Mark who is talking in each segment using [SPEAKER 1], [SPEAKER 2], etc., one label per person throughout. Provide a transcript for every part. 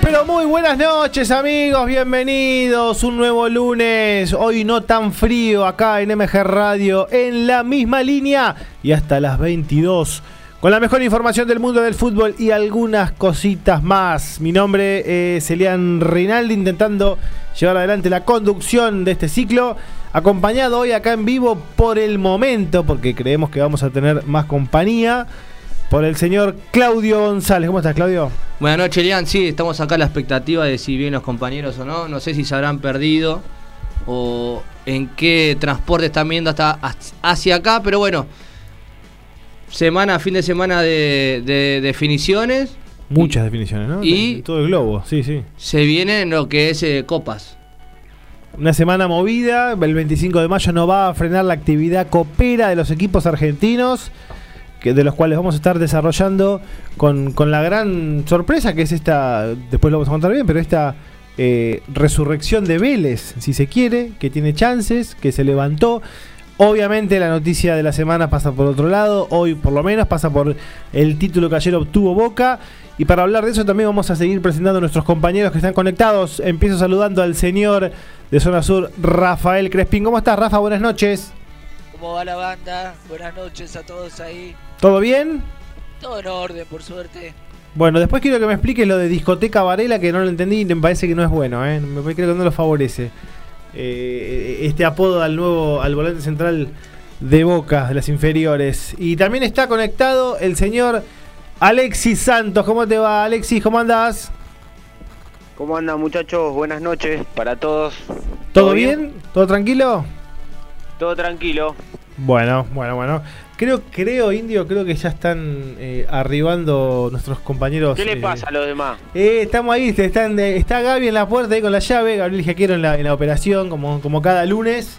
[SPEAKER 1] Bueno, muy buenas noches amigos, bienvenidos. Un nuevo lunes, hoy no tan frío acá en MG Radio, en la misma línea y hasta las 22. Con la mejor información del mundo del fútbol y algunas cositas más. Mi nombre es Elian Rinaldi, intentando llevar adelante la conducción de este ciclo. Acompañado hoy acá en vivo por el momento, porque creemos que vamos a tener más compañía, por el señor Claudio González. ¿Cómo estás, Claudio?
[SPEAKER 2] Buenas noches, Lian. Sí, estamos acá a la expectativa de si bien los compañeros o no. No sé si se habrán perdido o en qué transporte están viendo hasta hacia acá, pero bueno. Semana, fin de semana de, de definiciones.
[SPEAKER 1] Muchas definiciones, ¿no?
[SPEAKER 2] Y-
[SPEAKER 1] De todo el globo, sí, sí.
[SPEAKER 2] Se viene lo que es eh, copas.
[SPEAKER 1] Una semana movida, el 25 de mayo no va a frenar la actividad copera de los equipos argentinos, que, de los cuales vamos a estar desarrollando con, con la gran sorpresa que es esta, después lo vamos a contar bien, pero esta eh, resurrección de Vélez, si se quiere, que tiene chances, que se levantó. Obviamente la noticia de la semana pasa por otro lado, hoy por lo menos pasa por el título que ayer obtuvo Boca. Y para hablar de eso también vamos a seguir presentando a nuestros compañeros que están conectados. Empiezo saludando al señor de Zona Sur, Rafael Crespín. ¿Cómo estás, Rafa? Buenas noches.
[SPEAKER 3] ¿Cómo va la banda? Buenas noches a todos ahí.
[SPEAKER 1] ¿Todo bien?
[SPEAKER 3] Todo en orden, por suerte.
[SPEAKER 1] Bueno, después quiero que me expliques lo de discoteca Varela, que no lo entendí y me parece que no es bueno, ¿eh? Me parece- creo que no lo favorece. Eh, este apodo al nuevo, al volante central de Boca, de las inferiores. Y también está conectado el señor Alexis Santos. ¿Cómo te va, Alexis? ¿Cómo andás?
[SPEAKER 4] ¿Cómo andan muchachos? Buenas noches para todos.
[SPEAKER 1] ¿Todo bien? ¿Todo tranquilo?
[SPEAKER 4] Todo tranquilo.
[SPEAKER 1] Bueno, bueno, bueno. Creo, creo, Indio, creo que ya están eh, arribando nuestros compañeros.
[SPEAKER 4] ¿Qué le
[SPEAKER 1] eh,
[SPEAKER 4] pasa a los demás?
[SPEAKER 1] Eh, estamos ahí, te están, eh, está Gaby en la puerta ahí con la llave, Gabriel Jaquero en la, en la operación, como, como cada lunes.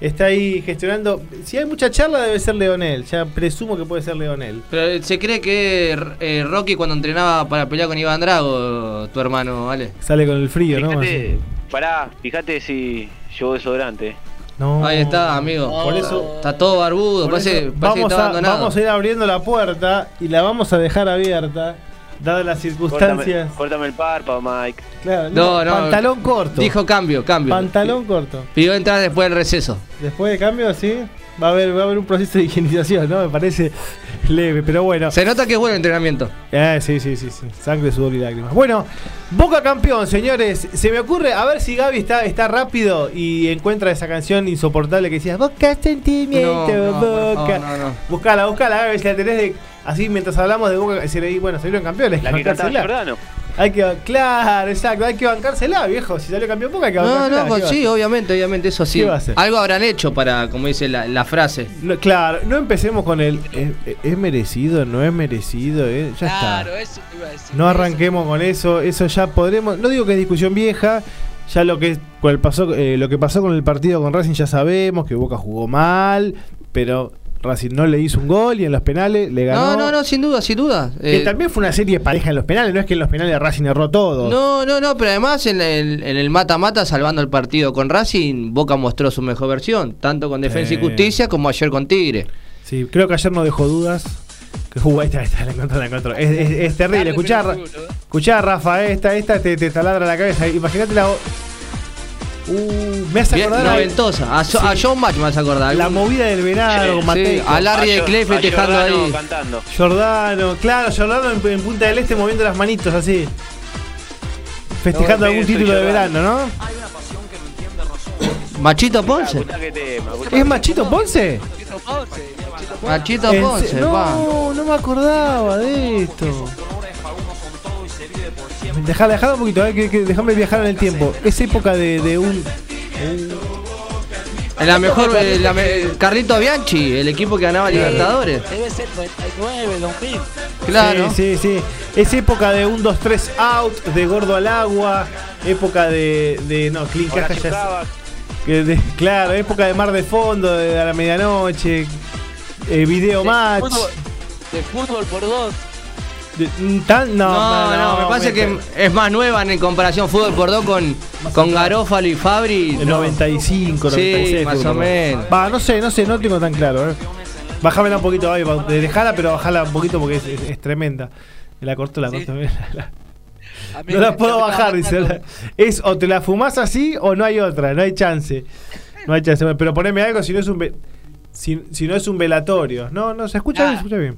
[SPEAKER 1] Está ahí gestionando. Si hay mucha charla, debe ser Leonel. Ya presumo que puede ser Leonel.
[SPEAKER 2] Pero eh, se cree que eh, Rocky cuando entrenaba para pelear con Iván Drago, tu hermano, ¿vale?
[SPEAKER 1] Sale con el frío, ¿no?
[SPEAKER 4] Fíjate,
[SPEAKER 1] Así.
[SPEAKER 4] pará, fíjate si llevo desodorante.
[SPEAKER 1] No.
[SPEAKER 2] Ahí está, amigo.
[SPEAKER 1] Por eso-
[SPEAKER 2] Está todo barbudo,
[SPEAKER 1] Por
[SPEAKER 2] parece,
[SPEAKER 1] eso
[SPEAKER 2] parece que
[SPEAKER 1] vamos,
[SPEAKER 2] está
[SPEAKER 1] a,
[SPEAKER 2] abandonado.
[SPEAKER 1] vamos a ir abriendo la puerta y la vamos a dejar abierta, dadas las circunstancias.
[SPEAKER 4] Córtame, córtame el párpado, Mike.
[SPEAKER 1] Claro,
[SPEAKER 2] No, no,
[SPEAKER 1] pantalón corto.
[SPEAKER 2] Dijo cambio, cambio.
[SPEAKER 1] pantalón corto.
[SPEAKER 2] Pidió entrar después del receso.
[SPEAKER 1] Después de cambio, sí, va a haber, va a haber un proceso de higienización, ¿no? Me parece leve, pero bueno.
[SPEAKER 2] Se nota que es buen entrenamiento.
[SPEAKER 1] Eh, sí, sí, sí, sí. Sangre, sudor y lágrimas. Bueno, Boca campeón, señores. Se me ocurre, a ver si Gaby está, está rápido y encuentra esa canción insoportable que decías, Boca sentimiento,
[SPEAKER 2] No, no, por
[SPEAKER 1] Boca.
[SPEAKER 2] favor, no, no.
[SPEAKER 1] Buscala, buscala, Gaby, si la tenés de- así mientras hablamos de Boca, se le- bueno, salieron campeones.
[SPEAKER 4] La
[SPEAKER 1] hay
[SPEAKER 4] que
[SPEAKER 1] que
[SPEAKER 4] cantaba
[SPEAKER 1] bancársela.
[SPEAKER 4] Jordano.
[SPEAKER 1] Hay que, claro, exacto, hay que bancársela, viejo. Si salió campeón Boca, hay que
[SPEAKER 2] No,
[SPEAKER 1] bancársela.
[SPEAKER 2] no, pues
[SPEAKER 1] ¿qué va a
[SPEAKER 2] sí, obviamente, obviamente, eso sí.
[SPEAKER 1] ¿Qué va a hacer?
[SPEAKER 2] Algo habrán hecho para, como dice la, la frase.
[SPEAKER 1] No, claro, no empecemos con el ¿es, es merecido, no es merecido? eh, ya
[SPEAKER 3] claro,
[SPEAKER 1] está.
[SPEAKER 3] eso te iba a decir.
[SPEAKER 1] No arranquemos con eso, eso ya podremos, no digo que es discusión vieja, ya lo que con el pasó eh, lo que pasó con el partido con Racing ya sabemos que Boca jugó mal, pero Racing no le hizo un gol y en los penales le ganó.
[SPEAKER 2] No, no, no, sin duda, sin duda.
[SPEAKER 1] Que
[SPEAKER 2] Eh,
[SPEAKER 1] también fue una serie de pareja en los penales, no es que en los penales Racing erró todo.
[SPEAKER 2] no, no, no, pero además en el en el mata-mata, salvando el partido con Racing, Boca mostró su mejor versión, tanto con Defensa
[SPEAKER 1] Sí.
[SPEAKER 2] y Justicia como ayer con Tigre.
[SPEAKER 1] Sí, creo que ayer no dejó dudas. Que jugó esta, esta, la encontró, la encontró. Es, es- es terrible.
[SPEAKER 3] Tarde,
[SPEAKER 1] Escuchar,
[SPEAKER 3] pero seguro.
[SPEAKER 1] escuchar Rafa, eh, esta, esta te, te taladra la cabeza. Imagínate la. o- Uh, me hace
[SPEAKER 2] Bien,
[SPEAKER 1] acordar a-
[SPEAKER 2] noventosa. A, Jo-
[SPEAKER 1] Sí.
[SPEAKER 2] a John Match me vas a acordar.
[SPEAKER 1] la
[SPEAKER 2] Algún-
[SPEAKER 1] movida del verano con
[SPEAKER 2] Sí,
[SPEAKER 1] Matei.
[SPEAKER 2] a Larry de
[SPEAKER 4] Jor-
[SPEAKER 2] Clay
[SPEAKER 4] a
[SPEAKER 2] festejando
[SPEAKER 4] Jordano
[SPEAKER 2] ahí.
[SPEAKER 4] cantando.
[SPEAKER 1] Jordano, claro, Jordano en, en Punta del Este moviendo las manitos así. Festejando
[SPEAKER 4] No,
[SPEAKER 1] algún
[SPEAKER 4] eso,
[SPEAKER 1] título de
[SPEAKER 4] Jordano.
[SPEAKER 1] verano, ¿no?
[SPEAKER 2] Machito
[SPEAKER 4] Ah,
[SPEAKER 2] Ponce.
[SPEAKER 4] puta que tema, puta que-
[SPEAKER 1] ¿Es Machito Ponce?
[SPEAKER 3] Chito Ponce, Chito Ponce.
[SPEAKER 2] Machito
[SPEAKER 1] En se-
[SPEAKER 2] Ponce, pa.
[SPEAKER 1] no, no me acordaba de esto. Dejá, dejá un poquito, eh, que, que- dejame viajar en el tiempo. Es época de, de un.
[SPEAKER 2] La mejor, eh, la me- Carlito Bianchi, el equipo que ganaba Libertadores.
[SPEAKER 3] Debe ser 99, 2000.
[SPEAKER 2] Claro.
[SPEAKER 1] Sí, sí, sí. Es época de un 2-3 out, de gordo al agua. Época de. de no, Clean Caja
[SPEAKER 4] Horacio
[SPEAKER 1] ya es-
[SPEAKER 4] Cabas,
[SPEAKER 1] que de- Claro, época de mar de fondo, de a la medianoche. eh, video match.
[SPEAKER 3] Fútbol- De fútbol por dos.
[SPEAKER 1] de- mm, tan- no,
[SPEAKER 2] No, no, me parece que es más nueva en comparación fútbol por dos con, con Garófalo y Fabri.
[SPEAKER 1] El 95,
[SPEAKER 2] Sí,
[SPEAKER 1] 96.
[SPEAKER 2] más
[SPEAKER 1] creo
[SPEAKER 2] o
[SPEAKER 1] que
[SPEAKER 2] menos.
[SPEAKER 1] Va, no sé, no sé, no tengo tan claro. ¿eh? Bajámela un poquito, ahí, va, dejala, pero bajala un poquito porque es, es- es tremenda. La corto, la corto. la- la-
[SPEAKER 3] A mí
[SPEAKER 1] No
[SPEAKER 3] me
[SPEAKER 1] la puedo
[SPEAKER 3] encanta
[SPEAKER 1] bajar, dice.
[SPEAKER 3] mandarlo.
[SPEAKER 1] Es o te la fumás así o no hay otra, no hay chance. No hay chance. Pero poneme algo si no es un ve- si, si no es un velatorio. No, no, se escucha bien,
[SPEAKER 3] Ah.
[SPEAKER 1] se escucha bien.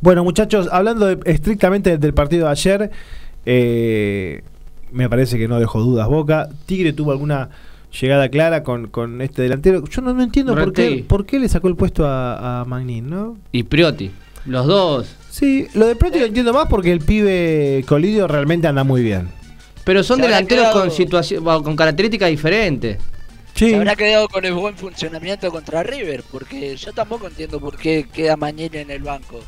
[SPEAKER 1] Bueno, muchachos, hablando de- estrictamente del partido de ayer, eh, me parece que no dejó dudas Boca. Tigre tuvo alguna llegada clara con, con este delantero. Yo no, no entiendo por qué,
[SPEAKER 2] Retegui.
[SPEAKER 1] por qué le sacó el puesto a, a Magnin, ¿no?
[SPEAKER 2] Y Priotti. Los dos.
[SPEAKER 1] Sí, lo de Proti lo entiendo más porque el pibe Colidio realmente anda muy bien.
[SPEAKER 2] Pero son
[SPEAKER 3] Se habrá
[SPEAKER 2] delanteros con
[SPEAKER 3] quedado-
[SPEAKER 2] situación, bueno, con características diferentes.
[SPEAKER 1] Sí.
[SPEAKER 3] Se habrá quedado con el buen funcionamiento contra River, porque yo tampoco entiendo por qué queda Mañini en el banco.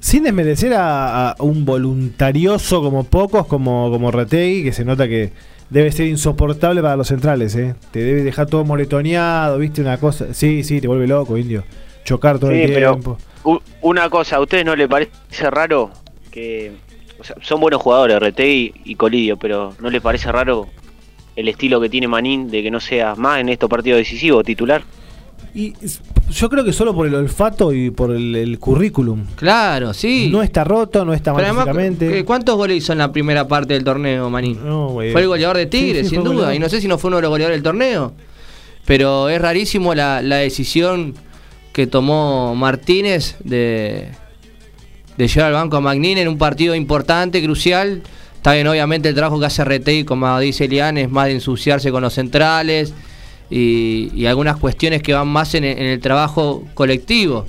[SPEAKER 1] Sin desmerecer a, a un voluntarioso como pocos, como, como Retegui, que se nota que debe ser insoportable para los centrales, ¿eh? Te debe dejar todo moretoneado, ¿viste? Una cosa. Sí, sí, te vuelve loco, indio. Chocar todo el
[SPEAKER 4] Sí, pero-
[SPEAKER 1] tiempo.
[SPEAKER 4] U- una cosa, ¿a ustedes no les parece raro que... o sea, son buenos jugadores, Retegui y Colidio, pero ¿no les parece raro el estilo que tiene Manín de que no sea más en estos partidos decisivos titular?
[SPEAKER 1] Y s- yo creo que solo por el olfato y por el, el currículum.
[SPEAKER 2] Claro, sí.
[SPEAKER 1] No está roto, no está mal
[SPEAKER 2] Pero además, eh, ¿cu-
[SPEAKER 1] físicamente.
[SPEAKER 2] ¿cuántos goles hizo en la primera parte del torneo, Manín?
[SPEAKER 1] No, güey.
[SPEAKER 2] Fue el goleador de Tigre,
[SPEAKER 1] Sí, sí,
[SPEAKER 2] sin
[SPEAKER 1] fue
[SPEAKER 2] duda.
[SPEAKER 1] goleador.
[SPEAKER 2] Y no sé si no fue uno de los goleadores del torneo. Pero es rarísimo la, la decisión que tomó Martínez de, de llevar al banco a Magnin en un partido importante, crucial. Está bien, obviamente el trabajo que hace Retey, como dice Elian, es más de ensuciarse con los centrales y, y algunas cuestiones que van más en, el- en el trabajo colectivo.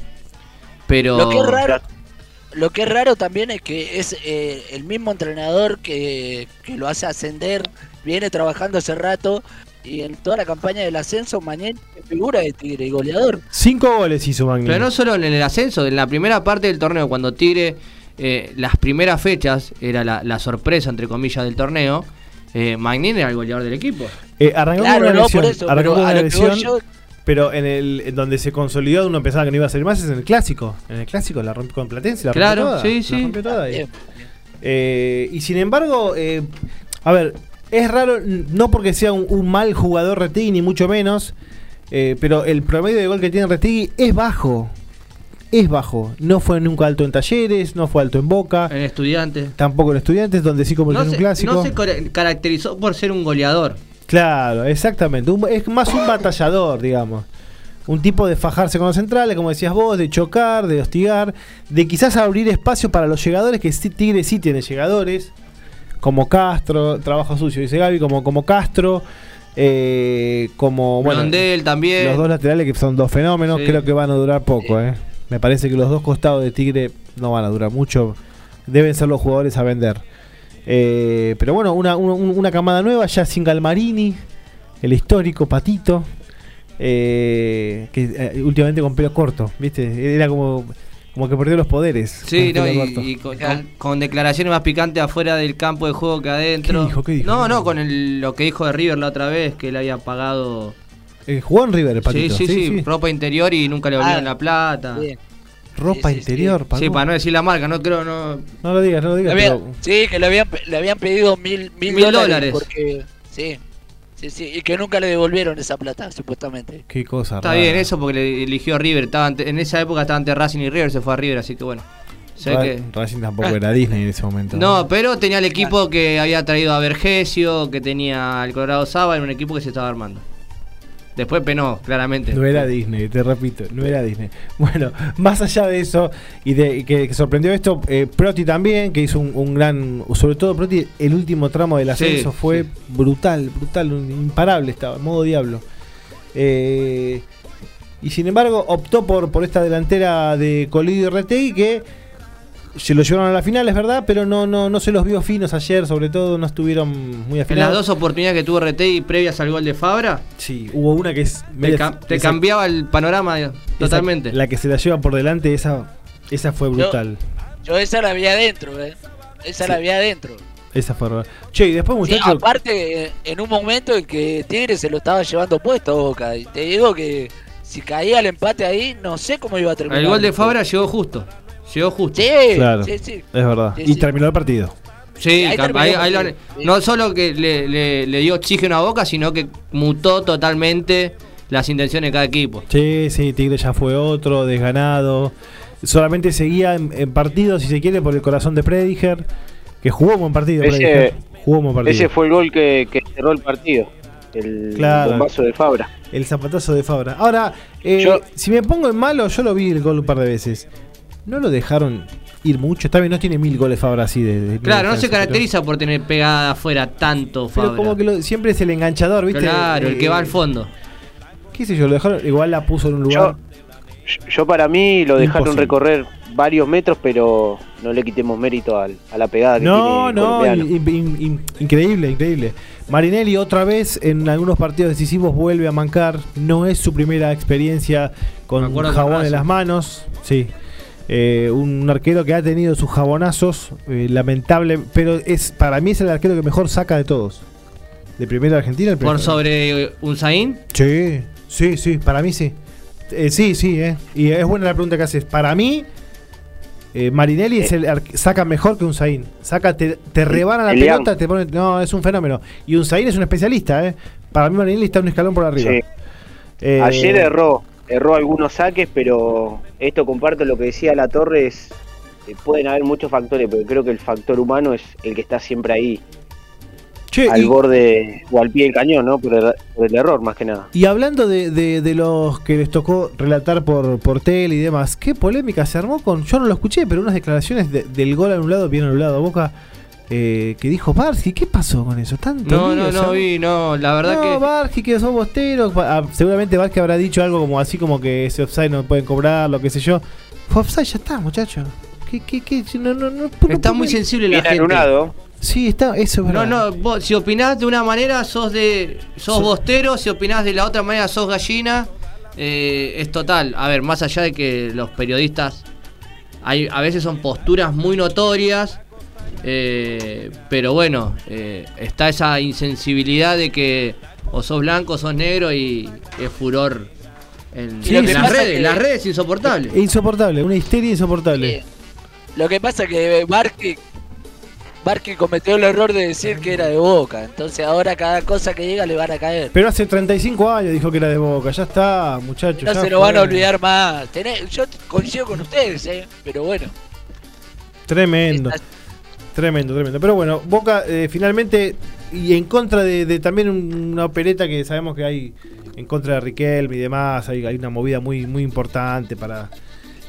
[SPEAKER 2] Pero...
[SPEAKER 3] Lo que es raro, lo que es raro también es que es eh, el mismo entrenador que, que lo hace ascender, viene trabajando hace rato y en toda la campaña del ascenso Mañini es figura de Tigre y goleador.
[SPEAKER 1] Cinco goles hizo Magnin.
[SPEAKER 2] Pero no solo en el ascenso, en la primera parte del torneo, cuando Tigre, eh, las primeras fechas, era la, la sorpresa, entre comillas, del torneo, eh, Magnin era el goleador del equipo.
[SPEAKER 1] Eh, arrancó con
[SPEAKER 3] Claro,
[SPEAKER 1] una
[SPEAKER 3] no,
[SPEAKER 1] lesión.
[SPEAKER 3] por eso,
[SPEAKER 1] arrancó
[SPEAKER 3] pero
[SPEAKER 1] con
[SPEAKER 3] a
[SPEAKER 1] una
[SPEAKER 3] lo que voy
[SPEAKER 1] lesión.
[SPEAKER 3] yo,
[SPEAKER 1] Pero en el en donde se consolidó, uno pensaba que no iba a salir más, es en el clásico. En el clásico la rompió con Platense, la
[SPEAKER 2] Claro,
[SPEAKER 1] rompió toda.
[SPEAKER 2] sí,
[SPEAKER 1] la
[SPEAKER 2] sí.
[SPEAKER 1] rompió toda.
[SPEAKER 3] bien,
[SPEAKER 1] Eh, y sin embargo, eh, a ver, es raro, n- no porque sea un, un mal jugador Retigui, ni mucho menos, eh, pero el promedio de gol que tiene Retigui es bajo. Es bajo. No fue nunca alto en talleres, no fue alto en boca,
[SPEAKER 2] En estudiantes.
[SPEAKER 1] tampoco en estudiantes, donde sí convirtió
[SPEAKER 2] No
[SPEAKER 1] en un
[SPEAKER 2] se,
[SPEAKER 1] clásico.
[SPEAKER 2] no se car- caracterizó por ser un goleador.
[SPEAKER 1] Claro, exactamente. Un- es más un batallador, digamos. Un tipo de fajarse con los centrales, como decías vos, de chocar, de hostigar, de quizás abrir espacio para los llegadores, que sí, Tigre sí tiene llegadores, como Castro, trabajo sucio, dice Gaby, como, como Castro, eh, como, bueno,
[SPEAKER 2] Blondel también.
[SPEAKER 1] los dos laterales que son dos fenómenos,
[SPEAKER 2] Sí.
[SPEAKER 1] creo que van a durar poco, eh. Me parece que los dos costados de Tigre no van a durar mucho. Deben ser los jugadores a vender. Eh, pero bueno, una, un- un- una camada nueva, ya sin Galmarini, el histórico Patito, eh, que eh, últimamente con pelo corto, ¿viste? Era como, como que perdió los poderes.
[SPEAKER 2] Sí,
[SPEAKER 1] con
[SPEAKER 2] no,
[SPEAKER 1] el pelo
[SPEAKER 2] y,
[SPEAKER 1] corto.
[SPEAKER 2] y con, con- con declaraciones más picantes afuera del campo de juego que adentro.
[SPEAKER 1] ¿Qué dijo? ¿Qué dijo?
[SPEAKER 2] No, no, con el- lo que dijo de River la otra vez, que le había pagado.
[SPEAKER 1] Eh, jugó en River el
[SPEAKER 2] Sí,
[SPEAKER 1] Patito.
[SPEAKER 2] sí, sí, ropa interior y nunca le volvieron
[SPEAKER 3] Ah,
[SPEAKER 2] la plata.
[SPEAKER 3] bien.
[SPEAKER 1] Ropa
[SPEAKER 3] Sí, sí, sí.
[SPEAKER 1] interior, pagó.
[SPEAKER 2] Sí, para no decir la marca, no creo, no.
[SPEAKER 1] No lo digas, no lo
[SPEAKER 3] Le
[SPEAKER 1] digas.
[SPEAKER 3] habían-
[SPEAKER 1] pero-
[SPEAKER 3] sí, que le habían, le habían pedido mil, mil,
[SPEAKER 2] Mil
[SPEAKER 3] dólares.
[SPEAKER 2] dólares.
[SPEAKER 3] Porque, sí, sí, sí, y que nunca le devolvieron esa plata, supuestamente.
[SPEAKER 1] Qué cosa
[SPEAKER 2] Está
[SPEAKER 1] rara.
[SPEAKER 2] bien, eso porque le eligió a River. Estaba ante- en esa época estaba ante Racing y River, se fue a River, así que bueno. Sé
[SPEAKER 1] Ra-
[SPEAKER 2] que- Ah,
[SPEAKER 1] Racing tampoco era Disney en ese momento.
[SPEAKER 2] No, pero tenía el equipo que había traído a Vergesio, que tenía al Colorado Saba, en un equipo que se estaba armando. Después penó, claramente.
[SPEAKER 1] No era Disney, te repito, no era Disney. Bueno, más allá de eso, y de y que, que sorprendió esto, eh, Proti también, que hizo un, un gran. Sobre todo Proti, el último tramo del
[SPEAKER 2] Sí,
[SPEAKER 1] ascenso fue
[SPEAKER 2] sí.
[SPEAKER 1] brutal, brutal, un- imparable estaba, en modo diablo. Eh, y sin embargo, optó por, por esta delantera de Colidio y Retegui que. Se lo llevaron a la final, es verdad, pero no, no, no se los vio finos ayer, sobre todo no estuvieron muy
[SPEAKER 2] En las
[SPEAKER 1] afinados.
[SPEAKER 2] dos oportunidades que tuvo RTI previas al gol de Fabra,
[SPEAKER 1] Sí, hubo una que es.
[SPEAKER 2] te,
[SPEAKER 1] media-
[SPEAKER 2] cam- te
[SPEAKER 1] esa-
[SPEAKER 2] cambiaba el panorama eh,
[SPEAKER 1] esa-
[SPEAKER 2] totalmente.
[SPEAKER 1] la que se la lleva por delante, esa, esa fue brutal.
[SPEAKER 3] Yo esa la vi adentro, eh. Esa la vi adentro.
[SPEAKER 1] Esa fue brutal. Che, y después,
[SPEAKER 3] Sí,
[SPEAKER 1] muchachos.
[SPEAKER 3] aparte, eh, en un momento en que Tigre se lo estaba llevando puesto a Boca. Y te digo que si caía el empate ahí, no sé cómo iba a terminar.
[SPEAKER 2] el gol de Fabra llegó justo. Llegó justo.
[SPEAKER 3] Sí,
[SPEAKER 1] Claro.
[SPEAKER 3] sí, sí.
[SPEAKER 1] es verdad.
[SPEAKER 3] Sí,
[SPEAKER 1] y
[SPEAKER 3] sí.
[SPEAKER 1] terminó el partido.
[SPEAKER 2] Sí,
[SPEAKER 3] ahí
[SPEAKER 2] cap-
[SPEAKER 3] terminó
[SPEAKER 2] ahí-
[SPEAKER 3] el
[SPEAKER 2] ahí lo-
[SPEAKER 3] partido.
[SPEAKER 2] no solo que le, le- le dio oxígeno a Boca, sino que mutó totalmente las intenciones de cada equipo.
[SPEAKER 1] Sí, sí, Tigre ya fue otro, desganado. Solamente seguía en, en partido, si se quiere, por el corazón de Prediger. que jugó un buen partido.
[SPEAKER 4] Ese-
[SPEAKER 1] Predi, ¿eh? jugó un buen partido.
[SPEAKER 4] Ese fue el gol que, que cerró el partido. El
[SPEAKER 1] Claro.
[SPEAKER 4] bombazo de Fabra.
[SPEAKER 1] El zapatazo de Fabra. Ahora, eh,
[SPEAKER 4] Yo-
[SPEAKER 1] si me pongo en malo, yo lo vi el gol un par de veces. No lo dejaron ir mucho. Está bien, no tiene mil goles Fabra así de. de-
[SPEAKER 2] Claro, no
[SPEAKER 1] de-
[SPEAKER 2] se
[SPEAKER 1] pero-
[SPEAKER 2] caracteriza por tener pegada afuera tanto,
[SPEAKER 1] Pero,
[SPEAKER 2] Fabra.
[SPEAKER 1] como que lo- siempre es el enganchador, ¿viste?
[SPEAKER 2] Claro, el
[SPEAKER 1] Eh,
[SPEAKER 2] que va al fondo.
[SPEAKER 1] ¿Qué sé yo? Lo dejaron. Igual la puso en un lugar.
[SPEAKER 4] Yo, yo para mí lo dejaron
[SPEAKER 1] Imposible.
[SPEAKER 4] recorrer varios metros, pero no le quitemos mérito al- a la pegada que
[SPEAKER 1] No,
[SPEAKER 4] tiene el
[SPEAKER 1] no,
[SPEAKER 4] colombiano.
[SPEAKER 1] in- in- in- increíble, increíble. Marinelli otra vez en algunos partidos decisivos vuelve a mancar. No es su primera experiencia
[SPEAKER 2] Me
[SPEAKER 1] con
[SPEAKER 2] acuerdo con
[SPEAKER 1] jabón
[SPEAKER 2] Racing.
[SPEAKER 1] en las manos. Sí. Eh, un arquero que ha tenido sus jabonazos, eh, lamentable, pero es para mí es el arquero que mejor saca de todos. De primera Argentina, el
[SPEAKER 2] Por
[SPEAKER 1] primero.
[SPEAKER 2] sobre un Zain.
[SPEAKER 1] Sí, sí, sí, para mí sí. Eh, sí, sí, eh. y es buena la pregunta que haces. Para mí, eh, Marinelli es el arque- saca mejor que un Zain. Saca, te, te rebana la
[SPEAKER 4] El
[SPEAKER 1] pelota,
[SPEAKER 4] León.
[SPEAKER 1] te pone. No, es un fenómeno. Y un Zain es un especialista, ¿eh? Para mí, Marinelli está un escalón por arriba.
[SPEAKER 4] Sí.
[SPEAKER 1] Eh,
[SPEAKER 4] Ayer erró, erró algunos saques, pero esto comparto lo que decía La Torre, es, eh, pueden haber muchos factores, pero creo que el factor humano es el que está siempre ahí,
[SPEAKER 1] Che,
[SPEAKER 4] al
[SPEAKER 1] y-
[SPEAKER 4] borde o al pie del cañón, ¿no? Por el, por el error más que nada.
[SPEAKER 1] Y hablando de, de- de los que les tocó relatar por, por tele y demás, ¿qué polémica se armó con, yo no lo escuché, pero unas declaraciones de- del gol anulado, bien anulado a Boca, eh, que dijo Barsky, ¿qué pasó con eso? Tanto
[SPEAKER 2] No,
[SPEAKER 1] lío,
[SPEAKER 2] no,
[SPEAKER 1] se armó-
[SPEAKER 2] no vi, no. La verdad
[SPEAKER 1] no,
[SPEAKER 2] que.
[SPEAKER 1] Barsky, que sos bostero. Ah, Seguramente Barsky habrá dicho algo como así como que ese offside no pueden cobrar, lo que sé yo. Fue offside, ya está, muchacho. ¿Qué, qué, qué? No, no, no, ¿por qué
[SPEAKER 2] Está muy
[SPEAKER 1] ponen-
[SPEAKER 2] sensible la
[SPEAKER 4] Bien
[SPEAKER 2] gente.
[SPEAKER 4] anulado,
[SPEAKER 1] Sí, está, eso es
[SPEAKER 2] No,
[SPEAKER 1] verdad.
[SPEAKER 2] no, vos, si opinás de una manera sos de sos
[SPEAKER 1] So-
[SPEAKER 2] bostero, si opinás de la otra manera sos gallina, eh, es total. A ver, más allá de que los periodistas hay, a veces son posturas muy notorias, eh, pero bueno, eh, está esa insensibilidad de que o sos blanco o sos negro y es furor en,
[SPEAKER 1] Sí,
[SPEAKER 2] en
[SPEAKER 1] lo que
[SPEAKER 2] las
[SPEAKER 1] pasa
[SPEAKER 2] redes,
[SPEAKER 3] que-
[SPEAKER 2] las redes insoportables.
[SPEAKER 1] Insoportable, una histeria insoportable.
[SPEAKER 3] Eh, Lo que pasa es que Barque, Barque cometió el error de decir que era de boca. Entonces ahora cada cosa que llega le van a caer.
[SPEAKER 1] Pero hace 35 años dijo que era de Boca. Ya está, muchachos.
[SPEAKER 3] No
[SPEAKER 1] ya
[SPEAKER 3] se lo van a
[SPEAKER 1] fue.
[SPEAKER 3] olvidar más. Tené- yo coincido con ustedes, eh, pero bueno.
[SPEAKER 1] Tremendo,
[SPEAKER 3] Está-
[SPEAKER 1] tremendo, tremendo. Pero bueno, Boca eh, finalmente, y en contra de, de también un- una opereta que sabemos que hay en contra de Riquelme y demás, hay, hay una movida muy, muy importante para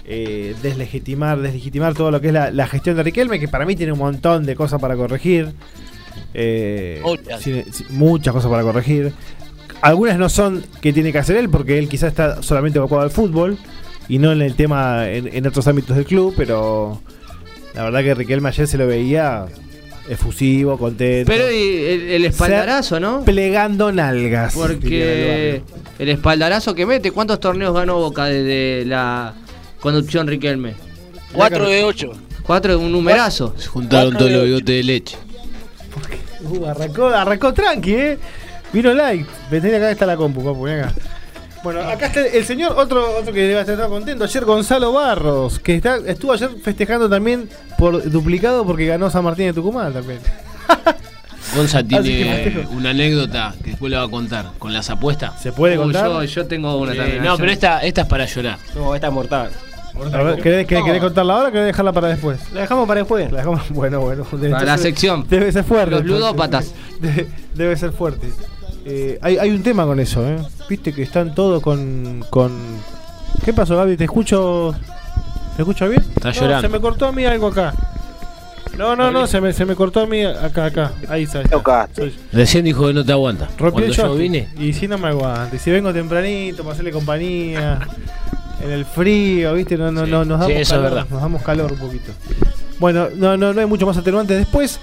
[SPEAKER 1] eh, deslegitimar, deslegitimar todo lo que es la, la gestión de Riquelme, que para mí tiene un montón de cosas para corregir. Eh,
[SPEAKER 3] Muchas.
[SPEAKER 1] tiene- sí, muchas cosas para corregir. Algunas no son que tiene que hacer él, porque él quizás está solamente abocado al fútbol y no en el tema, en, en otros ámbitos del club, pero la verdad que Riquelme ayer se lo veía efusivo, contento,
[SPEAKER 2] Pero y el, el espaldarazo, ¿no?
[SPEAKER 1] plegando nalgas. diría
[SPEAKER 2] Porque
[SPEAKER 1] el barrio.
[SPEAKER 2] el espaldarazo que mete, ¿cuántos torneos ganó Boca desde la conducción Riquelme?
[SPEAKER 3] 4 de 8.
[SPEAKER 2] Cuatro es un numerazo.
[SPEAKER 5] Se juntaron todos los bigotes de leche.
[SPEAKER 1] Uh, arrancó, arrancó tranqui, ¿eh? Vino like. Vení acá, está la compu, papu, vení acá. Bueno, acá está el señor, otro, otro que debe estar todo contento, ayer Gonzalo Barros, que está, estuvo ayer festejando también por duplicado porque ganó San Martín de Tucumán también.
[SPEAKER 5] Gonza
[SPEAKER 1] que
[SPEAKER 5] tiene
[SPEAKER 1] Ah, festejo.
[SPEAKER 5] una anécdota que después le va a contar con las apuestas.
[SPEAKER 1] ¿Se puede
[SPEAKER 2] Uy,
[SPEAKER 1] contar?
[SPEAKER 2] yo, yo tengo una
[SPEAKER 5] Eh,
[SPEAKER 2] también.
[SPEAKER 5] no, pero esta, esta es para llorar.
[SPEAKER 6] No, esta es mortal.
[SPEAKER 1] A ver, ¿querés, querés- querés contarla ahora o querés dejarla para después?
[SPEAKER 6] La dejamos para después.
[SPEAKER 1] La dejamos- bueno, bueno. Para
[SPEAKER 2] la sección.
[SPEAKER 1] Debe ser fuerte.
[SPEAKER 2] Los
[SPEAKER 1] entonces.
[SPEAKER 2] ludópatas.
[SPEAKER 1] De- debe ser fuerte. Eh, hay, hay un tema con eso, ¿eh? Viste que están todos con, con... ¿Qué pasó, Gaby? ¿Te escucho te escucho bien?
[SPEAKER 5] Está
[SPEAKER 1] No,
[SPEAKER 5] llorando.
[SPEAKER 1] se me cortó a mí algo acá. No, no, no, se me, se me cortó a mí acá, acá. Ahí está. ahí está.
[SPEAKER 4] Tocaste.
[SPEAKER 1] Soy-
[SPEAKER 5] Recién dijo que no te aguanta.
[SPEAKER 1] Rompí
[SPEAKER 5] Cuando
[SPEAKER 1] el
[SPEAKER 5] yo
[SPEAKER 1] joystick.
[SPEAKER 5] vine,
[SPEAKER 1] Y si no me aguanto. Y si vengo tempranito para hacerle compañía. en el frío, ¿viste? No, no,
[SPEAKER 5] Sí,
[SPEAKER 1] no, nos
[SPEAKER 5] sí,
[SPEAKER 1] damos
[SPEAKER 5] eso es
[SPEAKER 1] calor.
[SPEAKER 5] verdad.
[SPEAKER 1] Nos damos calor un poquito. Bueno, no, no, no hay mucho más atenuante. Después,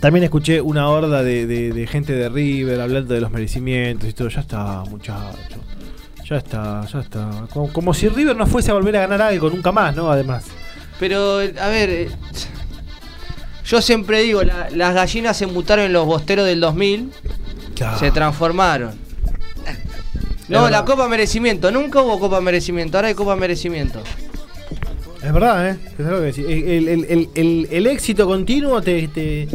[SPEAKER 1] también escuché una horda de, de- de gente de River hablando de los merecimientos y todo. Ya está, muchachos. Ya está, ya está. Como, como si River no fuese a volver a ganar algo nunca más, ¿no? Además.
[SPEAKER 2] Pero, a ver, eh, yo siempre digo, la- las gallinas se mutaron en los bosteros del 2000, se transformaron. No, la Copa Merecimiento, nunca hubo Copa Merecimiento, ahora hay Copa Merecimiento.
[SPEAKER 1] Es verdad, ¿eh? Es algo que decís. El, el- el- el- el éxito continuo te, te-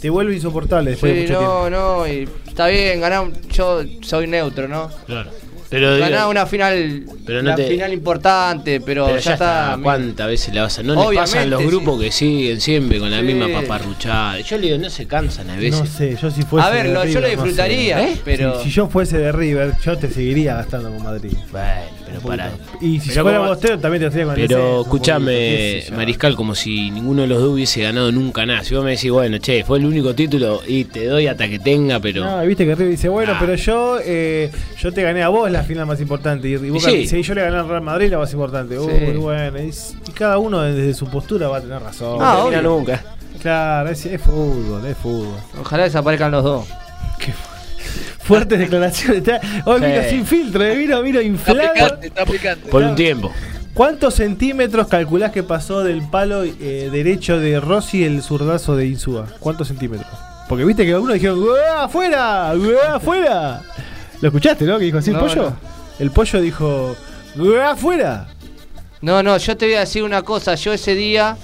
[SPEAKER 1] te vuelve insoportable después de
[SPEAKER 2] Sí,
[SPEAKER 1] mucho tiempo.
[SPEAKER 2] no, no, y está bien, ganamos, yo soy neutro, ¿no?
[SPEAKER 5] claro. Pero,
[SPEAKER 2] Ganar
[SPEAKER 5] digo,
[SPEAKER 2] una final,
[SPEAKER 5] Pero no
[SPEAKER 2] la
[SPEAKER 5] te-
[SPEAKER 2] final importante, pero,
[SPEAKER 5] pero
[SPEAKER 2] ya, está.
[SPEAKER 5] ¿Cuántas veces la vas a.? No les pasan
[SPEAKER 2] Obviamente,
[SPEAKER 5] los
[SPEAKER 2] sí.
[SPEAKER 5] grupos que siguen siempre con la
[SPEAKER 2] Sí.
[SPEAKER 5] misma paparruchada. Yo le digo, no se cansan a veces.
[SPEAKER 1] No sé, yo si fuese.
[SPEAKER 2] A ver,
[SPEAKER 1] de
[SPEAKER 2] lo- yo lo
[SPEAKER 1] River, no sé.
[SPEAKER 2] disfrutaría, pero-
[SPEAKER 1] Si, si yo fuese de River, yo te seguiría gastando con Madrid.
[SPEAKER 5] Bueno, pero pará.
[SPEAKER 1] Y si
[SPEAKER 5] Pero
[SPEAKER 1] fuera
[SPEAKER 5] como-
[SPEAKER 1] Bostero, también te hacía con el descenso,
[SPEAKER 5] Pero
[SPEAKER 1] un poquito,
[SPEAKER 5] escúchame,
[SPEAKER 1] qué sé yo.
[SPEAKER 5] Mariscal, como si ninguno de los dos hubiese ganado nunca nada. Si vos me decís, bueno, che, fue el único título y te doy hasta que tenga, pero.
[SPEAKER 1] No, viste que River dice, bueno,
[SPEAKER 5] Ah.
[SPEAKER 1] pero yo eh, yo te gané a vos la final más importante. Y, y Boca
[SPEAKER 5] sí.
[SPEAKER 1] dice, "Y yo le gané al Real Madrid la más importante. Uy,
[SPEAKER 2] Sí.
[SPEAKER 1] bueno. Y, s- y cada uno desde su postura va a tener razón.
[SPEAKER 2] Ah,
[SPEAKER 5] termina
[SPEAKER 2] obvio.
[SPEAKER 5] nunca.
[SPEAKER 1] Claro, es, es fútbol, es fútbol.
[SPEAKER 2] Ojalá desaparezcan los dos.
[SPEAKER 1] Fuertes declaraciones. está- Hoy
[SPEAKER 5] Sí.
[SPEAKER 1] vino sin filtro, eh, vino, vino
[SPEAKER 3] Está
[SPEAKER 1] inflado.
[SPEAKER 3] picante, está picante.
[SPEAKER 5] Por un tiempo.
[SPEAKER 1] ¿Cuántos centímetros calculás que pasó del palo eh, derecho de Rossi el zurdazo de Insúa? ¿Cuántos centímetros? Porque viste que algunos dijeron, ¡Uah, ¡Afuera! ¡Uah, ¡Afuera! ¿Lo escuchaste, no? Que dijo así el
[SPEAKER 2] No,
[SPEAKER 1] pollo.
[SPEAKER 2] no.
[SPEAKER 1] El pollo dijo, "¡Uah, ¡Afuera!
[SPEAKER 2] No, no, yo te voy a decir una cosa. Yo ese día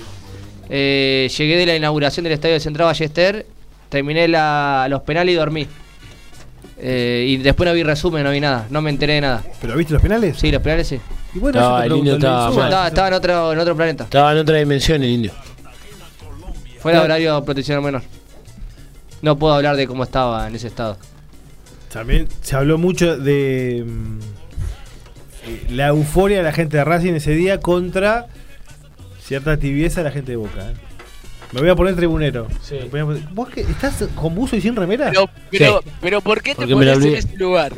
[SPEAKER 2] eh, llegué de la inauguración del Estadio Central Ballester, terminé la- los penales y dormí. Eh, y después no vi resumen, no vi nada, no me enteré de nada.
[SPEAKER 1] ¿Pero viste los penales?
[SPEAKER 2] Sí, los penales sí.
[SPEAKER 1] Y bueno,
[SPEAKER 5] No,
[SPEAKER 1] yo te
[SPEAKER 5] el
[SPEAKER 1] pregunto,
[SPEAKER 5] niño
[SPEAKER 1] ¿el de
[SPEAKER 5] estaba
[SPEAKER 2] Yo
[SPEAKER 1] Insúa?
[SPEAKER 5] mal.
[SPEAKER 2] estaba, estaba en, otro, en otro planeta,
[SPEAKER 5] Estaba en otra dimensión el indio.
[SPEAKER 2] fuera de horario de protección al menor. No puedo hablar de cómo estaba en ese estado.
[SPEAKER 1] También se habló mucho de mm, eh, la euforia de la gente de Racing ese día contra cierta tibieza de la gente de Boca. eh. Me voy a poner tribunero. Me voy a poner- ¿Vos que estás con buzo y sin remera?
[SPEAKER 3] Pero, pero,
[SPEAKER 5] Sí.
[SPEAKER 3] pero ¿por qué te
[SPEAKER 5] Porque me la
[SPEAKER 3] pones en
[SPEAKER 5] olvidé.
[SPEAKER 3] ese lugar?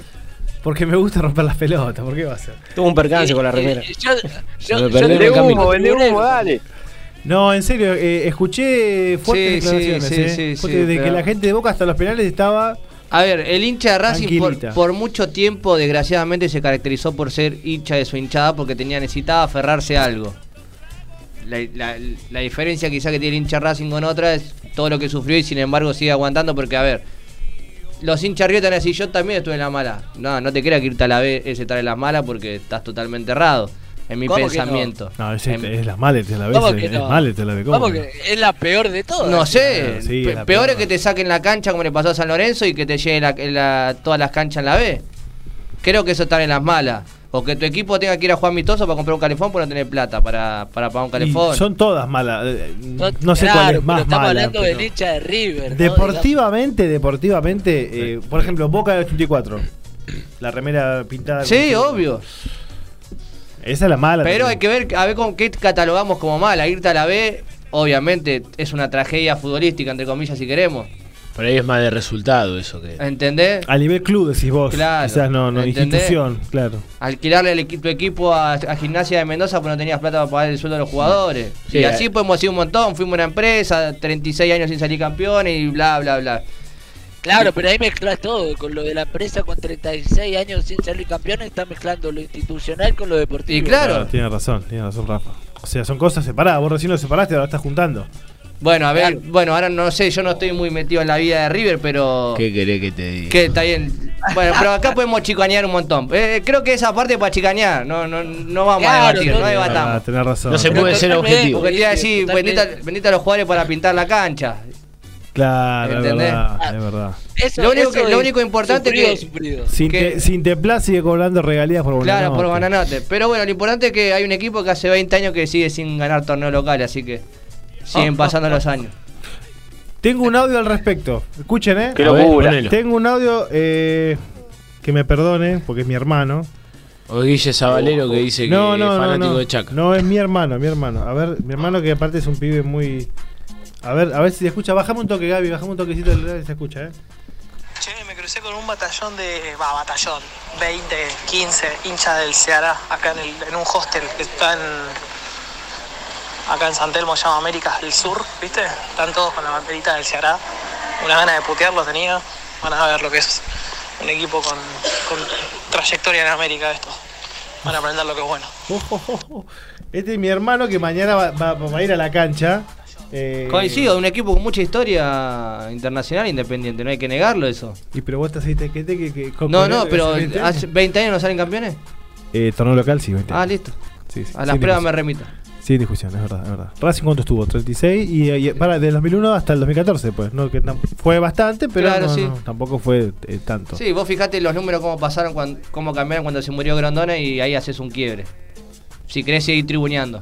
[SPEAKER 1] Porque me gusta romper las pelotas. ¿Por qué va a ser?
[SPEAKER 5] Tuvo un percance con la remera.
[SPEAKER 3] Eh, Yo, yo,
[SPEAKER 5] me perdí
[SPEAKER 3] yo te
[SPEAKER 5] en
[SPEAKER 4] Vende
[SPEAKER 5] el
[SPEAKER 3] digo,
[SPEAKER 5] camino.
[SPEAKER 4] humo, vende humo,
[SPEAKER 3] tribunero.
[SPEAKER 4] dale.
[SPEAKER 1] No, en serio, eh, escuché fuertes
[SPEAKER 2] Sí, sí,
[SPEAKER 1] declaraciones.
[SPEAKER 2] sí,
[SPEAKER 1] eh.
[SPEAKER 2] sí, sí,
[SPEAKER 1] Fuerte de que
[SPEAKER 2] pero-
[SPEAKER 1] la gente de Boca hasta los penales estaba.
[SPEAKER 2] A ver, el hincha de Racing por,
[SPEAKER 1] Tranquilita.
[SPEAKER 2] por mucho tiempo, desgraciadamente, se caracterizó por ser hincha de su hinchada porque tenía necesitaba aferrarse a algo. La, la- la diferencia quizá que tiene el hincha de Racing con otra es todo lo que sufrió y sin embargo sigue aguantando porque, a ver, los hinchas Río están así, yo también estuve en la mala. No, no te creas que irte a la B es estar en la mala porque estás totalmente errado en mi
[SPEAKER 3] ¿Cómo que no?
[SPEAKER 2] pensamiento.
[SPEAKER 1] No, es,
[SPEAKER 2] En-
[SPEAKER 1] es las maletas la vez.
[SPEAKER 3] Em, ¿Cómo que
[SPEAKER 1] Es
[SPEAKER 3] no?
[SPEAKER 1] maletas la vez. ¿cómo
[SPEAKER 3] Vamos,
[SPEAKER 1] que no?
[SPEAKER 3] que es la peor de todas.
[SPEAKER 2] No sé,
[SPEAKER 1] Claro, sí,
[SPEAKER 2] pe-
[SPEAKER 1] es la
[SPEAKER 2] peor es
[SPEAKER 1] peor.
[SPEAKER 2] que te saquen la cancha como le pasó a San Lorenzo y que te lleguen la- la- todas las canchas en la B. Creo que eso está en las malas. O que tu equipo tenga que ir a jugar amistoso para comprar un calefón porque no tener plata para, para pagar un calefón.
[SPEAKER 1] Y son todas malas. eh, No, sé
[SPEAKER 3] claro,
[SPEAKER 1] cuál
[SPEAKER 3] pero
[SPEAKER 1] es más
[SPEAKER 3] Estamos
[SPEAKER 1] mala.
[SPEAKER 3] hablando del
[SPEAKER 1] pero-
[SPEAKER 3] hincha de River. ¿no?
[SPEAKER 1] Deportivamente, deportivamente, eh, por ejemplo, Boca del 84. La remera pintada.
[SPEAKER 2] Sí,
[SPEAKER 1] con-
[SPEAKER 2] obvio.
[SPEAKER 1] Esa es la mala.
[SPEAKER 2] Pero hay
[SPEAKER 1] también.
[SPEAKER 2] que ver a ver con qué catalogamos como mala. Irte a la B, obviamente, es una tragedia futbolística, entre comillas, si queremos.
[SPEAKER 5] Por ahí es más de resultado eso que.
[SPEAKER 2] ¿Entendés?
[SPEAKER 1] A nivel club decís vos.
[SPEAKER 2] Claro,
[SPEAKER 1] Quizás no, no
[SPEAKER 2] ¿entendés?
[SPEAKER 1] institución, claro.
[SPEAKER 2] Alquilarle el equi- tu equipo a, a Gimnasia de Mendoza porque no tenías plata para pagar el sueldo de los jugadores.
[SPEAKER 5] Sí,
[SPEAKER 2] y
[SPEAKER 5] eh.
[SPEAKER 2] así podemos hacer un montón. Fuimos una empresa, 36 años sin salir campeones y bla, bla, bla.
[SPEAKER 3] Claro, pero ahí mezclas todo. Con lo de la presa con 36 años sin salir campeón, está mezclando lo institucional con lo deportivo.
[SPEAKER 2] Y claro.
[SPEAKER 1] tiene razón, tiene razón Rafa. O sea, son cosas separadas. Vos recién lo separaste, ahora estás juntando.
[SPEAKER 2] Bueno, a ver,
[SPEAKER 3] Claro.
[SPEAKER 2] bueno, ahora no sé, yo no estoy muy metido en la vida de River, pero...
[SPEAKER 5] ¿Qué querés que te diga?
[SPEAKER 2] Que está bien. Bueno, pero acá podemos chicanear un montón. Eh, creo que esa parte es para chicanear, no, no, no vamos
[SPEAKER 3] Claro,
[SPEAKER 2] a debatir, no
[SPEAKER 3] no,
[SPEAKER 1] Ah,
[SPEAKER 2] debatamos.
[SPEAKER 1] tenés razón.
[SPEAKER 5] No se
[SPEAKER 3] Pero
[SPEAKER 5] puede ser
[SPEAKER 3] totalmente,
[SPEAKER 5] objetivo.
[SPEAKER 2] Porque te iba a decir,
[SPEAKER 3] Totalmente.
[SPEAKER 2] bendita, bendita a los jugadores para pintar la cancha.
[SPEAKER 1] Claro, es
[SPEAKER 2] ¿Entendés? Ah.
[SPEAKER 1] verdad, es verdad.
[SPEAKER 3] Eso-
[SPEAKER 2] Lo único que-
[SPEAKER 3] eso
[SPEAKER 2] lo
[SPEAKER 3] es
[SPEAKER 2] único importante
[SPEAKER 3] sufrido,
[SPEAKER 2] que-
[SPEAKER 3] sufrido.
[SPEAKER 1] Sin,
[SPEAKER 2] Que-
[SPEAKER 1] te, sin Teplá sigue cobrando regalías por banana.
[SPEAKER 2] Claro, por Bananote. Pero bueno, lo importante es que hay un equipo que hace 20 años que sigue sin ganar torneo local, así que
[SPEAKER 1] Ah,
[SPEAKER 2] siguen pasando los años.
[SPEAKER 1] Tengo un audio al respecto. Escuchen, ¿eh?
[SPEAKER 4] Qué
[SPEAKER 5] A ver,
[SPEAKER 4] locura.
[SPEAKER 5] ponelo.
[SPEAKER 1] Tengo un audio eh, que me perdone, porque es mi hermano.
[SPEAKER 5] O Guille Sabalero que dice que es fanático
[SPEAKER 1] no,
[SPEAKER 5] de Chaca.
[SPEAKER 1] No, es mi hermano, mi hermano. A ver, mi hermano que aparte es un pibe muy. A ver, a ver si se escucha. Bajame un toque, Gaby, bajame un toquecito del radio y se escucha, eh.
[SPEAKER 6] Che, me crucé con un batallón de. Va, batallón. 20, 15 hinchas del Ceará, acá en, el- en un hostel que está en. Acá en San Telmo, se llama Américas del Sur, ¿viste? Están todos con la banderita del Ceará. Una gana de putearlo tenía. Van a ver lo que es un equipo con, con trayectoria en América, esto. Van a aprender lo que es bueno.
[SPEAKER 1] Este es mi hermano que mañana va, va- va a ir a la cancha. eh,
[SPEAKER 2] Coincido, un equipo con mucha historia internacional e independiente, no hay que negarlo eso.
[SPEAKER 1] Y pero vos estás ahí tequete que. que- con-
[SPEAKER 2] No,
[SPEAKER 1] con-
[SPEAKER 2] no, pero
[SPEAKER 1] ¿viste?
[SPEAKER 2] hace 20 años no salen campeones.
[SPEAKER 1] Eh, torneo local sí, 20.
[SPEAKER 2] Ah, listo.
[SPEAKER 1] Sí, sí,
[SPEAKER 2] A las
[SPEAKER 1] sí,
[SPEAKER 2] pruebas
[SPEAKER 1] tenés-
[SPEAKER 2] me remito.
[SPEAKER 1] Sí, discusión, es verdad, es verdad. Racing cuánto estuvo, 36 y, y- para del 2001 hasta el 2014, pues, no que tam- fue bastante, pero
[SPEAKER 2] Claro,
[SPEAKER 1] no,
[SPEAKER 2] sí.
[SPEAKER 1] no, tampoco fue eh, tanto.
[SPEAKER 2] Sí, vos fijate los números cómo pasaron, cuan- cómo cambiaron cuando se murió Grondona y ahí haces un quiebre. Si querés seguir tribuneando.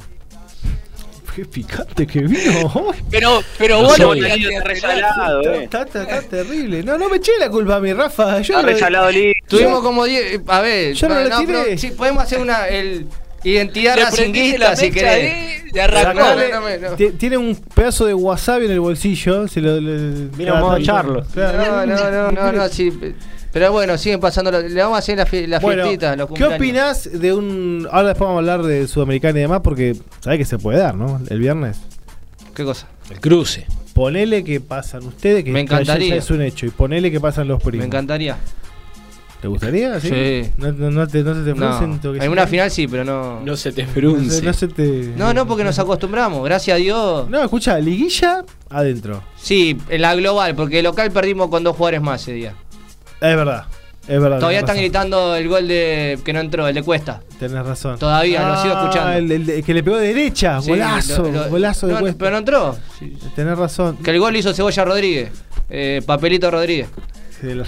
[SPEAKER 1] Qué picante que vino. hoy.
[SPEAKER 3] Pero, pero
[SPEAKER 5] No
[SPEAKER 3] vos no
[SPEAKER 5] soy.
[SPEAKER 3] tenías que arreglar.
[SPEAKER 4] resalado, eh.
[SPEAKER 1] Está, está- está terrible. No, no me eché la culpa a mi Rafa. Yo
[SPEAKER 4] Está
[SPEAKER 1] lo-
[SPEAKER 4] resalado Lee.
[SPEAKER 2] Tuvimos como 10. A ver,
[SPEAKER 1] Yo no
[SPEAKER 2] pa-
[SPEAKER 1] le tiré.
[SPEAKER 2] Eh, pero sí, podemos hacer una el, identidad
[SPEAKER 3] Le prendiste
[SPEAKER 2] racinguista
[SPEAKER 3] la
[SPEAKER 2] si
[SPEAKER 3] mecha
[SPEAKER 2] querés.
[SPEAKER 3] ahí y arrancó.
[SPEAKER 1] Sacale-
[SPEAKER 2] no me- no.
[SPEAKER 1] ti- Tiene un pedazo de wasabi en el bolsillo. Se lo, le-
[SPEAKER 7] Vino modo
[SPEAKER 1] Claro,
[SPEAKER 7] Charlo.
[SPEAKER 1] claro.
[SPEAKER 2] No, no, no, no, no, sí. pe- Pero bueno, siguen pasando. lo- Le vamos a hacer las fiestitas, las
[SPEAKER 1] Bueno,
[SPEAKER 2] fiestitas, los
[SPEAKER 1] ¿qué
[SPEAKER 2] cumpleaños.
[SPEAKER 1] opinás de un. Ahora después vamos a hablar de Sudamericana y demás, porque sabés que se puede dar, ¿no? El viernes.
[SPEAKER 2] ¿Qué cosa?
[SPEAKER 5] El cruce.
[SPEAKER 1] Ponele que pasan ustedes, que
[SPEAKER 2] Me encantaría.
[SPEAKER 1] ya es un hecho, y ponele que pasan los primos.
[SPEAKER 2] Me encantaría.
[SPEAKER 1] ¿Te gustaría? Sí.
[SPEAKER 2] Sí.
[SPEAKER 1] No, no- no te, no se te
[SPEAKER 2] No.
[SPEAKER 1] fruncen, tengo que
[SPEAKER 2] En una
[SPEAKER 1] decir.
[SPEAKER 2] final sí, pero no.
[SPEAKER 5] No se te
[SPEAKER 1] No se,
[SPEAKER 5] frunce.
[SPEAKER 1] no se te.
[SPEAKER 2] No, no, porque nos acostumbramos. Gracias a Dios.
[SPEAKER 1] No, escucha, liguilla adentro.
[SPEAKER 2] Sí, en la global, porque local perdimos con dos jugadores más ese día.
[SPEAKER 1] Es verdad. Es verdad.
[SPEAKER 2] Todavía
[SPEAKER 1] tenés
[SPEAKER 2] están
[SPEAKER 1] razón.
[SPEAKER 2] gritando el gol de que no entró, el de Cuesta.
[SPEAKER 1] Tenés razón.
[SPEAKER 2] Todavía, lo sigo escuchando.
[SPEAKER 1] Ah, El, el- el que le pegó de derecha.
[SPEAKER 2] Sí,
[SPEAKER 1] golazo.
[SPEAKER 2] lo- lo-
[SPEAKER 1] golazo de
[SPEAKER 2] no,
[SPEAKER 1] cuesta.
[SPEAKER 2] Pero no entró. Sí.
[SPEAKER 1] Tenés razón.
[SPEAKER 2] Que el gol lo hizo Cebolla Rodríguez. Eh, Papelito Rodríguez.
[SPEAKER 1] De la-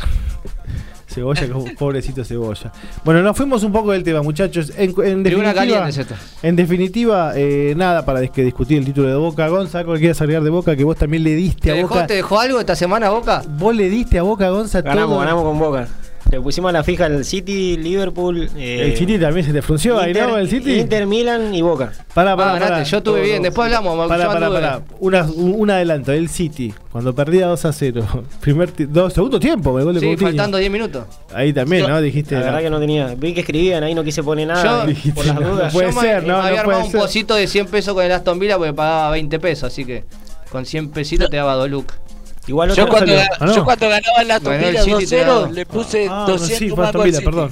[SPEAKER 1] Cebolla, que es un pobrecito cebolla. Bueno, nos fuimos un poco del tema, muchachos. En, en
[SPEAKER 2] Tribuna
[SPEAKER 1] definitiva,
[SPEAKER 2] caliente es esto.
[SPEAKER 1] en definitiva eh, nada para dis- que discutir el título de Boca. Gonza, algo que quieras agregar de Boca, que vos también le diste
[SPEAKER 2] ¿Te
[SPEAKER 1] a
[SPEAKER 2] dejó,
[SPEAKER 1] Boca.
[SPEAKER 2] ¿Te dejó algo esta semana, Boca?
[SPEAKER 1] Vos le diste a Boca, Gonza,
[SPEAKER 7] Ganamos,
[SPEAKER 1] todo.
[SPEAKER 7] ganamos con Boca. Le pusimos a la fija al City, Liverpool. eh,
[SPEAKER 1] El City también se te frunció, ahí,
[SPEAKER 7] Inter,
[SPEAKER 1] ¿no? El City.
[SPEAKER 7] Inter, Milan y Boca.
[SPEAKER 1] Pará, pará,
[SPEAKER 2] Ah,
[SPEAKER 1] pará.
[SPEAKER 2] ganaste, yo estuve
[SPEAKER 1] Todo.
[SPEAKER 2] bien, después hablamos,
[SPEAKER 1] Pará,
[SPEAKER 2] yo
[SPEAKER 1] pará,
[SPEAKER 2] anduve.
[SPEAKER 1] pará. Una- un, un adelanto, el City, cuando perdía 2 a 0. Primer ti- dos, segundo tiempo, me gol de
[SPEAKER 2] Sí,
[SPEAKER 1] Coutinho.
[SPEAKER 2] faltando 10 minutos.
[SPEAKER 1] Ahí también, ¿no? Dijiste.
[SPEAKER 7] La verdad
[SPEAKER 1] no.
[SPEAKER 7] que no tenía. Vi que escribían ahí, no quise poner nada.
[SPEAKER 2] Yo-
[SPEAKER 7] por las
[SPEAKER 1] Dijiste, no,
[SPEAKER 7] dudas.
[SPEAKER 1] Puede
[SPEAKER 2] Yo me-
[SPEAKER 1] ser, no,
[SPEAKER 2] me había
[SPEAKER 1] no puede
[SPEAKER 2] armado un
[SPEAKER 1] ser.
[SPEAKER 2] pocito de 100 pesos con el Aston Villa porque pagaba 20 pesos, así que con 100 pesitos te daba 2 lucas.
[SPEAKER 7] Igual
[SPEAKER 3] Yo
[SPEAKER 7] otro
[SPEAKER 3] cuando,
[SPEAKER 1] salió. Ah, no.
[SPEAKER 3] yo cuando ganaba la
[SPEAKER 2] Ganó el
[SPEAKER 3] Topila
[SPEAKER 2] City, te
[SPEAKER 3] 2-0
[SPEAKER 2] ganó.
[SPEAKER 3] le puse
[SPEAKER 1] Ah, no,
[SPEAKER 3] 200
[SPEAKER 1] sí, fue
[SPEAKER 3] mangos
[SPEAKER 1] Aston
[SPEAKER 3] al
[SPEAKER 1] Villa,
[SPEAKER 3] City.
[SPEAKER 1] perdón.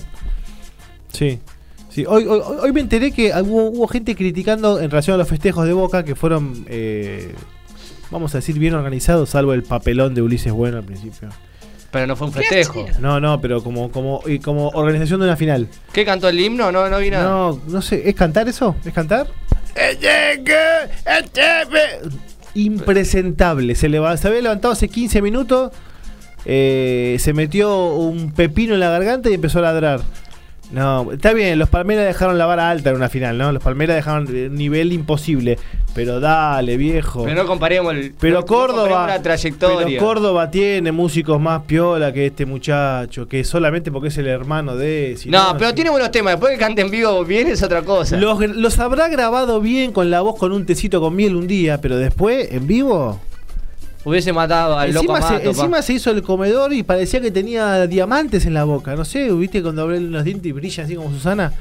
[SPEAKER 1] Sí. Sí, hoy, hoy, hoy- hoy me enteré que hubo, hubo gente criticando en relación a los festejos de Boca que fueron, eh, vamos a decir, bien organizados, salvo el papelón de Ulises Bueno al principio.
[SPEAKER 2] Pero no fue un festejo.
[SPEAKER 1] No, no, pero como como y como organización de una final.
[SPEAKER 2] ¿Qué cantó el himno? No, no vi nada. ¡Eh,
[SPEAKER 1] No, no sé, ¿es cantar eso? ¿Es cantar? Impresentable. Se, leva- se había levantado hace 15 minutos, eh, se metió un pepino en la garganta y empezó a ladrar. No, está bien, los Palmeras dejaron la vara alta en una final, ¿no? Los Palmeras dejaron eh, un nivel imposible. Pero dale, viejo.
[SPEAKER 2] Pero no comparemos el.
[SPEAKER 1] Pero
[SPEAKER 2] no- no
[SPEAKER 1] Córdoba,
[SPEAKER 2] comparemos la trayectoria.
[SPEAKER 1] pero Córdoba tiene músicos más piola que este muchacho, que solamente porque es el hermano de. si
[SPEAKER 2] no, pero tiene buenos temas. Después que cante en vivo bien es otra cosa.
[SPEAKER 1] Los, los habrá grabado bien con la voz con un tecito con miel un día, pero después, en vivo.
[SPEAKER 2] Hubiese matado al loco
[SPEAKER 1] Encima,
[SPEAKER 2] Amato,
[SPEAKER 1] se,
[SPEAKER 2] pa.
[SPEAKER 1] encima se hizo el comedor y parecía que tenía diamantes en la boca. No sé, viste cuando abre los dientes y brilla así como Susana.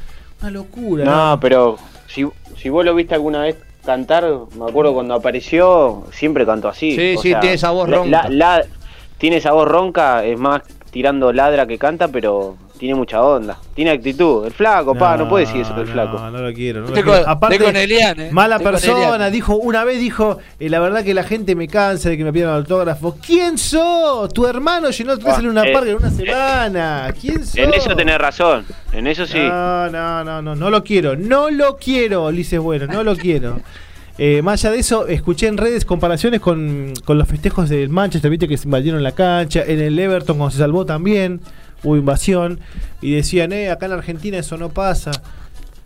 [SPEAKER 1] Una locura.
[SPEAKER 4] No, pero si, si vos lo viste alguna vez cantar, me acuerdo cuando apareció, siempre cantó así.
[SPEAKER 2] Sí, sí, tiene esa voz
[SPEAKER 4] la-
[SPEAKER 2] ronca.
[SPEAKER 4] la- la- tiene esa voz ronca, es más tirando ladra que canta, pero tiene mucha onda. Tiene actitud. El flaco, pa, no puede decir eso el
[SPEAKER 1] no,
[SPEAKER 4] flaco.
[SPEAKER 1] No lo quiero. no lo
[SPEAKER 3] Estoy
[SPEAKER 1] quiero.
[SPEAKER 3] con- estoy con Elian, eh.
[SPEAKER 1] mala
[SPEAKER 3] Estoy con
[SPEAKER 1] persona.
[SPEAKER 3] Elian.
[SPEAKER 1] Dijo, una vez dijo, eh, la verdad que la gente me cansa de que me pidan autógrafos. ¿Quién sos? Tu hermano llenó tres
[SPEAKER 4] Ah,
[SPEAKER 1] en una
[SPEAKER 4] eh,
[SPEAKER 1] parga en una
[SPEAKER 4] eh,
[SPEAKER 1] semana. ¿Quién sos?
[SPEAKER 4] En eso tenés razón, en eso sí.
[SPEAKER 1] No, no, no, no, no lo quiero. No lo quiero, Ulises Bueno, no lo quiero. Eh, más allá de eso, escuché en redes comparaciones con, con los festejos del Manchester, viste que se invadieron la cancha, en el Everton cuando se salvó también, hubo invasión, y decían, eh, acá en Argentina eso no pasa.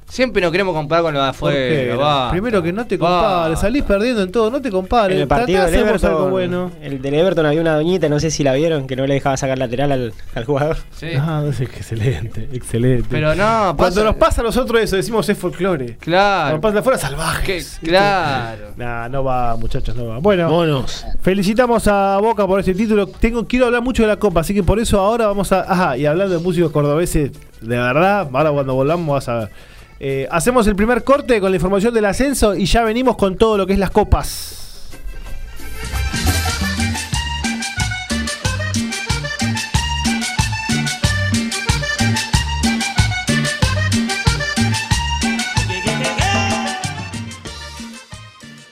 [SPEAKER 2] Siempre nos queremos comparar con los de
[SPEAKER 1] ¿Por qué?
[SPEAKER 2] afuera. basta.
[SPEAKER 1] Primero que no te compares,
[SPEAKER 2] Basta.
[SPEAKER 1] salís perdiendo en todo, no te
[SPEAKER 7] En
[SPEAKER 1] compares,
[SPEAKER 7] el partido del
[SPEAKER 1] tratá de hacer algo
[SPEAKER 7] Everton,
[SPEAKER 1] bueno.
[SPEAKER 7] el del Everton había una doñita, no sé si la vieron, que no le dejaba sacar lateral al, al jugador.
[SPEAKER 2] Sí.
[SPEAKER 1] Ah, es que excelente, excelente.
[SPEAKER 2] Pero no,
[SPEAKER 1] Cuando
[SPEAKER 2] pasa-
[SPEAKER 1] nos pasa a nosotros eso, decimos es folclore. Cuando
[SPEAKER 2] Claro.
[SPEAKER 1] nos pasa de afuera
[SPEAKER 2] Que-
[SPEAKER 1] salvajes. ¿viste?
[SPEAKER 2] claro.
[SPEAKER 1] Nah, no va, muchachos, no va. Bueno,
[SPEAKER 5] Monos.
[SPEAKER 1] felicitamos a Boca por este título. Tengo, quiero hablar mucho de la Copa, así que por eso ahora vamos a. Ajá, y hablando de músicos cordobeses, de verdad, ahora cuando volvamos vas a ver. Eh, hacemos el primer corte con la información del ascenso y ya venimos con todo lo que es las copas.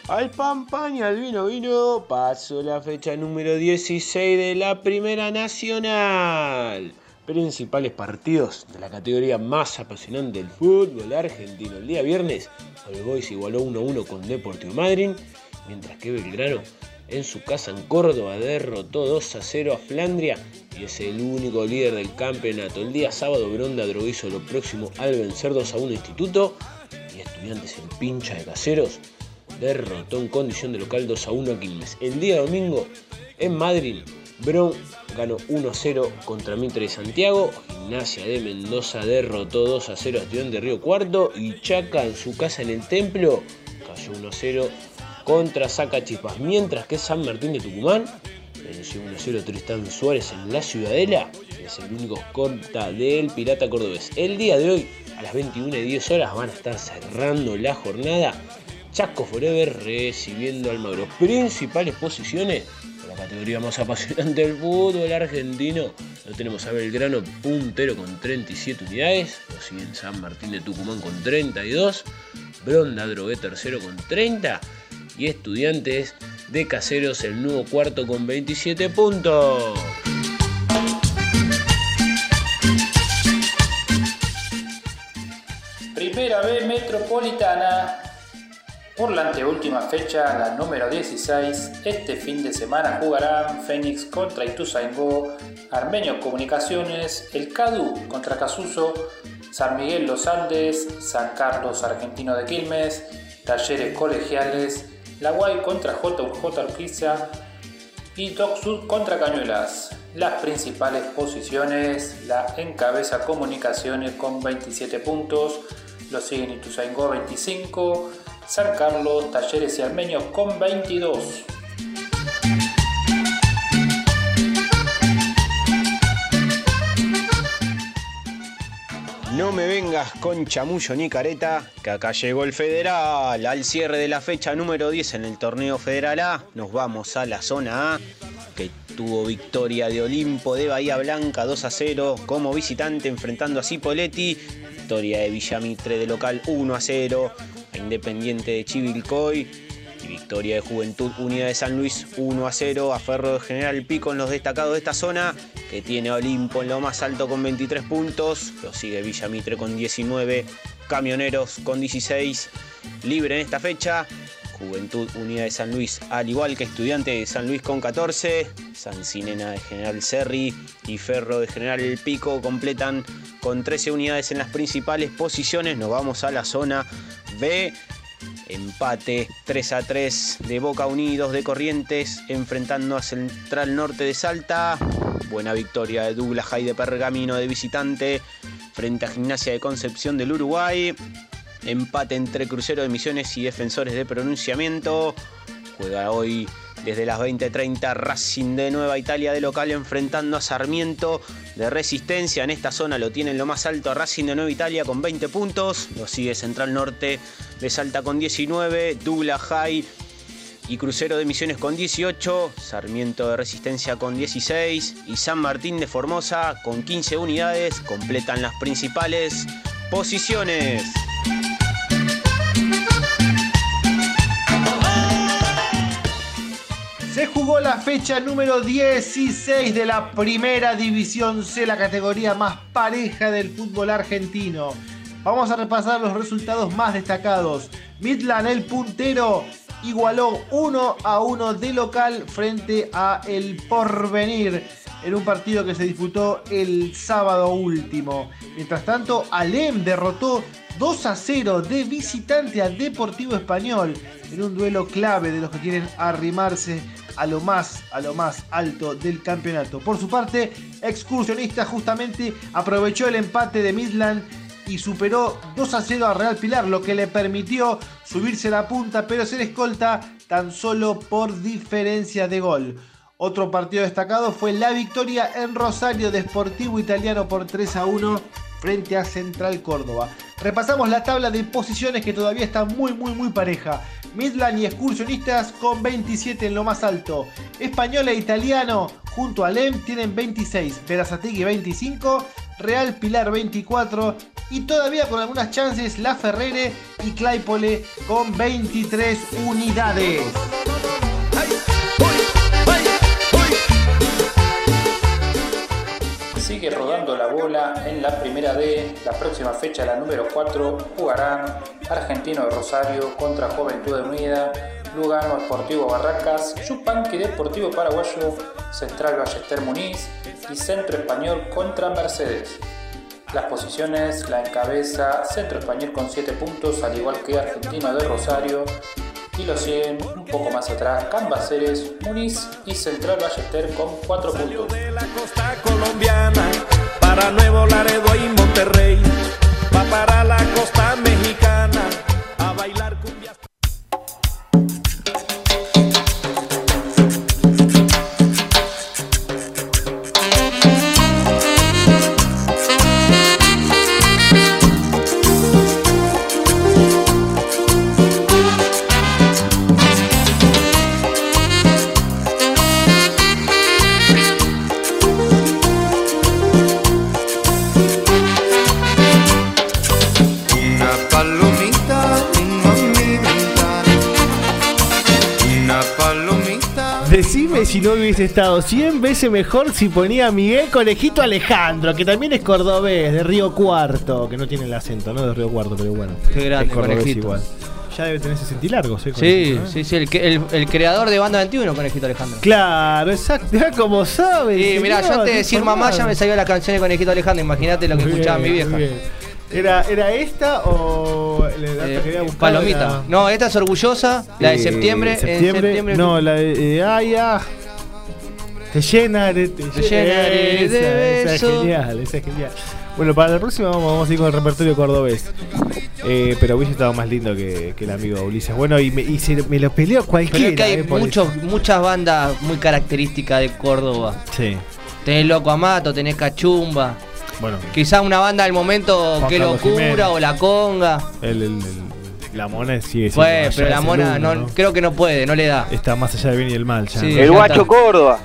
[SPEAKER 5] Al Pampaña, al vino, vino. Pasó la fecha número 16 de la Primera Nacional.
[SPEAKER 8] principales partidos de la categoría más apasionante del fútbol argentino. El día viernes, All Boys igualó 1-1 con Deportivo Madryn, mientras que Belgrano en su casa en Córdoba derrotó 2 a 0 a Flandria y es el único líder del campeonato. El día sábado Bronda Drog hizo lo próximo al vencer 2 a 1 Instituto y Estudiantes en pincha de caseros derrotó en condición de local 2 a 1 a Quilmes. El día domingo en Madrid Brown ganó 1 a 0 contra Mitre de Santiago, Gimnasia de Mendoza derrotó 2 a 0 a Estudiantes de Río Cuarto y Chaca en su casa en el Templo cayó 1 a 0 contra Zacachispas, mientras que San Martín de Tucumán venció 1 a 0 Tristán Suárez en la Ciudadela, que es el único corta del Pirata Cordobés. El día de hoy, a las 21 y 10 horas, van a estar cerrando la jornada Chaco Forever recibiendo al Magro. Principales posiciones de la categoría más apasionante del fútbol argentino. Lo tenemos a Belgrano puntero con 37 unidades. Lo siguen San Martín de Tucumán con 32. Bronda Drogué tercero con 30. Y Estudiantes de Caseros el nuevo cuarto con 27 puntos.
[SPEAKER 9] Primera B Metropolitana. Por la anteúltima fecha, la número 16, este fin de semana jugarán Fénix contra Ituzaingó, Armenio Comunicaciones, El Cadu contra Casuso, San Miguel Los Andes, San Carlos Argentino de Quilmes, Talleres Colegiales, La Guay contra JUJ Urquiza y Doc Sud contra Cañuelas. Las principales posiciones, la encabeza Comunicaciones con 27 puntos, lo siguen Ituzaingó 25, San Carlos, Talleres y Armenios con 22.
[SPEAKER 4] No me vengas con chamullo ni careta, que acá llegó el Federal. Al cierre de la fecha número 10 en el torneo Federal A, nos vamos a la zona A, que tuvo victoria de Olimpo de Bahía Blanca 2 a 0 como visitante enfrentando a Cipoletti. Victoria de Villamitre de local 1 a 0 a Independiente de Chivilcoy. Y victoria de Juventud Unida de San Luis 1 a 0 a Ferro de General Pico en los destacados de esta zona, que tiene a Olimpo en lo más alto con 23 puntos, lo sigue Villamitre con 19, Camioneros con 16, libre en esta fecha. Juventud Unida de San Luis, al igual que Estudiante de San Luis con 14, San Sinena de General Serri y Ferro de General Pico completan con 13 unidades en las principales posiciones. Nos vamos a la zona B. Empate 3 a 3 de Boca Unidos de Corrientes enfrentando a Central Norte de Salta. Buena victoria de Douglas Jai de Pergamino de visitante frente a Gimnasia de Concepción del Uruguay. Empate entre Crucero de Misiones y Defensores de Pronunciamiento. Juega hoy desde las 20:30 Racing de Nueva Italia de local enfrentando a Sarmiento de Resistencia. En esta zona lo tienen lo más alto a Racing de Nueva Italia con 20 puntos. Lo sigue Central Norte de Salta con 19. Douglas High y Crucero de Misiones con 18, Sarmiento de Resistencia con 16 y San Martín de Formosa con 15 unidades completan las principales posiciones.
[SPEAKER 1] Se jugó la fecha número 16 de la primera división C, la categoría más pareja del fútbol argentino. Vamos a repasar los resultados más destacados. Midland, el puntero, igualó 1 a 1 de local frente a El Porvenir en un partido que se disputó el sábado último. Mientras tanto, Alem derrotó 2 a 0 de visitante a Deportivo Español en un duelo clave de los que quieren arrimarse a lo más, a lo más alto del campeonato. Por su parte, Excursionista justamente aprovechó el empate de Midland y superó 2 a 0 a Real Pilar, lo que le permitió subirse a la punta, pero ser escolta tan solo por diferencia de gol. Otro partido destacado fue la victoria en Rosario de Sportivo Italiano por 3 a 1 frente a Central Córdoba. Repasamos la tabla de posiciones que todavía está muy muy muy pareja. Midland y Excursionistas con 27 en lo más alto. Español e Italiano junto a Lem tienen 26. Verazategui 25. Real Pilar 24 y todavía con algunas chances La Ferrere y Claypole con 23 unidades.
[SPEAKER 9] Sigue rodando la bola en la primera D. La próxima fecha, la número 4, jugarán Argentino de Rosario contra Juventud Unida, Lugano Esportivo Barracas, Chupanqui Deportivo Paraguayo, Central Ballester Muniz y Centro Español contra Mercedes. Las posiciones la encabeza Centro Español con 7 puntos, al igual que Argentino de Rosario. Y lo siguen un poco más atrás Cambaceres, Muniz y Central Ballester con 4 puntos.
[SPEAKER 10] costa colombiana, para Nuevo Laredo y Monterrey, va para la costa mexicana, a bailar cumbia.
[SPEAKER 11] Una palomita, un mamita. Una palomita.
[SPEAKER 1] Decime si no hubiese estado 100 veces mejor si ponía a Miguel Conejito Alejandro, que también es cordobés, de Río Cuarto, que no tiene el acento, ¿no? De Río Cuarto, pero bueno.
[SPEAKER 2] Qué grande,
[SPEAKER 1] es cordobés
[SPEAKER 2] Conejito.
[SPEAKER 1] igual. Ya debe tener 60 y largos, ¿eh?
[SPEAKER 2] Sí,
[SPEAKER 1] Conejito, ¿eh?
[SPEAKER 2] sí, sí, el, que- el- el creador de Banda 21, Conejito Alejandro.
[SPEAKER 1] Claro, exacto, ya como sabes.
[SPEAKER 2] Sí, mirá, yo
[SPEAKER 1] señor,
[SPEAKER 2] antes de
[SPEAKER 1] qué
[SPEAKER 2] decir mamá ya
[SPEAKER 1] informado.
[SPEAKER 2] me salió la canción de Conejito Alejandro, imagínate lo que
[SPEAKER 1] Muy
[SPEAKER 2] escuchaba
[SPEAKER 1] bien,
[SPEAKER 2] mi vieja.
[SPEAKER 1] muy bien. ¿Era, ¿Era esta o le la
[SPEAKER 2] Eh,
[SPEAKER 1] quería buscar?
[SPEAKER 2] Palomita.
[SPEAKER 1] Era-
[SPEAKER 2] No, esta es orgullosa, la de
[SPEAKER 1] Eh,
[SPEAKER 2] septiembre. en
[SPEAKER 1] septiembre,
[SPEAKER 2] septiembre-
[SPEAKER 1] No, la de eh, ay, ah. Te llenaré, te,
[SPEAKER 2] llenaré
[SPEAKER 1] esa,
[SPEAKER 2] de
[SPEAKER 1] esa
[SPEAKER 2] besos.
[SPEAKER 1] es genial, esa es genial. Bueno, para la próxima vamos, vamos a ir con el repertorio cordobés. Eh, pero hubiese estado más lindo que, que el amigo Ulises. Bueno, y me, y se- me lo peleó cualquiera.
[SPEAKER 2] Pero es que hay
[SPEAKER 1] eh, por
[SPEAKER 2] muchos, muchas bandas muy características de Córdoba.
[SPEAKER 1] eso. Sí,
[SPEAKER 2] Tenés Loco Amato, tenés Cachumba.
[SPEAKER 1] bueno,
[SPEAKER 2] Quizá una banda del momento
[SPEAKER 1] Juan
[SPEAKER 2] que
[SPEAKER 1] Carlos
[SPEAKER 2] locura
[SPEAKER 1] Jiménez.
[SPEAKER 2] o la conga.
[SPEAKER 1] el, el- el- la mona sigue siendo.
[SPEAKER 2] Fue,
[SPEAKER 1] allá,
[SPEAKER 2] pero la
[SPEAKER 1] es el
[SPEAKER 2] mona
[SPEAKER 1] uno,
[SPEAKER 2] no, creo que no puede, no le da.
[SPEAKER 1] Está más allá del bien y el mal. Ya,
[SPEAKER 2] Sí,
[SPEAKER 1] ¿no?
[SPEAKER 2] ya
[SPEAKER 4] El guacho
[SPEAKER 2] está.
[SPEAKER 4] Córdoba.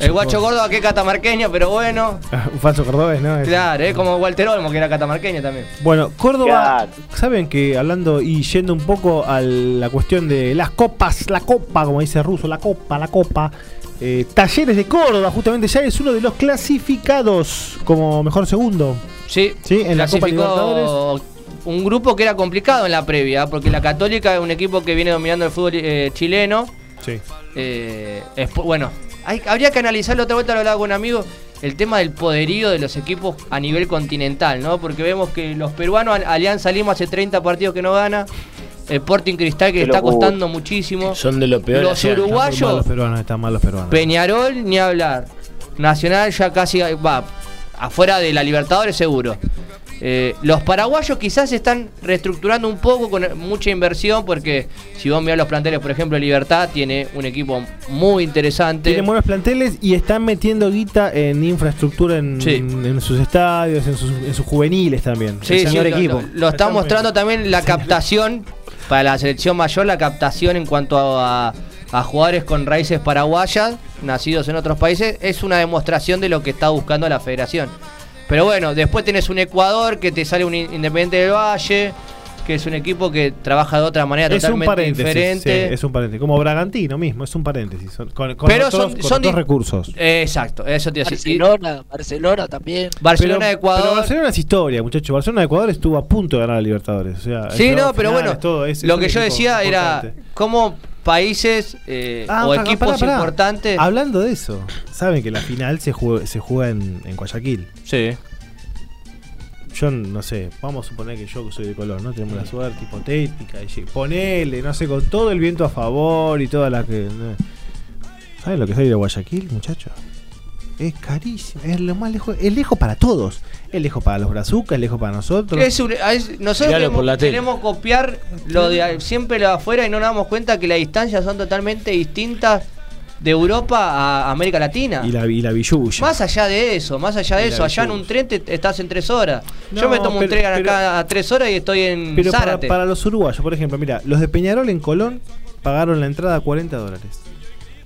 [SPEAKER 2] El guacho gordo que es catamarqueño, pero bueno.
[SPEAKER 1] Un falso cordobés, ¿no? Es-
[SPEAKER 2] Claro, es como Walter Olmo que era catamarqueño también.
[SPEAKER 1] Bueno, Córdoba,
[SPEAKER 4] Claro.
[SPEAKER 1] saben que hablando y yendo un poco a la cuestión de las copas, la copa, como dice Russo, la copa, la copa. eh, Talleres de Córdoba, justamente ya es uno de los clasificados como mejor segundo.
[SPEAKER 2] Sí,
[SPEAKER 1] Sí, en la Copa Libertadores.
[SPEAKER 2] un grupo que era complicado en la previa, ¿eh? porque la Católica es un equipo que viene dominando el fútbol eh, chileno.
[SPEAKER 1] Sí.
[SPEAKER 2] Eh, es po- bueno, hay- habría que analizarlo otra vuelta, lo hablaba con un amigo, el tema del poderío de los equipos a nivel continental, ¿no? Porque vemos que los peruanos, Al- Alianza Lima hace 30 partidos que no gana, el Sporting Cristal que le
[SPEAKER 4] Qué
[SPEAKER 2] está
[SPEAKER 4] locura.
[SPEAKER 2] costando muchísimo,
[SPEAKER 12] Son de lo peor.
[SPEAKER 2] los
[SPEAKER 12] hacían.
[SPEAKER 1] Están mal
[SPEAKER 2] uruguayos,
[SPEAKER 1] los peruanos, están mal los peruanos.
[SPEAKER 2] Peñarol ni hablar, Nacional ya casi va afuera de la Libertadores seguro. Eh, los paraguayos quizás se están reestructurando un poco con mucha inversión porque si vos mirás los planteles, por ejemplo, Libertad tiene un equipo muy interesante.
[SPEAKER 1] Tienen buenos planteles y están metiendo guita en infraestructura en,
[SPEAKER 2] Sí.
[SPEAKER 1] en- en sus estadios, en sus, en sus juveniles también.
[SPEAKER 2] Sí, sí, lo- Lo, lo está mostrando también la captación para la selección mayor, la captación en cuanto a, a jugadores con raíces paraguayas, nacidos en otros países, es una demostración de lo que está buscando la federación. Pero bueno, después tenés un Ecuador que te sale un in- Independiente del Valle, que es un equipo que trabaja de otra manera
[SPEAKER 1] Es un
[SPEAKER 2] totalmente
[SPEAKER 1] paréntesis.
[SPEAKER 2] diferente.
[SPEAKER 1] sí, es un paréntesis. Como Bragantino mismo, es un paréntesis. son- con con
[SPEAKER 2] Pero
[SPEAKER 1] otros-
[SPEAKER 2] son-
[SPEAKER 1] con
[SPEAKER 2] son
[SPEAKER 1] otros
[SPEAKER 2] di-
[SPEAKER 1] recursos.
[SPEAKER 2] Eh, Exacto, eso te iba a decir. Y
[SPEAKER 3] Barcelona, Barcelona también.
[SPEAKER 2] Barcelona,
[SPEAKER 1] pero,
[SPEAKER 2] Ecuador.
[SPEAKER 1] pero Barcelona es historia, muchachos. Barcelona de Ecuador estuvo a punto de ganar a Libertadores. O sea,
[SPEAKER 2] Sí,
[SPEAKER 1] llegó
[SPEAKER 2] no,
[SPEAKER 1] a
[SPEAKER 2] pero
[SPEAKER 1] finales,
[SPEAKER 2] bueno,
[SPEAKER 1] todo, Ah, es-
[SPEAKER 2] lo
[SPEAKER 1] es un
[SPEAKER 2] que yo
[SPEAKER 1] equipo
[SPEAKER 2] decía era
[SPEAKER 1] importante.
[SPEAKER 2] cómo países eh,
[SPEAKER 1] Ah,
[SPEAKER 2] o
[SPEAKER 1] pará,
[SPEAKER 2] equipos
[SPEAKER 1] pará, pará.
[SPEAKER 2] importantes.
[SPEAKER 1] Hablando de eso, saben que la final se juega, se juega en, en Guayaquil.
[SPEAKER 2] Sí.
[SPEAKER 1] Yo no sé, vamos a suponer que yo que soy de color, ¿no? Tenemos la suerte hipotética. y lleg- ponele, no sé, con todo el viento a favor y todas las que. ¿Saben lo que es ir a Guayaquil, muchachos? Es carísimo, es lo más lejos. Es lejos para todos. Es lejos para los brazucas, es lejos para nosotros.
[SPEAKER 2] Es un- es- nosotros
[SPEAKER 12] Miralo por
[SPEAKER 2] queremos,
[SPEAKER 12] la tele.
[SPEAKER 2] queremos copiar lo de a- siempre lo de afuera y no nos damos cuenta que las distancias son totalmente distintas de Europa a América Latina.
[SPEAKER 1] Y la, y la billulla.
[SPEAKER 2] Más allá de eso, más allá de
[SPEAKER 1] Y la
[SPEAKER 2] eso, allá en
[SPEAKER 1] Villus.
[SPEAKER 2] un tren te- estás en tres horas. Yo
[SPEAKER 1] No,
[SPEAKER 2] me tomo un
[SPEAKER 1] pero-
[SPEAKER 2] tren acá
[SPEAKER 1] pero-
[SPEAKER 2] a tres horas y estoy en
[SPEAKER 1] Pero para,
[SPEAKER 2] Zárate.
[SPEAKER 1] para los uruguayos, por ejemplo, mira, los de Peñarol en Colón pagaron la entrada a 40 dólares.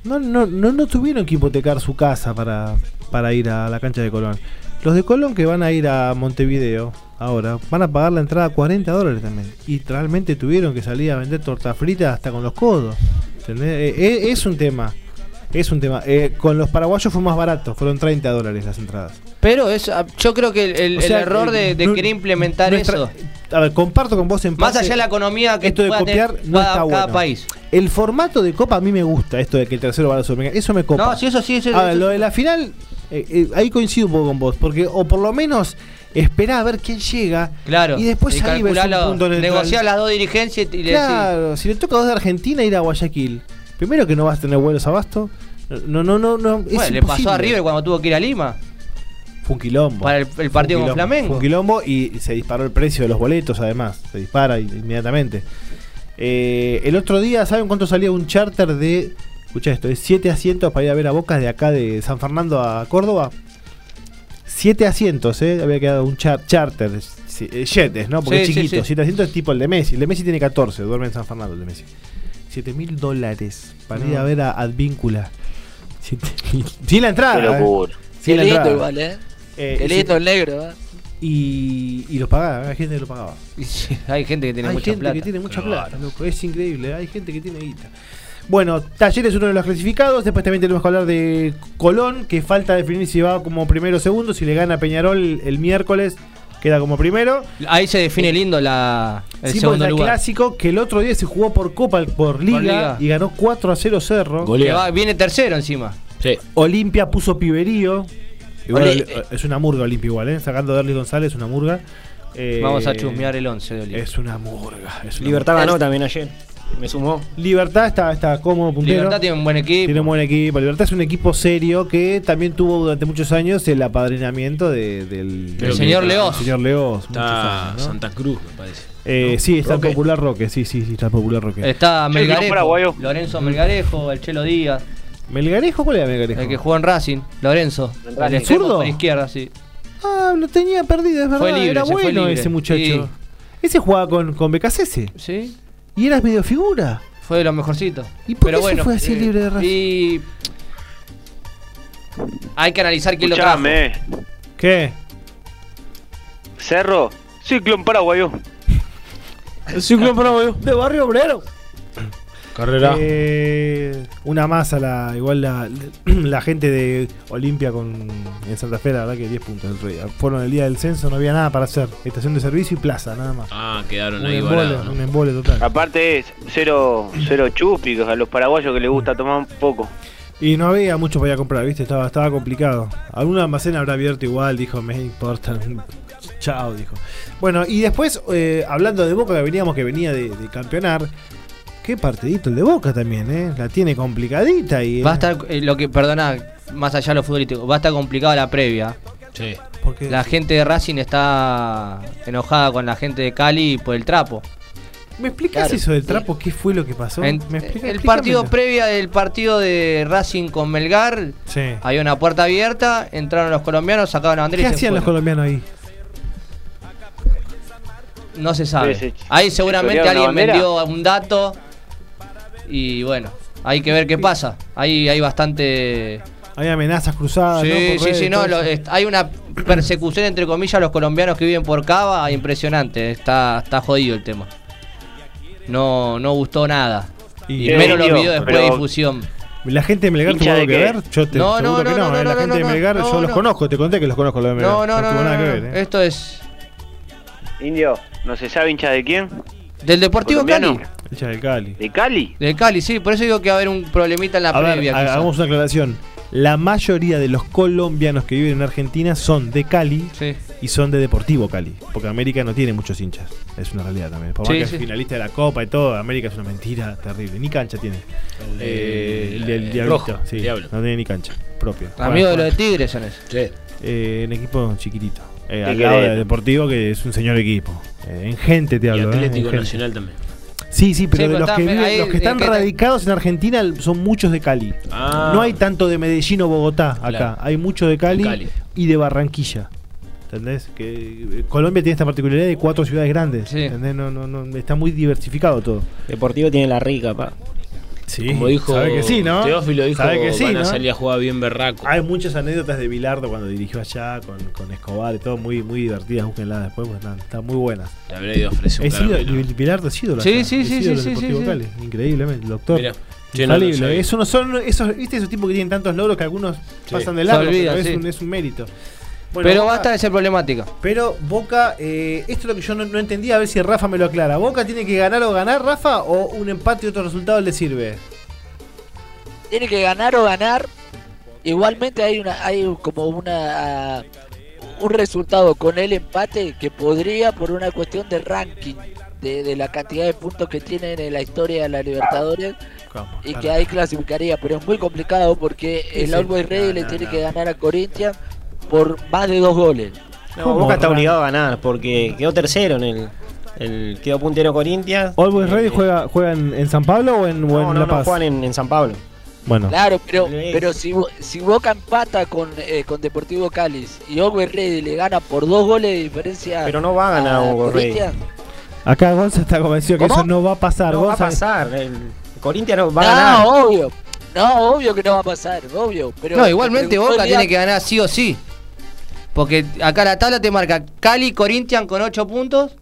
[SPEAKER 1] No, no, no, no tuvieron que hipotecar su casa para, para ir a la cancha de Colón. Los de Colón que van a ir a Montevideo ahora van a pagar la entrada a 40 dólares también. Y realmente tuvieron que salir a vender torta frita hasta con los codos. ¿entendés? Eh, eh, Es un tema. Es un tema. Eh, con los paraguayos fue más barato, fueron 30 dólares las entradas.
[SPEAKER 2] Pero es, yo creo que el, el-
[SPEAKER 1] O sea,
[SPEAKER 2] el error de, de
[SPEAKER 1] no-
[SPEAKER 2] querer implementar
[SPEAKER 1] nuestra-
[SPEAKER 2] eso,
[SPEAKER 1] A ver, comparto con vos en
[SPEAKER 2] más
[SPEAKER 1] parte-
[SPEAKER 2] allá de la economía que
[SPEAKER 1] esto de
[SPEAKER 2] pueda
[SPEAKER 1] copiar
[SPEAKER 2] tener
[SPEAKER 1] no
[SPEAKER 2] cada,
[SPEAKER 1] está
[SPEAKER 2] cada
[SPEAKER 1] bueno.
[SPEAKER 2] país.
[SPEAKER 1] El formato de copa a mí me gusta, esto de que el tercero va a la Sudamericana. Eso me copa.
[SPEAKER 2] No, sí, eso sí, eso-
[SPEAKER 1] A ver,
[SPEAKER 2] eso-
[SPEAKER 1] lo de la final, eh, eh, ahí coincido un poco con vos, porque o por lo menos esperá a ver quién llega.
[SPEAKER 2] Claro.
[SPEAKER 1] Y después ahí ves un
[SPEAKER 2] calcularlo,
[SPEAKER 1] punto neutral.
[SPEAKER 2] negociar las dos dirigencias y le decís,
[SPEAKER 1] Claro, si le toca a dos de Argentina ir a Guayaquil, primero que no vas a tener vuelos abasto. No, no, no, no. es
[SPEAKER 2] Bueno, le pasó
[SPEAKER 1] imposible.
[SPEAKER 2] a River cuando tuvo que ir a Lima.
[SPEAKER 1] Fue un quilombo.
[SPEAKER 2] Para el- el partido
[SPEAKER 1] Fue un
[SPEAKER 2] con Flamengo.
[SPEAKER 1] fue Un quilombo y se disparó el precio de los boletos, además. Se dispara in- inmediatamente. Eh, el otro día, ¿saben cuánto salía un charter de. Escucha esto, de 7 asientos para ir a ver a Boca de acá de San Fernando a Córdoba? 7 asientos, ¿eh? Había quedado un char- charter. sí, eh, Jetes, ¿no? Porque
[SPEAKER 2] Sí,
[SPEAKER 1] es
[SPEAKER 2] sí,
[SPEAKER 1] chiquito.
[SPEAKER 2] sí.
[SPEAKER 1] 7 asientos es tipo el de Messi. El de Messi tiene 14, duerme en San Fernando el de Messi. 7 mil dólares para ir
[SPEAKER 2] No.
[SPEAKER 1] a ver a Advíncula. 7.000. Sin la entrada.
[SPEAKER 4] Qué
[SPEAKER 1] ¿eh?
[SPEAKER 4] locura.
[SPEAKER 1] Sin
[SPEAKER 3] Qué
[SPEAKER 1] la
[SPEAKER 3] lindo
[SPEAKER 1] entrada.
[SPEAKER 3] igual, ¿eh?
[SPEAKER 1] Eh,
[SPEAKER 3] Qué
[SPEAKER 1] y
[SPEAKER 3] lindo
[SPEAKER 1] si-
[SPEAKER 3] el negro, ¿eh?
[SPEAKER 1] y, y los pagaba, había gente que lo pagaba.
[SPEAKER 2] Hay gente que tiene
[SPEAKER 1] hay
[SPEAKER 2] mucha
[SPEAKER 1] gente
[SPEAKER 2] plata.
[SPEAKER 1] que tiene mucha plata, loco, es increíble, hay gente que tiene guita. Bueno, Talleres uno de los clasificados, después también tenemos que hablar de Colón, que falta definir si va como primero o segundo, si le gana Peñarol el miércoles queda como primero.
[SPEAKER 2] Ahí se define lindo la, el
[SPEAKER 1] Sí, porque
[SPEAKER 2] segundo
[SPEAKER 1] está
[SPEAKER 2] lugar.
[SPEAKER 1] clásico que el otro día se jugó por Copa, por Liga,
[SPEAKER 2] Liga.
[SPEAKER 1] y ganó 4 a 0 Cerro.
[SPEAKER 2] Que va- viene tercero encima.
[SPEAKER 1] Olimpia puso piberío. Igual,
[SPEAKER 2] Oli-
[SPEAKER 1] eh, es una murga Olimpia igual, ¿eh? sacando a Derlis González, una murga. Eh,
[SPEAKER 2] Vamos a chusmear el 11 de Olimpia.
[SPEAKER 1] Es una murga. es una
[SPEAKER 7] Libertad
[SPEAKER 1] murga.
[SPEAKER 7] ganó también ayer. Me sumó.
[SPEAKER 1] Libertad está, está cómodo puntero.
[SPEAKER 2] Libertad tiene un buen equipo.
[SPEAKER 1] Tiene un buen equipo. Libertad es un equipo serio que también tuvo durante muchos años el apadrinamiento de- del,
[SPEAKER 2] Del señor Leoz.
[SPEAKER 1] El señor Leoz.
[SPEAKER 5] Está
[SPEAKER 1] muchos años, ¿no?
[SPEAKER 5] Santa Cruz, me parece.
[SPEAKER 1] Eh,
[SPEAKER 5] ¿no?
[SPEAKER 1] Sí, está
[SPEAKER 5] Roque.
[SPEAKER 1] el popular Roque. Sí, sí, sí, está el popular Roque.
[SPEAKER 2] Está
[SPEAKER 4] Sí,
[SPEAKER 2] Melgarejo,
[SPEAKER 4] no, paraguayo.
[SPEAKER 2] Lorenzo Melgarejo, el Chelo Díaz,
[SPEAKER 1] ¿Melgarejo? ¿Cuál era Melgarejo?
[SPEAKER 2] el que jugó en Racing, Lorenzo.
[SPEAKER 4] En
[SPEAKER 2] El
[SPEAKER 4] Racing.
[SPEAKER 2] extremo
[SPEAKER 1] ¿Zurdo?
[SPEAKER 2] por izquierda, sí.
[SPEAKER 1] Ah, lo tenía perdido, es verdad.
[SPEAKER 2] libre,
[SPEAKER 1] era
[SPEAKER 2] se fue
[SPEAKER 1] bueno
[SPEAKER 2] libre.
[SPEAKER 1] ese muchacho.
[SPEAKER 2] Sí.
[SPEAKER 1] Ese jugaba con, con Becasese.
[SPEAKER 2] Sí,
[SPEAKER 1] Y eras medio figura.
[SPEAKER 2] fue de los mejorcitos.
[SPEAKER 1] ¿Y por qué
[SPEAKER 2] Pero
[SPEAKER 1] se
[SPEAKER 2] bueno, eh,
[SPEAKER 1] fue así libre de Racing?
[SPEAKER 2] Y hay que analizar quién lo trajo.
[SPEAKER 4] Escuchame, eh.
[SPEAKER 1] ¿Qué?
[SPEAKER 4] Cerro, ciclón paraguayo.
[SPEAKER 7] De barrio obrero.
[SPEAKER 5] Carrera.
[SPEAKER 1] Eh, una masa, la, igual la, la gente de Olimpia con, en Santa Fe, la verdad que 10 puntos. el otro día. Fueron el día del censo, no había nada para hacer. Estación de servicio y plaza, nada más.
[SPEAKER 5] Ah, quedaron
[SPEAKER 1] Un
[SPEAKER 5] ahí
[SPEAKER 1] embole,
[SPEAKER 5] varados,
[SPEAKER 1] un
[SPEAKER 5] ¿no?
[SPEAKER 1] embole total.
[SPEAKER 4] Aparte es cero, cero chupi, a los paraguayos que les gusta tomar un poco.
[SPEAKER 1] Y no había mucho para ir a comprar, ¿viste? Estaba, estaba complicado. Algún almacén habrá abierto igual, dijo, me importa. Chao, dijo. Bueno, y después, eh, hablando de Boca, que veníamos que venía de, de campeonar. Qué partidito el de Boca también, ¿eh? La tiene complicadita y...
[SPEAKER 2] Va a estar eh, lo que perdona, más allá de lo futbolístico, va a estar complicada la previa.
[SPEAKER 5] Sí.
[SPEAKER 1] Porque-
[SPEAKER 2] La gente de Racing está enojada con la gente de Cali por el trapo.
[SPEAKER 1] ¿Me explicas
[SPEAKER 2] Claro.
[SPEAKER 1] eso del trapo? ¿Qué fue lo que pasó?
[SPEAKER 2] En-
[SPEAKER 1] ¿Me explica-
[SPEAKER 2] el partido
[SPEAKER 1] explícamelo.
[SPEAKER 2] previa del partido de Racing con Melgar,
[SPEAKER 1] Sí.
[SPEAKER 2] había una puerta abierta, entraron los colombianos, sacaban la bandera
[SPEAKER 1] ¿Qué
[SPEAKER 2] y se
[SPEAKER 1] hacían los
[SPEAKER 2] fueron.
[SPEAKER 1] colombianos ahí?
[SPEAKER 2] No se sabe.
[SPEAKER 4] Sí, sí.
[SPEAKER 2] Ahí
[SPEAKER 4] ¿Se
[SPEAKER 2] seguramente
[SPEAKER 4] colgaron
[SPEAKER 2] alguien
[SPEAKER 4] la bandera?
[SPEAKER 2] vendió un dato y bueno, hay que ver qué pasa. Ahí hay bastante...
[SPEAKER 1] Hay amenazas cruzadas. Ah, ¿no?
[SPEAKER 2] sí,
[SPEAKER 1] Por
[SPEAKER 2] sí,
[SPEAKER 1] redes,
[SPEAKER 2] sí, no,
[SPEAKER 1] todo
[SPEAKER 2] lo-
[SPEAKER 1] eso.
[SPEAKER 2] es- hay una persecución entre comillas a los colombianos que viven por Cava, ah, impresionante, está, está jodido el tema. No, no gustó nada. Y
[SPEAKER 4] Sí,
[SPEAKER 2] menos los
[SPEAKER 4] digo,
[SPEAKER 2] videos después de
[SPEAKER 4] pero-
[SPEAKER 2] difusión.
[SPEAKER 1] ¿La gente de Melgar tuvo
[SPEAKER 4] ¿Hincha
[SPEAKER 1] algo
[SPEAKER 4] de
[SPEAKER 1] que
[SPEAKER 4] qué?
[SPEAKER 1] ver? Yo te
[SPEAKER 2] No,
[SPEAKER 1] seguro
[SPEAKER 2] no,
[SPEAKER 1] que no.
[SPEAKER 2] no,
[SPEAKER 1] ¿eh?
[SPEAKER 2] no,
[SPEAKER 1] la
[SPEAKER 2] no,
[SPEAKER 1] gente de
[SPEAKER 2] no,
[SPEAKER 1] Melgar, yo
[SPEAKER 2] no,
[SPEAKER 1] los
[SPEAKER 2] no.
[SPEAKER 1] conozco, te conté que los conozco los de Melgar.
[SPEAKER 2] No, no, no,
[SPEAKER 1] tuvo
[SPEAKER 2] no,
[SPEAKER 1] nada
[SPEAKER 2] no,
[SPEAKER 1] que
[SPEAKER 2] no.
[SPEAKER 1] ver, ¿eh?
[SPEAKER 2] Esto es
[SPEAKER 4] Indio, ¿no se sabe hincha de quién?
[SPEAKER 2] del Deportivo
[SPEAKER 4] ¿Colombiano?
[SPEAKER 2] Cali.
[SPEAKER 1] Hincha del Cali.
[SPEAKER 4] ¿De Cali?
[SPEAKER 2] Del Cali, sí, por eso digo que va a haber un problemita en la
[SPEAKER 1] A ver,
[SPEAKER 2] previa.
[SPEAKER 1] ha-
[SPEAKER 2] quizá.
[SPEAKER 1] hagamos una aclaración. La mayoría de los colombianos que viven en Argentina son de Cali
[SPEAKER 2] Sí.
[SPEAKER 1] y son de Deportivo Cali. Porque América no tiene muchos hinchas. Es una realidad también. Por más
[SPEAKER 2] Sí,
[SPEAKER 1] que
[SPEAKER 2] sí.
[SPEAKER 1] es finalista de la Copa y todo, América es una mentira terrible. Ni cancha tiene.
[SPEAKER 5] El,
[SPEAKER 1] Eh, el,
[SPEAKER 5] el-
[SPEAKER 1] del
[SPEAKER 5] el
[SPEAKER 1] diablito,
[SPEAKER 5] rojo,
[SPEAKER 1] sí,
[SPEAKER 5] el diablo.
[SPEAKER 1] No tiene ni cancha propia.
[SPEAKER 2] Amigo de
[SPEAKER 1] Juega-
[SPEAKER 2] los de Tigres son esos.
[SPEAKER 5] Sí.
[SPEAKER 1] eh, un equipo chiquitito. Eh,
[SPEAKER 4] Sí,
[SPEAKER 1] al lado
[SPEAKER 4] querido.
[SPEAKER 1] del Deportivo, que es un señor equipo. Eh, en gente te
[SPEAKER 5] Y
[SPEAKER 1] hablo. ¿eh?
[SPEAKER 5] Atlético
[SPEAKER 1] En gente.
[SPEAKER 5] Nacional también.
[SPEAKER 1] Sí, sí, pero
[SPEAKER 2] Sí,
[SPEAKER 1] de
[SPEAKER 2] pero
[SPEAKER 1] los,
[SPEAKER 2] está-
[SPEAKER 1] que viven-
[SPEAKER 2] ahí,
[SPEAKER 1] los que
[SPEAKER 2] eh,
[SPEAKER 1] están
[SPEAKER 2] que-
[SPEAKER 1] radicados en Argentina son muchos de Cali.
[SPEAKER 5] Ah.
[SPEAKER 1] No hay tanto de Medellín o Bogotá acá.
[SPEAKER 5] Claro.
[SPEAKER 1] Hay mucho de Cali,
[SPEAKER 5] Cali.
[SPEAKER 1] y de Barranquilla. ¿Entendés? Que eh, Colombia tiene esta particularidad de cuatro ciudades grandes.
[SPEAKER 2] Sí.
[SPEAKER 1] ¿Entendés? No, no, no, está muy diversificado todo.
[SPEAKER 7] Deportivo tiene la rica, pa.
[SPEAKER 1] Sí,
[SPEAKER 5] Como dijo
[SPEAKER 1] sabe que sí, ¿no?
[SPEAKER 5] Teófilo, dijo
[SPEAKER 1] Sabe que sí,
[SPEAKER 5] van a
[SPEAKER 1] ¿no?
[SPEAKER 5] salir a jugar bien berraco.
[SPEAKER 1] Hay muchas anécdotas de Bilardo cuando dirigió allá con, con Escobar y todo, muy, muy divertidas, búsquenlas después, porque están, están muy buenas.
[SPEAKER 5] Le habría ido a ofrecer un
[SPEAKER 1] Es ídolo,
[SPEAKER 5] caramelo.
[SPEAKER 1] y Bilardo es ídolo.
[SPEAKER 5] Sí,
[SPEAKER 1] allá,
[SPEAKER 5] sí,
[SPEAKER 1] es
[SPEAKER 5] sí,
[SPEAKER 1] ídolo
[SPEAKER 5] sí,
[SPEAKER 1] del
[SPEAKER 5] sí,
[SPEAKER 1] Deportivo
[SPEAKER 5] sí,
[SPEAKER 1] Cali, Increíblemente, el doctor.
[SPEAKER 5] Mirá, yo no lo
[SPEAKER 1] Infalible.
[SPEAKER 5] sabía.
[SPEAKER 1] es uno, son esos, ¿Viste esos tipos que tienen tantos logros que algunos pasan de
[SPEAKER 2] Se
[SPEAKER 1] largo?
[SPEAKER 2] olvida,
[SPEAKER 1] pero es,
[SPEAKER 2] sí.
[SPEAKER 1] un, es un mérito.
[SPEAKER 2] pero
[SPEAKER 1] Boca-
[SPEAKER 2] basta de ser problemática.
[SPEAKER 1] Pero Boca, eh, esto es lo que yo no, no entendía, a ver si Rafa me lo aclara. ¿Boca tiene que ganar o ganar, Rafa, o un empate y otro resultado le sirve?
[SPEAKER 3] Tiene que ganar o ganar. Igualmente hay una hay como una un resultado con el empate que podría por una cuestión de ranking de, de la cantidad de puntos que tienen en la historia de la Libertadores y que ahí clasificaría, pero es muy complicado porque el
[SPEAKER 7] sí.
[SPEAKER 3] Always Ready
[SPEAKER 7] No,
[SPEAKER 3] le
[SPEAKER 7] no,
[SPEAKER 3] tiene
[SPEAKER 7] no.
[SPEAKER 3] que ganar a Corinthians por más de dos goles.
[SPEAKER 7] No, Boca está obligado a ganar porque quedó tercero en el. el- quedó puntero Corinthians.
[SPEAKER 1] ¿All Boys Ready juega, juega en, en San Pablo o en, o
[SPEAKER 7] Eh, No,
[SPEAKER 1] en
[SPEAKER 7] no,
[SPEAKER 1] La
[SPEAKER 7] no,
[SPEAKER 1] Paz?
[SPEAKER 7] juegan en, en San Pablo.
[SPEAKER 1] Bueno,
[SPEAKER 3] Claro, pero, pero si, Bo- si Boca empata con, eh, con Deportivo Cáliz y Always Ready le gana por dos goles de diferencia.
[SPEAKER 7] Pero no va a ganar Always Ready.
[SPEAKER 3] Corinthians,
[SPEAKER 1] acá Gonza está convencido que
[SPEAKER 3] ¿Cómo?
[SPEAKER 1] eso no va a pasar.
[SPEAKER 7] No va a
[SPEAKER 1] Gonza-
[SPEAKER 7] pasar. El Corinthians no va
[SPEAKER 3] no,
[SPEAKER 7] a ganar.
[SPEAKER 3] obvio. No, obvio que no va a pasar, obvio. Pero
[SPEAKER 2] no, igualmente
[SPEAKER 3] pero
[SPEAKER 2] Boca
[SPEAKER 3] Bolivia-
[SPEAKER 2] tiene que ganar sí o sí. Porque acá la tabla te marca Cali, Corinthians con 8 puntos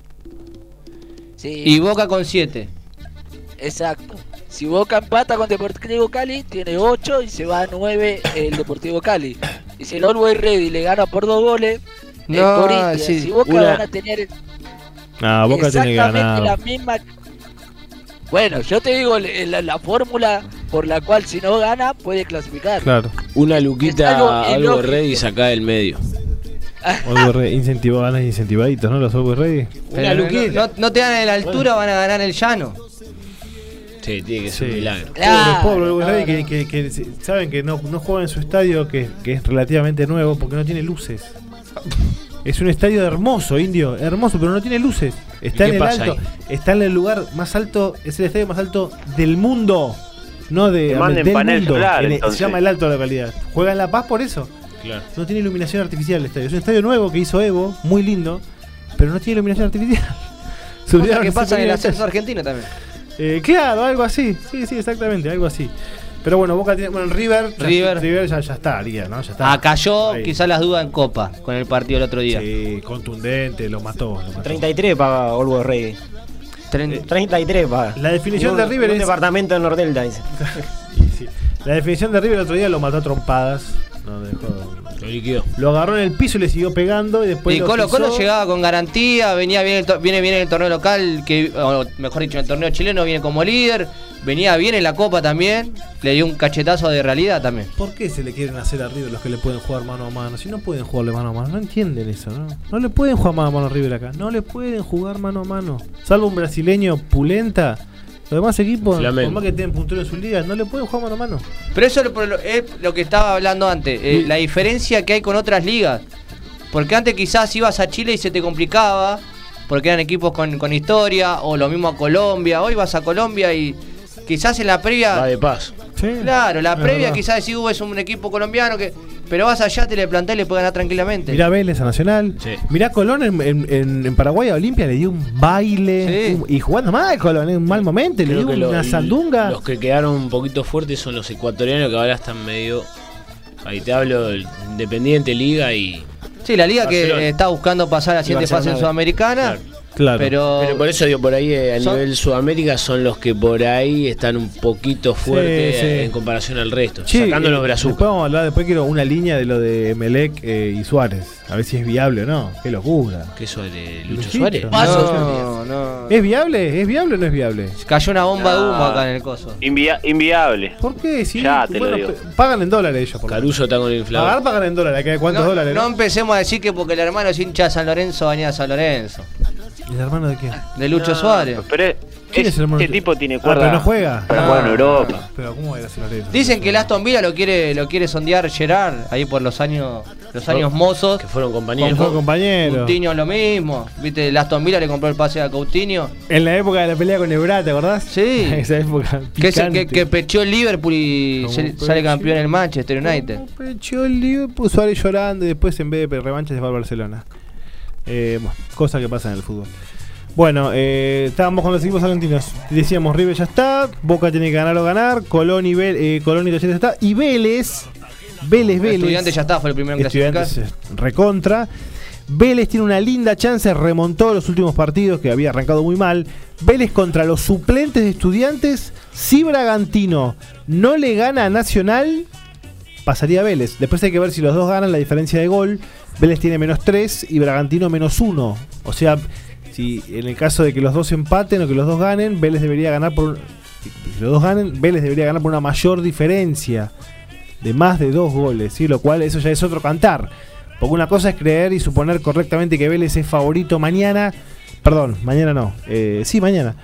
[SPEAKER 3] Sí,
[SPEAKER 2] y Boca con 7.
[SPEAKER 3] exacto. Si Boca empata con Deportivo Cali, tiene 8 y se va a 9 el Deportivo Cali. Y si el Always Ready le gana por dos goles, el
[SPEAKER 2] No,
[SPEAKER 3] Corinthians.
[SPEAKER 2] sí,
[SPEAKER 3] Si Boca
[SPEAKER 2] una-
[SPEAKER 3] van a tener
[SPEAKER 1] Ah, Boca tiene que
[SPEAKER 3] Exactamente
[SPEAKER 1] ganar.
[SPEAKER 3] la misma. Bueno, yo te digo la, la- la fórmula por la cual si no gana puede clasificar.
[SPEAKER 1] Claro.
[SPEAKER 5] Una
[SPEAKER 3] Es algo
[SPEAKER 5] luquita, algo
[SPEAKER 3] ilógico.
[SPEAKER 5] ready sacada del medio.
[SPEAKER 1] All Boys Ready, incentivo, ganas incentivaditos, ¿no? Los All Boys Ready.
[SPEAKER 2] Pero no, no- no te ganan en la altura, van a ganar en el llano.
[SPEAKER 5] Sí, tiene que ser un milagro.
[SPEAKER 1] Pobres,
[SPEAKER 2] Claro,
[SPEAKER 1] pobres All Boys
[SPEAKER 2] no,
[SPEAKER 1] Ready que- que, que se- saben que no, no juegan en su estadio que, que es relativamente nuevo porque no tiene luces. Es un estadio hermoso, indio, hermoso, pero no tiene luces. Está
[SPEAKER 5] ¿Y
[SPEAKER 1] en
[SPEAKER 5] qué
[SPEAKER 1] el
[SPEAKER 5] pasa
[SPEAKER 1] alto,
[SPEAKER 5] ahí?
[SPEAKER 1] está en el lugar más alto, es el estadio más alto del mundo. No de,
[SPEAKER 4] Que manden
[SPEAKER 1] del
[SPEAKER 4] panel
[SPEAKER 1] mundo.
[SPEAKER 4] solar,
[SPEAKER 1] En el- se
[SPEAKER 4] entonces.
[SPEAKER 1] llama el alto de la localidad. Juega en La Paz por eso.
[SPEAKER 5] Claro.
[SPEAKER 1] No tiene iluminación artificial el estadio. Es un estadio nuevo que hizo Evo, muy lindo, pero no tiene iluminación artificial. Se
[SPEAKER 2] Cosas
[SPEAKER 1] olvidaron
[SPEAKER 2] que
[SPEAKER 1] de
[SPEAKER 2] pasa en el
[SPEAKER 1] iluminación.
[SPEAKER 2] ascenso argentino también.
[SPEAKER 1] Eh, claro, algo así. Sí, sí, exactamente, algo así. Pero bueno, Boca tiene. Bueno, River. ya-
[SPEAKER 2] River.
[SPEAKER 1] ya, ya está, haría, ¿no? Ya está.
[SPEAKER 2] Ah, cayó
[SPEAKER 1] Ahí.
[SPEAKER 2] quizás las dudas en Copa con el partido el otro día.
[SPEAKER 1] Sí, contundente, lo mató. lo mató.
[SPEAKER 7] 33 paga Olbo Rey. Eh,
[SPEAKER 2] Tren-
[SPEAKER 7] 33 paga.
[SPEAKER 1] La
[SPEAKER 7] Ningún-
[SPEAKER 1] definición de River
[SPEAKER 7] ningún
[SPEAKER 1] es.
[SPEAKER 7] departamento de Nordelta dice.
[SPEAKER 1] sí. La definición de River el otro día lo mató a trompadas. No, dejó-
[SPEAKER 5] Lo liquidó.
[SPEAKER 1] Lo agarró en el piso y le siguió pegando. Y después.
[SPEAKER 2] y
[SPEAKER 1] lo
[SPEAKER 2] Colo Colo
[SPEAKER 1] pisó.
[SPEAKER 2] llegaba con garantía, venía bien el to- viene bien en el torneo local, que o mejor dicho, en el torneo chileno viene como líder, venía bien en la Copa también, le dio un cachetazo de realidad también.
[SPEAKER 1] ¿Por qué se le quieren hacer a River los que le pueden jugar mano a mano? Si no pueden jugarle mano a mano, no entienden eso, ¿no? No le pueden jugar mano a mano a River acá. No le pueden jugar mano a mano. Salvo un brasileño pulenta. Los demás equipos,
[SPEAKER 5] Flamengo.
[SPEAKER 1] por más que tengan puntero en sus ligas, no le pueden jugar mano a mano.
[SPEAKER 2] Pero eso es lo- es lo que estaba hablando antes, eh, la diferencia que hay con otras ligas. Porque antes quizás ibas a Chile y se te complicaba, porque eran equipos con, con historia, o lo mismo a Colombia, hoy vas a Colombia y quizás en la previa...
[SPEAKER 5] Va de paso.
[SPEAKER 2] Claro, la
[SPEAKER 1] Es
[SPEAKER 2] previa
[SPEAKER 1] verdad.
[SPEAKER 2] quizás decís, "Uh, es un equipo colombiano que... Pero vas allá, te le planteas y le puedes ganar tranquilamente.
[SPEAKER 1] Mirá Vélez a Nacional.
[SPEAKER 5] Sí.
[SPEAKER 1] Mirá Colón en, en- en- en Paraguay a Olimpia le dio un baile.
[SPEAKER 2] Sí.
[SPEAKER 1] Un- y jugando mal Colón, en un mal momento. Le
[SPEAKER 5] Creo
[SPEAKER 1] dio
[SPEAKER 5] que
[SPEAKER 1] una
[SPEAKER 5] lo-
[SPEAKER 1] sandunga.
[SPEAKER 5] Los que quedaron un poquito fuertes son los ecuatorianos que ahora están medio. Ahí te hablo del Independiente Liga y.
[SPEAKER 2] sí, la liga
[SPEAKER 5] Barcelona.
[SPEAKER 2] que eh, está buscando pasar a la siguiente fase en
[SPEAKER 7] Barcelona.
[SPEAKER 2] Sudamericana,
[SPEAKER 1] Claro.
[SPEAKER 2] pero...
[SPEAKER 5] Pero por eso digo, por ahí eh, a
[SPEAKER 2] Son-
[SPEAKER 5] nivel Sudamérica son los que por ahí están un poquito fuertes
[SPEAKER 1] Sí, sí.
[SPEAKER 5] eh, en comparación al resto.
[SPEAKER 1] Che,
[SPEAKER 5] sacando
[SPEAKER 1] eh,
[SPEAKER 5] los brazucas.
[SPEAKER 1] Después vamos a hablar, después quiero una línea de lo de Melec eh, y Suárez. A ver si es viable o no. Qué locura.
[SPEAKER 5] ¿Qué sobre Lucho
[SPEAKER 1] Luchito.
[SPEAKER 5] Suárez?
[SPEAKER 1] No.
[SPEAKER 2] No, no.
[SPEAKER 1] ¿Es viable? ¿Es viable o no es viable?
[SPEAKER 2] Cayó una bomba de humo
[SPEAKER 4] No.
[SPEAKER 2] acá en el coso.
[SPEAKER 4] Invia- inviable.
[SPEAKER 1] ¿Por qué? Si
[SPEAKER 4] Ya, te lo digo.
[SPEAKER 1] pe- pagan en dólares ellos. Por lo menos.
[SPEAKER 5] Caruso está con el
[SPEAKER 1] Pagar,
[SPEAKER 5] inflador.
[SPEAKER 1] pagan en dólares. acá, ¿Cuántos
[SPEAKER 2] no,
[SPEAKER 1] dólares?
[SPEAKER 2] no empecemos a decir que porque el hermano es hincha de San Lorenzo, venía a San Lorenzo.
[SPEAKER 1] ¿El hermano de quién?
[SPEAKER 2] De Lucho Suárez.
[SPEAKER 4] Pero es-
[SPEAKER 1] ¿Quién es el hermano
[SPEAKER 4] este
[SPEAKER 1] de-
[SPEAKER 4] tipo tiene
[SPEAKER 1] Ah,
[SPEAKER 4] cuerda.
[SPEAKER 1] pero no juega.
[SPEAKER 4] Para
[SPEAKER 1] Ah.
[SPEAKER 4] jugar en Europa.
[SPEAKER 1] Pero ¿cómo era Lorenzo?
[SPEAKER 2] Dicen que el Aston Villa lo quiere, lo quiere sondear Gerard ahí por los años, los años mozos.
[SPEAKER 5] Oh, Que fueron
[SPEAKER 1] Con-
[SPEAKER 5] compañeros.
[SPEAKER 1] fue compañero.
[SPEAKER 2] Coutinho lo mismo. Viste, el Aston Villa le compró el pase a Coutinho.
[SPEAKER 1] En la época de la pelea con Ebrá, ¿te acordás?
[SPEAKER 2] Sí.
[SPEAKER 1] Esa época.
[SPEAKER 2] Que, es el
[SPEAKER 1] picante.
[SPEAKER 2] que, que pecheó el Liverpool y
[SPEAKER 1] Como
[SPEAKER 2] se-
[SPEAKER 1] pecheó.
[SPEAKER 2] sale campeón el Manchester United.
[SPEAKER 1] Como pecho el Liverpool, Suárez llorando y después en vez de revancha se va al Barcelona. Eh, bueno, cosas que pasan en el fútbol. Bueno, eh, estábamos con los equipos argentinos. Decíamos, River ya está, Boca tiene que ganar o ganar, Colón y, Vel- eh, Colón y Talleres ya está, y Vélez, Vélez, Vélez.
[SPEAKER 2] Estudiante ya está, fue el primero en clasificar.
[SPEAKER 1] Estudiantes eh, recontra. Vélez tiene una linda chance, remontó los últimos partidos que había arrancado muy mal. Vélez contra los suplentes de estudiantes. Si Bragantino no le gana a Nacional, pasaría a Vélez. Después hay que ver si los dos ganan la diferencia de gol. Vélez tiene menos 3 y Bragantino menos 1. O sea, si en el caso de que los dos empaten o que los dos ganen, Vélez debería ganar por un- si los dos ganen, Vélez debería ganar por una mayor diferencia de más de dos goles, ¿sí? lo cual eso ya es otro cantar. Porque una cosa es creer y suponer correctamente que Vélez es favorito mañana. Perdón, mañana no. eh, sí, mañana.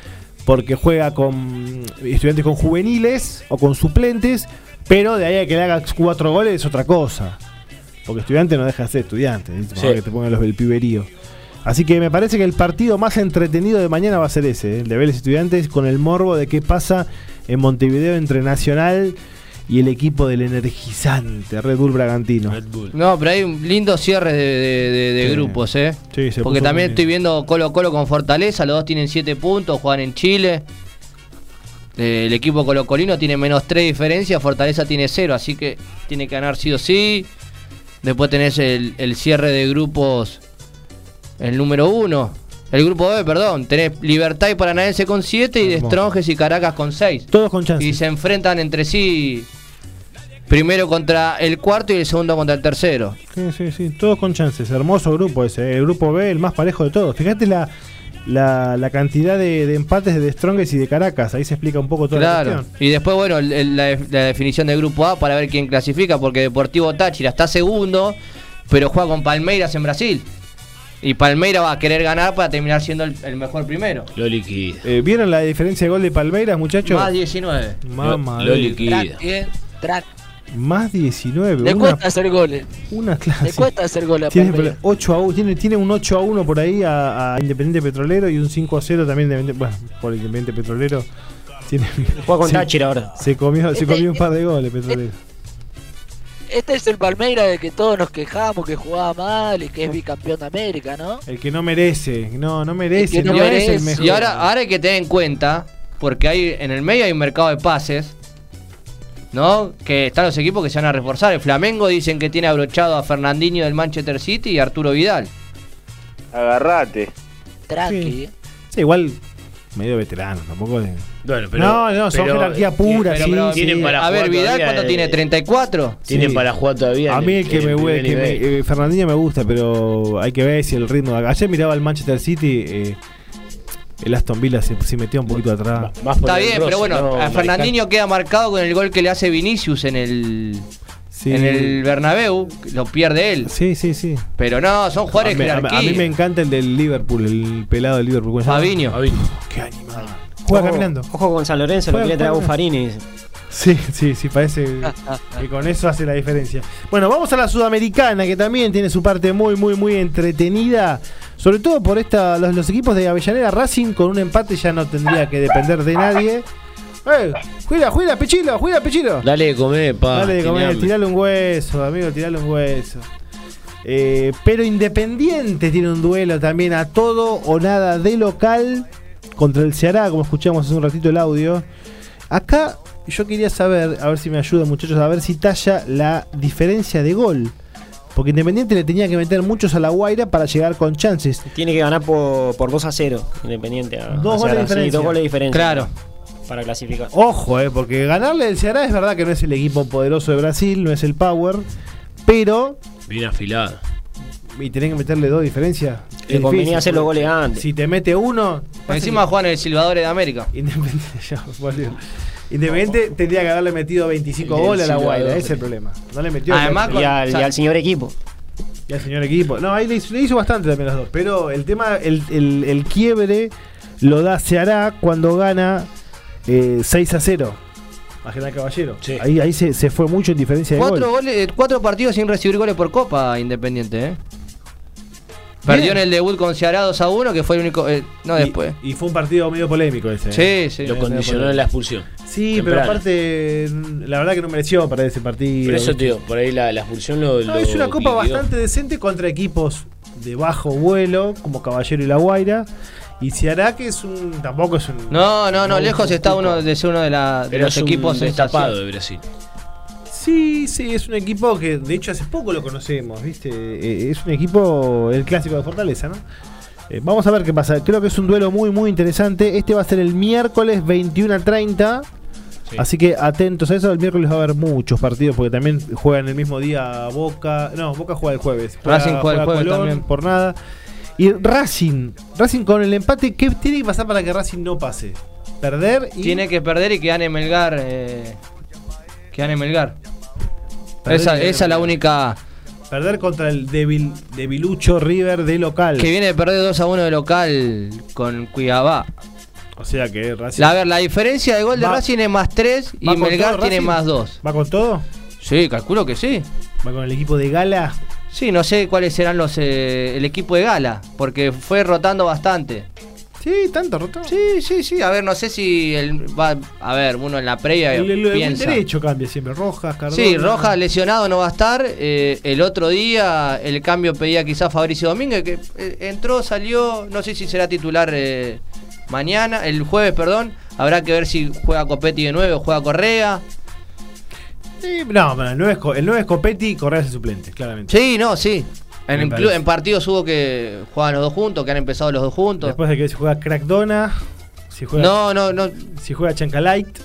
[SPEAKER 1] Porque juega con estudiantes con juveniles o con suplentes. Pero de ahí a que le hagas cuatro goles es otra cosa. Porque estudiante no deja de ser estudiante. ¿sí? Por
[SPEAKER 5] Sí.
[SPEAKER 1] más Que te pongan los del piberío. Así que me parece que el partido más entretenido de mañana va a ser ese, ¿eh? el de Vélez Estudiantes, con el morbo de qué pasa en Montevideo entre Nacional y el equipo del energizante Red Bull Bragantino.
[SPEAKER 2] No, pero hay un lindo cierre de, de- de- de
[SPEAKER 1] Sí.
[SPEAKER 2] grupos, ¿eh?
[SPEAKER 1] Sí, se
[SPEAKER 2] Porque
[SPEAKER 1] puso
[SPEAKER 2] también
[SPEAKER 1] muy-
[SPEAKER 2] estoy viendo Colo Colo con Fortaleza, los dos tienen 7 puntos, juegan en Chile. Eh, el equipo colocolino tiene menos 3 diferencias, Fortaleza tiene 0, así que tiene que ganar sí o sí. Después tenés el, el cierre de grupos, el número 1. El grupo B, perdón, tenés Libertad y Paranaense con 7 y
[SPEAKER 1] Hermoso.
[SPEAKER 2] Destronjes y Caracas con 6.
[SPEAKER 1] Todos con chances.
[SPEAKER 2] Y se enfrentan entre sí primero contra el cuarto y el segundo contra el tercero.
[SPEAKER 1] Sí, sí, sí, todos con chances. Hermoso grupo ese, ¿eh? el grupo B, el más parejo de todos. Fíjate la, la, la cantidad de, de empates de Strongest y de Caracas. Ahí se explica un poco toda la
[SPEAKER 2] Claro.
[SPEAKER 1] cuestión.
[SPEAKER 2] Y después, bueno, el- el- la, def- la definición del grupo A para ver quién clasifica, porque Deportivo Táchira está segundo, pero juega con Palmeiras en Brasil. Y Palmeiras va a querer ganar para terminar siendo el, el mejor primero.
[SPEAKER 5] Lo liquida.
[SPEAKER 1] Eh, ¿Vieron la diferencia de gol de Palmeiras, muchachos?
[SPEAKER 2] Más 19.
[SPEAKER 1] Mamá,
[SPEAKER 5] Lo- lo
[SPEAKER 1] de-
[SPEAKER 5] liquida.
[SPEAKER 3] Bien, track.
[SPEAKER 1] Más 19.
[SPEAKER 3] Le
[SPEAKER 1] una-
[SPEAKER 3] cuesta hacer goles.
[SPEAKER 1] Una clase.
[SPEAKER 3] Le cuesta hacer goles a
[SPEAKER 1] Tiene,
[SPEAKER 3] Palmeiras.
[SPEAKER 1] 8 a 1, tiene, tiene un 8 a 1 por ahí a, a Independiente Petrolero y un 5 a 0 también. de Independiente- bueno, por Independiente Petrolero. Tiene,
[SPEAKER 7] Juega con
[SPEAKER 1] se-
[SPEAKER 7] Táchira ahora.
[SPEAKER 1] Se comió, se
[SPEAKER 3] Este-
[SPEAKER 1] comió un par de goles, Petrolero.
[SPEAKER 3] Este es el Palmeiras de que todos nos quejamos que jugaba mal y que es bicampeón de América, ¿no?
[SPEAKER 1] El que no merece. No, no merece.
[SPEAKER 3] El que no
[SPEAKER 1] no, es el
[SPEAKER 3] merece.
[SPEAKER 1] mejor.
[SPEAKER 2] Y ahora, ahora hay que tener en cuenta, porque hay en el medio hay un mercado de pases, ¿no? Que están los equipos que se van a reforzar. El Flamengo dicen que tiene abrochado a Fernandinho del Manchester City y a Arturo Vidal.
[SPEAKER 4] Agarrate.
[SPEAKER 3] Tranqui.
[SPEAKER 1] Sí. Sí, igual medio veterano, tampoco. es-
[SPEAKER 5] Bueno, pero,
[SPEAKER 1] no, no, son
[SPEAKER 5] pero-
[SPEAKER 1] jerarquía pura,
[SPEAKER 5] pero-
[SPEAKER 1] sí.
[SPEAKER 5] pero
[SPEAKER 1] sí.
[SPEAKER 5] tienen para
[SPEAKER 2] A ver,
[SPEAKER 5] jugar
[SPEAKER 2] Vidal,
[SPEAKER 5] todavía,
[SPEAKER 2] ¿cuánto
[SPEAKER 5] eh,
[SPEAKER 2] tiene? ¿34?
[SPEAKER 5] Tienen
[SPEAKER 1] Sí.
[SPEAKER 5] para jugar todavía.
[SPEAKER 1] A
[SPEAKER 5] en
[SPEAKER 1] mí el que
[SPEAKER 5] en
[SPEAKER 1] me,
[SPEAKER 5] primer
[SPEAKER 1] el que me-
[SPEAKER 5] nivel.
[SPEAKER 1] eh, Fernandinho me gusta, pero hay que ver si el ritmo. Ayer miraba el Manchester City, eh, el Aston Villa se, se metió un poquito atrás.
[SPEAKER 5] Más por
[SPEAKER 2] Está
[SPEAKER 5] el
[SPEAKER 2] bien,
[SPEAKER 5] roce,
[SPEAKER 2] pero bueno,
[SPEAKER 5] no,
[SPEAKER 2] a Fernandinho queda marcado con el gol que le hace Vinicius en el,
[SPEAKER 1] Sí.
[SPEAKER 2] en el Bernabéu, que lo pierde él.
[SPEAKER 1] Sí, sí, sí.
[SPEAKER 2] Pero no, son
[SPEAKER 1] A
[SPEAKER 2] jugadores
[SPEAKER 1] mí, a mí-
[SPEAKER 2] jerarquía.
[SPEAKER 1] a mí me encanta el del Liverpool, el pelado del Liverpool. ¿cómo se llama?
[SPEAKER 2] Fabinho.
[SPEAKER 1] Qué animal. Juega
[SPEAKER 7] Ojo-
[SPEAKER 1] caminando.
[SPEAKER 7] Ojo con San Lorenzo, lo
[SPEAKER 1] Juega-
[SPEAKER 7] que le trae a
[SPEAKER 1] juega-
[SPEAKER 7] Buffarini.
[SPEAKER 1] Sí, sí, sí, parece que con eso hace la diferencia. Bueno, vamos a la sudamericana, que también tiene su parte muy, muy, muy entretenida. Sobre todo por esta, los, los equipos de Avellaneda Racing con un empate ya no tendría que depender de nadie. ¡Eh! ¡Juira, juira, pichilo, juira, pichilo!
[SPEAKER 5] Dale de comer,
[SPEAKER 8] Ah,
[SPEAKER 5] pa.
[SPEAKER 1] Dale de
[SPEAKER 5] tiene
[SPEAKER 1] comer,
[SPEAKER 5] hambre.
[SPEAKER 1] tirale un hueso, amigo, tirale un hueso. Eh, pero Independiente tiene un duelo también a todo o nada de local contra el Ceará, como escuchamos hace un ratito el audio. Acá yo quería saber, a ver si me ayudan muchachos, a ver si talla la diferencia de gol. Porque Independiente le tenía que meter muchos a la Guaira para llegar con chances.
[SPEAKER 7] Tiene que ganar por, por 2 a 0, independiente. a-
[SPEAKER 1] Dos
[SPEAKER 7] a
[SPEAKER 1] goles de
[SPEAKER 7] Cerro. Sí,
[SPEAKER 1] diferencia.
[SPEAKER 7] dos goles de diferencia.
[SPEAKER 2] Claro.
[SPEAKER 7] Para clasificar.
[SPEAKER 1] Ojo, eh, porque ganarle el Ceará es verdad que no es el equipo poderoso de Brasil, no es el Power, pero...
[SPEAKER 5] Bien afilado.
[SPEAKER 1] Y tenés que meterle dos diferencias. Es
[SPEAKER 7] Le
[SPEAKER 1] difícil,
[SPEAKER 7] convenía hacer los
[SPEAKER 1] porque-
[SPEAKER 7] goles antes.
[SPEAKER 1] Si te mete uno, pasa
[SPEAKER 2] Encima juegan en el Silvadores de América.
[SPEAKER 1] que- Independiente, ya, volvió. Independiente tendría que haberle metido 25
[SPEAKER 5] El del
[SPEAKER 1] goles a la Guaira, ese
[SPEAKER 5] Silvadores.
[SPEAKER 1] es el problema. No le metió
[SPEAKER 2] Además,
[SPEAKER 1] el-
[SPEAKER 7] Y al, y al señor equipo.
[SPEAKER 1] y al señor equipo. No, ahí le hizo, le hizo bastante también los dos. Pero el tema, el, el- el quiebre lo da Ceará cuando gana eh, 6 a 0. A General Caballero.
[SPEAKER 5] Sí.
[SPEAKER 1] Ahí, ahí se, se fue mucho en diferencia de
[SPEAKER 2] Cuatro,
[SPEAKER 1] gol.
[SPEAKER 2] goles, cuatro partidos sin recibir goles por Copa Independiente, ¿eh? Perdió en el debut con Ceará 2 a 1, que fue el único. eh, no,
[SPEAKER 1] Y-
[SPEAKER 2] después.
[SPEAKER 1] Y, fue un partido medio polémico ese. ¿eh?
[SPEAKER 2] Sí, sí.
[SPEAKER 5] Lo condicionó en la expulsión.
[SPEAKER 1] Sí, pero
[SPEAKER 5] Temprano.
[SPEAKER 1] aparte, la verdad que no mereció para ese partido.
[SPEAKER 5] Por eso, tío, por ahí la, la expulsión lo. lo
[SPEAKER 1] No, Ah, es una copa
[SPEAKER 5] pidió.
[SPEAKER 1] bastante decente contra equipos de bajo vuelo, como Caballero y La Guaira. Y Ciará, que es un. tampoco es un.
[SPEAKER 2] No, no, no, lejos está uno de ser uno de, la, de
[SPEAKER 1] Pero
[SPEAKER 2] los
[SPEAKER 1] es un
[SPEAKER 2] equipos
[SPEAKER 1] destapado
[SPEAKER 2] de
[SPEAKER 5] Brasil.
[SPEAKER 1] Sí, sí, es un equipo que de hecho hace poco lo conocemos, ¿viste? Eh, Es un equipo, el clásico de Fortaleza, ¿no? Eh, vamos a ver qué pasa. Creo que es un duelo muy, muy interesante. Este va a ser el miércoles 21 a 30. Así que atentos a eso. El miércoles va a haber muchos partidos porque también juegan el mismo día Boca. No, Boca juega el jueves.
[SPEAKER 2] Racing juega el jueves también.
[SPEAKER 1] Por nada. Y Racing. Racing con el empate. ¿Qué tiene que pasar para que Racing no pase? Perder y.
[SPEAKER 2] Tiene que perder y que gane Melgar. Eh, que gane Melgar. Esa, esa es la única.
[SPEAKER 1] Perder contra el débil, debilucho River de local.
[SPEAKER 2] Que viene de perder 2 a 1 de local con Cuiabá.
[SPEAKER 1] O sea que Racing.
[SPEAKER 2] La, a ver, la diferencia de gol de
[SPEAKER 1] Va-
[SPEAKER 2] Racing es más 3 y
[SPEAKER 1] ¿Va con
[SPEAKER 2] Melgar
[SPEAKER 1] todo
[SPEAKER 2] tiene
[SPEAKER 1] Racing?
[SPEAKER 2] más 2.
[SPEAKER 1] ¿Va con todo?
[SPEAKER 2] Sí, calculo que sí.
[SPEAKER 1] ¿Va con el equipo de gala?
[SPEAKER 2] Sí, no sé cuáles serán los eh, el equipo de gala, porque fue rotando bastante.
[SPEAKER 1] Sí, tanto roto.
[SPEAKER 2] Sí, sí, sí. A ver, no sé si el va. A ver, uno en la previa
[SPEAKER 1] El, el- el
[SPEAKER 2] piensa.
[SPEAKER 1] derecho cambia siempre. Rojas, Cardona.
[SPEAKER 2] Sí, Rojas lesionado no va a estar. eh, el otro día el cambio pedía quizás Fabricio Domínguez, que eh, entró, salió, no sé si será titular eh, mañana, el jueves, perdón. Habrá que ver si juega Copetti de nuevo o juega Correa.
[SPEAKER 1] Sí, no, pero el 9 es, Co- el nueve es Copetti y Correa es el suplente, claramente.
[SPEAKER 2] Sí, no, sí. En,
[SPEAKER 1] Me
[SPEAKER 2] inclu-
[SPEAKER 1] parece.
[SPEAKER 2] en partidos hubo que juegan los dos juntos, que han empezado los dos juntos.
[SPEAKER 1] Después de que se juega Crackdona, si juega,
[SPEAKER 2] No, no, no.
[SPEAKER 1] si juega Chancalite.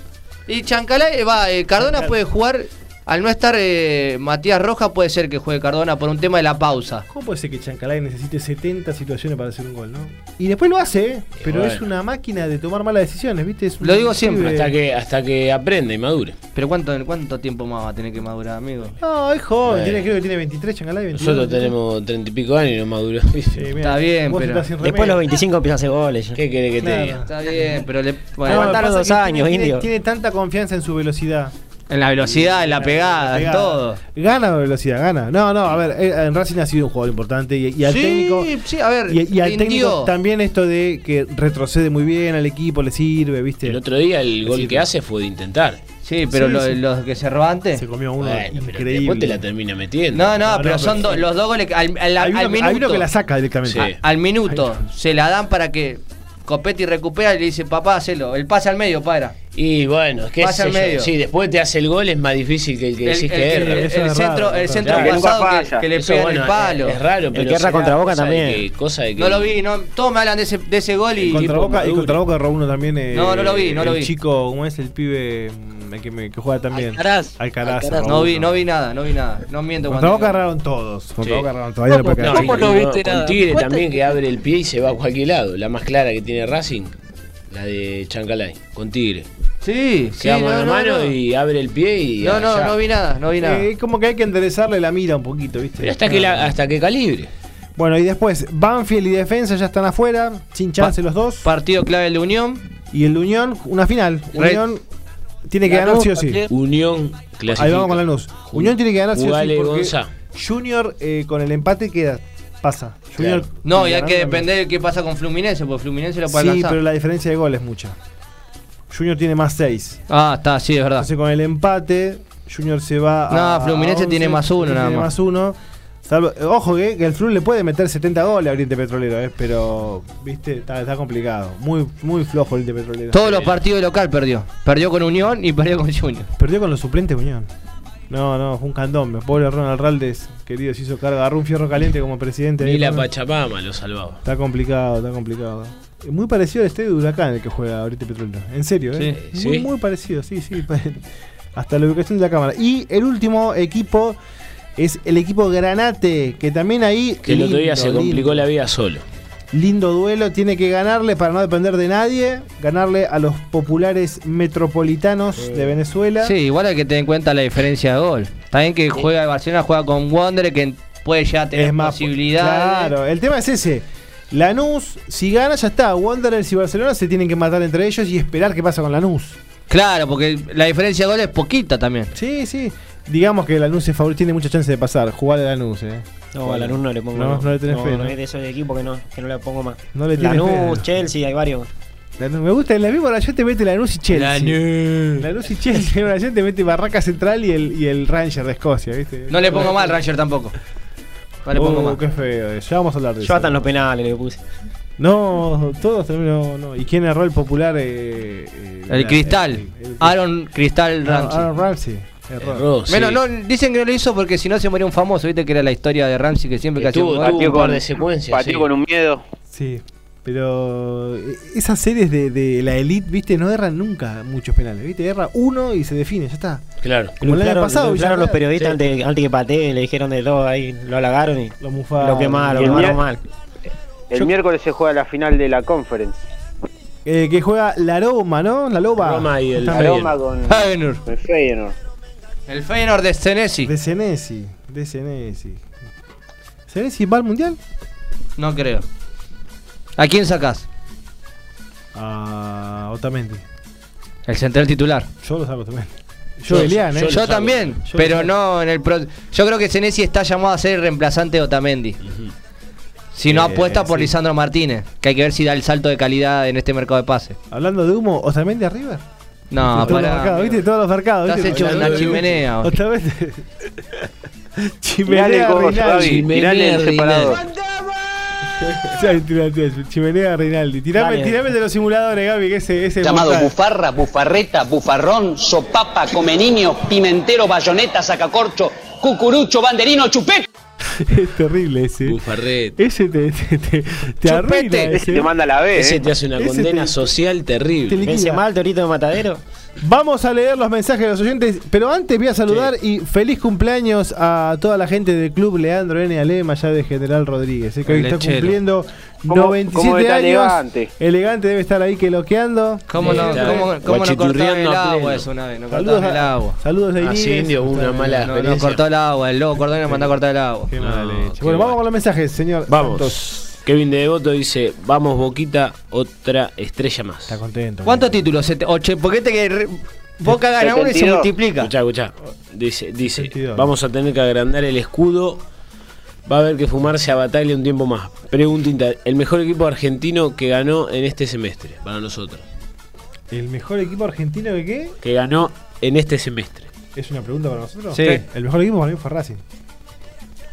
[SPEAKER 2] Y Chancalay, eh, va, eh, Cardona puede jugar. Al no estar eh, Matías Rojas, puede ser que juegue Cardona por un tema de la pausa.
[SPEAKER 1] ¿Cómo puede ser que Chancalay necesite 70 situaciones para hacer un gol, no? Y después lo hace, ¿eh? pero
[SPEAKER 5] bueno.
[SPEAKER 1] es una máquina de tomar malas decisiones, ¿viste? Es un pibe-
[SPEAKER 5] Hasta que, hasta que aprenda y madure.
[SPEAKER 2] Pero ¿cuánto, ¿cuánto tiempo más va a tener que madurar, amigo?
[SPEAKER 1] No, es joven,
[SPEAKER 5] Bueno.
[SPEAKER 1] tiene, creo que tiene 23, Chancalay. 22,
[SPEAKER 5] Nosotros tenemos treinta y pico años y no maduró.
[SPEAKER 1] mira, Está bien, vos pero- estás sin
[SPEAKER 7] Después
[SPEAKER 1] remera.
[SPEAKER 7] los 25 empieza a hacer goles.
[SPEAKER 5] ¿Qué querés que
[SPEAKER 1] Claro.
[SPEAKER 5] te diga?
[SPEAKER 2] Está bien, pero le. Bueno,
[SPEAKER 7] No, Aguantar
[SPEAKER 1] Pasa
[SPEAKER 7] los dos
[SPEAKER 1] que tiene-
[SPEAKER 7] años,
[SPEAKER 1] tiene-
[SPEAKER 7] indio.
[SPEAKER 1] Tiene tanta confianza en su velocidad.
[SPEAKER 2] en la velocidad, en la pegada, en
[SPEAKER 1] pegada.
[SPEAKER 2] todo.
[SPEAKER 1] Gana velocidad, gana. No, no, a ver, eh, en Racing ha sido un jugador importante y, y al
[SPEAKER 2] sí,
[SPEAKER 1] técnico.
[SPEAKER 2] sí, a ver.
[SPEAKER 1] Y, y al técnico
[SPEAKER 2] Indio,
[SPEAKER 1] también esto de que retrocede muy bien al equipo, le sirve, ¿viste?
[SPEAKER 5] El otro día el gol
[SPEAKER 1] sirve.
[SPEAKER 5] que hace fue de intentar.
[SPEAKER 2] Sí, pero
[SPEAKER 1] Sí,
[SPEAKER 2] lo-
[SPEAKER 1] sí.
[SPEAKER 2] los que se roban antes.
[SPEAKER 1] Se
[SPEAKER 8] Eh,
[SPEAKER 1] comió uno
[SPEAKER 5] Bueno, pero después
[SPEAKER 1] increíble.
[SPEAKER 5] te la termina metiendo.
[SPEAKER 2] No, no,
[SPEAKER 1] No, no,
[SPEAKER 2] pero son
[SPEAKER 1] pero
[SPEAKER 2] dos-
[SPEAKER 1] sí.
[SPEAKER 2] los dos goles que al, al-
[SPEAKER 1] hay, uno,
[SPEAKER 2] al
[SPEAKER 1] hay
[SPEAKER 2] minuto.
[SPEAKER 1] uno que la saca directamente.
[SPEAKER 5] Sí.
[SPEAKER 2] Al minuto se la dan para que Copetti recupera y le dice, papá, hacelo. El pase al medio, para.
[SPEAKER 5] Y bueno, es que
[SPEAKER 2] Pasa al medio.
[SPEAKER 5] sí, después te hace el gol es más difícil que el que
[SPEAKER 2] El,
[SPEAKER 5] decís
[SPEAKER 2] el-
[SPEAKER 5] que erra.
[SPEAKER 2] el-
[SPEAKER 1] eso
[SPEAKER 2] el
[SPEAKER 1] es
[SPEAKER 2] centro,
[SPEAKER 1] raro,
[SPEAKER 2] el
[SPEAKER 1] eso.
[SPEAKER 2] centro
[SPEAKER 5] Claro, que
[SPEAKER 4] nunca
[SPEAKER 2] pasado que,
[SPEAKER 4] falla.
[SPEAKER 2] que le
[SPEAKER 5] Eso,
[SPEAKER 2] pega
[SPEAKER 5] bueno,
[SPEAKER 2] el palo.
[SPEAKER 5] Es, es raro,
[SPEAKER 7] El
[SPEAKER 5] pero
[SPEAKER 7] que erra
[SPEAKER 5] será
[SPEAKER 7] contra Boca
[SPEAKER 5] cosa de
[SPEAKER 7] también.
[SPEAKER 5] que- cosa de que
[SPEAKER 2] No lo vi, no, todos me hablan de ese, de ese gol
[SPEAKER 1] Y
[SPEAKER 2] y.
[SPEAKER 1] contra, Boca, y
[SPEAKER 5] maduro.
[SPEAKER 1] contra Boca erró uno también. eh,
[SPEAKER 2] No, no lo vi, no lo
[SPEAKER 1] el
[SPEAKER 2] vi.
[SPEAKER 1] chico, ¿cómo es el pibe mm, el que, me- que juega también?
[SPEAKER 3] Alcaraz.
[SPEAKER 1] Alcaraz.
[SPEAKER 3] Alcaraz.
[SPEAKER 1] erró
[SPEAKER 2] No vi,
[SPEAKER 1] uno.
[SPEAKER 2] no vi nada, no vi nada. No miento
[SPEAKER 1] Contra
[SPEAKER 2] cuando.
[SPEAKER 1] Boca erraron todos. Contra
[SPEAKER 5] Sí.
[SPEAKER 1] Boca erraron todavía no puede
[SPEAKER 5] No,
[SPEAKER 1] quedar.
[SPEAKER 3] ¿Cómo
[SPEAKER 5] y-
[SPEAKER 3] no
[SPEAKER 5] y
[SPEAKER 3] viste
[SPEAKER 5] con
[SPEAKER 3] nada?
[SPEAKER 5] Tigre
[SPEAKER 3] ¿Cuántas-
[SPEAKER 5] también que abre el pie y se va a cualquier lado. La más clara que tiene Racing, la de Chancalay, con Tigre.
[SPEAKER 2] Sí, sí,
[SPEAKER 5] Se da
[SPEAKER 2] no,
[SPEAKER 5] mano a
[SPEAKER 2] no,
[SPEAKER 5] mano
[SPEAKER 2] no.
[SPEAKER 5] y abre el pie y.
[SPEAKER 2] No, no,
[SPEAKER 5] allá.
[SPEAKER 2] no vi nada, no vi nada.
[SPEAKER 1] Eh, es como que hay que enderezarle la mira un poquito, ¿viste?
[SPEAKER 5] Pero hasta que, la- hasta que calibre.
[SPEAKER 1] Bueno, y después, Banfield y Defensa ya están afuera, sin chance
[SPEAKER 2] Pa-
[SPEAKER 1] los dos.
[SPEAKER 2] Partido clave el de Unión.
[SPEAKER 1] Y el de Unión, una final.
[SPEAKER 2] Re-
[SPEAKER 1] Unión tiene que
[SPEAKER 3] Lanús
[SPEAKER 1] ganar sí o sí.
[SPEAKER 3] también.
[SPEAKER 5] Unión clasifica.
[SPEAKER 1] Ahí vamos con Lanús. Unión tiene que ganar sí o sí.
[SPEAKER 5] Jugale,
[SPEAKER 1] porque
[SPEAKER 5] Gonza.
[SPEAKER 1] Junior eh, con el empate queda. Pasa. Junior
[SPEAKER 5] Claro.
[SPEAKER 2] No,
[SPEAKER 1] tiene ganar
[SPEAKER 2] y hay que
[SPEAKER 1] también.
[SPEAKER 2] depender de qué pasa con Fluminense, porque Fluminense lo puede
[SPEAKER 1] Sí,
[SPEAKER 2] alcanzar.
[SPEAKER 1] pero la diferencia de gol es mucha. Junior tiene más 6.
[SPEAKER 2] Ah, está, sí, es verdad.
[SPEAKER 1] Entonces con el empate, Junior se va a.
[SPEAKER 2] No, Fluminense tiene más uno
[SPEAKER 1] Fluminense
[SPEAKER 2] nada
[SPEAKER 1] tiene
[SPEAKER 2] más.
[SPEAKER 1] más uno. Salvo- eh, ojo que, que el Flu le puede meter 70 goles a Oriente Petrolero, eh, pero viste, está, está complicado. Muy, muy flojo Oriente Petrolero.
[SPEAKER 2] Todos los partidos de local perdió. Perdió con Unión y perdió con Junior.
[SPEAKER 1] Perdió con los suplentes, Unión. No, no, fue un candombe. Pobre Ronald Raldes, querido, se hizo cargo. Agarró un fierro caliente como presidente.
[SPEAKER 5] Ni
[SPEAKER 1] Ahí,
[SPEAKER 5] la
[SPEAKER 1] ¿no?
[SPEAKER 5] Pachapama lo salvaba.
[SPEAKER 1] Está complicado, está complicado. Muy parecido al estadio de Huracán el que juega ahorita Petrolero. En serio, ¿eh?
[SPEAKER 5] Sí,
[SPEAKER 1] muy,
[SPEAKER 5] sí.
[SPEAKER 1] muy parecido, sí, sí. Hasta la ubicación de la cámara. Y el último equipo es el equipo Granate, que también ahí.
[SPEAKER 5] Que el otro día se complicó la vida solo.
[SPEAKER 1] Lindo duelo, tiene que ganarle para no depender de nadie. Ganarle a los populares metropolitanos de Venezuela.
[SPEAKER 2] Sí, igual hay que tener en cuenta la diferencia de gol. Está bien que juega el Barcelona, juega con Wander, que puede ya tener
[SPEAKER 1] es más
[SPEAKER 2] posibilidades.
[SPEAKER 1] Claro, el tema es ese. Lanús, si gana, ya está. Wanderers y Barcelona se tienen que matar entre ellos y esperar qué pasa con Lanús.
[SPEAKER 2] Claro, Eh, porque la diferencia de gol es poquita también.
[SPEAKER 1] Sí, sí. Digamos que Lanús es favorito, tiene mucha chance de pasar. Jugar a Lanús, eh.
[SPEAKER 7] No, a Lanús no le pongo
[SPEAKER 1] No,
[SPEAKER 7] más.
[SPEAKER 1] no le tenés fe,
[SPEAKER 7] No,
[SPEAKER 1] ¿no?
[SPEAKER 7] es de esos equipos que no, que no le pongo más.
[SPEAKER 1] No le tenés
[SPEAKER 7] Lanús,
[SPEAKER 1] fe.
[SPEAKER 7] Chelsea, hay varios.
[SPEAKER 1] Lanús- Me gusta, en la misma oración te mete Lanús y Chelsea. Lanús y Chelsea, en una oración te mete Barraca Central y el, y el Ranger de Escocia, ¿viste?
[SPEAKER 2] No le pongo mal al Ranger tampoco. No le pongo
[SPEAKER 1] Oh,
[SPEAKER 2] mal.
[SPEAKER 1] qué feo, eh. ya vamos a hablar de
[SPEAKER 7] Yo
[SPEAKER 1] eso.
[SPEAKER 7] hasta en los penales le puse.
[SPEAKER 1] No, todos terminaron. No. ¿Y quién erró el popular? eh, eh,
[SPEAKER 2] El
[SPEAKER 1] la-
[SPEAKER 2] Cristal.
[SPEAKER 1] el- el-
[SPEAKER 2] Aaron Cristal
[SPEAKER 1] No,
[SPEAKER 2] Ramsey.
[SPEAKER 1] Aaron Ramsey. Erró.
[SPEAKER 2] Bueno, no, dicen que no lo hizo porque si no se moría un famoso, viste que era la historia de Ramsey que siempre que hacía
[SPEAKER 1] Estuvo-
[SPEAKER 2] un gol-
[SPEAKER 1] tuvo un par de secuencias,
[SPEAKER 4] Pateó
[SPEAKER 1] sí.
[SPEAKER 4] con un miedo.
[SPEAKER 1] Sí, pero eh, esas series de, de la elite, viste, no erran nunca muchos penales, viste, erra uno y se define, ya está.
[SPEAKER 7] Claro.
[SPEAKER 1] Como el año pasado, Villarreal.
[SPEAKER 7] los periodistas
[SPEAKER 1] Sí.
[SPEAKER 7] antes, antes que patee, le dijeron de todo ahí, lo halagaron y
[SPEAKER 1] lo mufaron.
[SPEAKER 7] Lo quemaron,
[SPEAKER 4] Y
[SPEAKER 7] lo
[SPEAKER 4] el
[SPEAKER 7] quemaron
[SPEAKER 4] mier-
[SPEAKER 7] mal.
[SPEAKER 4] El miércoles se juega la final de la conference.
[SPEAKER 1] Eh, que juega la Roma, ¿no? La Loba.
[SPEAKER 4] Roma y el
[SPEAKER 1] Justamente.
[SPEAKER 4] Roma con- Feyenoord. El Feyenoord.
[SPEAKER 2] El Feyenoord de Senesi.
[SPEAKER 1] De Senesi, de Senesi. ¿Senesi va al mundial?
[SPEAKER 2] No creo. ¿A quién sacás?
[SPEAKER 1] A Otamendi.
[SPEAKER 2] El central titular.
[SPEAKER 1] Yo lo saco también. Yo, Elian, ¿eh?
[SPEAKER 2] Yo, también, pero no en el pro- Yo creo que Senesi está llamado a ser el reemplazante de Otamendi. Si no
[SPEAKER 1] Eh,
[SPEAKER 2] apuesta por
[SPEAKER 1] sí.
[SPEAKER 2] Lisandro Martínez, que hay que ver si da el salto de calidad en este mercado de pases.
[SPEAKER 1] Hablando de humo, Otamendi arriba. todos
[SPEAKER 2] No, pará,
[SPEAKER 1] los mercados,
[SPEAKER 2] amigo.
[SPEAKER 1] ¿viste? Todos los mercados.
[SPEAKER 2] Estás
[SPEAKER 1] ¿viste?
[SPEAKER 2] hecho una
[SPEAKER 1] Hablando de humo.
[SPEAKER 2] chimenea, vos.
[SPEAKER 1] Otamendi.
[SPEAKER 4] Mirale
[SPEAKER 1] chimenea
[SPEAKER 4] cómo
[SPEAKER 1] Reinaldi.
[SPEAKER 4] Javi, mirale el separador.
[SPEAKER 1] Ya, tira, tira, Chimenea Reinaldi. Tirame,
[SPEAKER 13] Dale.
[SPEAKER 1] tirame de los simuladores, Gaby, que ese, ese
[SPEAKER 13] Llamado
[SPEAKER 1] mortal.
[SPEAKER 13] bufarra, bufarreta, bufarrón, sopapa, come niño, pimentero, bayoneta, sacacorcho, cucurucho, banderino, chupete.
[SPEAKER 1] Es terrible ese.
[SPEAKER 8] Bufarrete.
[SPEAKER 1] Ese te, te, te, te arruina. Ese.
[SPEAKER 2] ¿eh?
[SPEAKER 8] Ese te hace una
[SPEAKER 1] Ese
[SPEAKER 8] condena
[SPEAKER 1] te-
[SPEAKER 8] social terrible.
[SPEAKER 1] te liquida.
[SPEAKER 7] Mal torito de matadero.
[SPEAKER 1] Vamos a leer los mensajes de los oyentes, pero antes voy a saludar y feliz cumpleaños a toda la gente del club Leandro N. Alema, ya de General Rodríguez, eh, que
[SPEAKER 2] El
[SPEAKER 1] hoy está
[SPEAKER 2] lechero.
[SPEAKER 1] cumpliendo
[SPEAKER 4] ¿Cómo-
[SPEAKER 1] 97
[SPEAKER 4] cómo está
[SPEAKER 1] años.
[SPEAKER 4] elegante?
[SPEAKER 1] Elegante debe estar ahí queloqueando.
[SPEAKER 2] ¿Cómo no,
[SPEAKER 1] Está
[SPEAKER 2] cómo,
[SPEAKER 1] bien.
[SPEAKER 2] cómo no cortaban el
[SPEAKER 1] Guachiturriando a
[SPEAKER 2] agua
[SPEAKER 1] pleno.
[SPEAKER 2] eso una vez? No
[SPEAKER 1] Saludos
[SPEAKER 2] cortaban el
[SPEAKER 1] a-
[SPEAKER 2] agua. Ah,
[SPEAKER 1] saludos a Inés.
[SPEAKER 8] una mala
[SPEAKER 2] No, no,
[SPEAKER 8] experiencia.
[SPEAKER 2] cortó el agua, el lobo Cordón le mandó a cortar el agua.
[SPEAKER 1] Qué mala leche. Bueno, vamos con los mensajes, señor.
[SPEAKER 8] Vamos.
[SPEAKER 1] Santos.
[SPEAKER 8] Kevin de Devoto dice, vamos Boquita, otra estrella más. Está
[SPEAKER 1] contento.
[SPEAKER 2] ¿Cuántos títulos? Sete- ocho- ¿Por qué te que re- Boca gana uno y se multiplica?
[SPEAKER 8] Escuchá, escuchá. Dice, dice vamos a tener que agrandar el escudo. Va a haber que fumarse a Bataglia un tiempo más. Pregunta, inter- el mejor equipo argentino que ganó en este semestre, para nosotros.
[SPEAKER 1] ¿El mejor equipo argentino de qué?
[SPEAKER 8] Que ganó en este semestre.
[SPEAKER 1] ¿Es una pregunta para nosotros?
[SPEAKER 8] Sí.
[SPEAKER 1] El mejor equipo para mí fue Racing.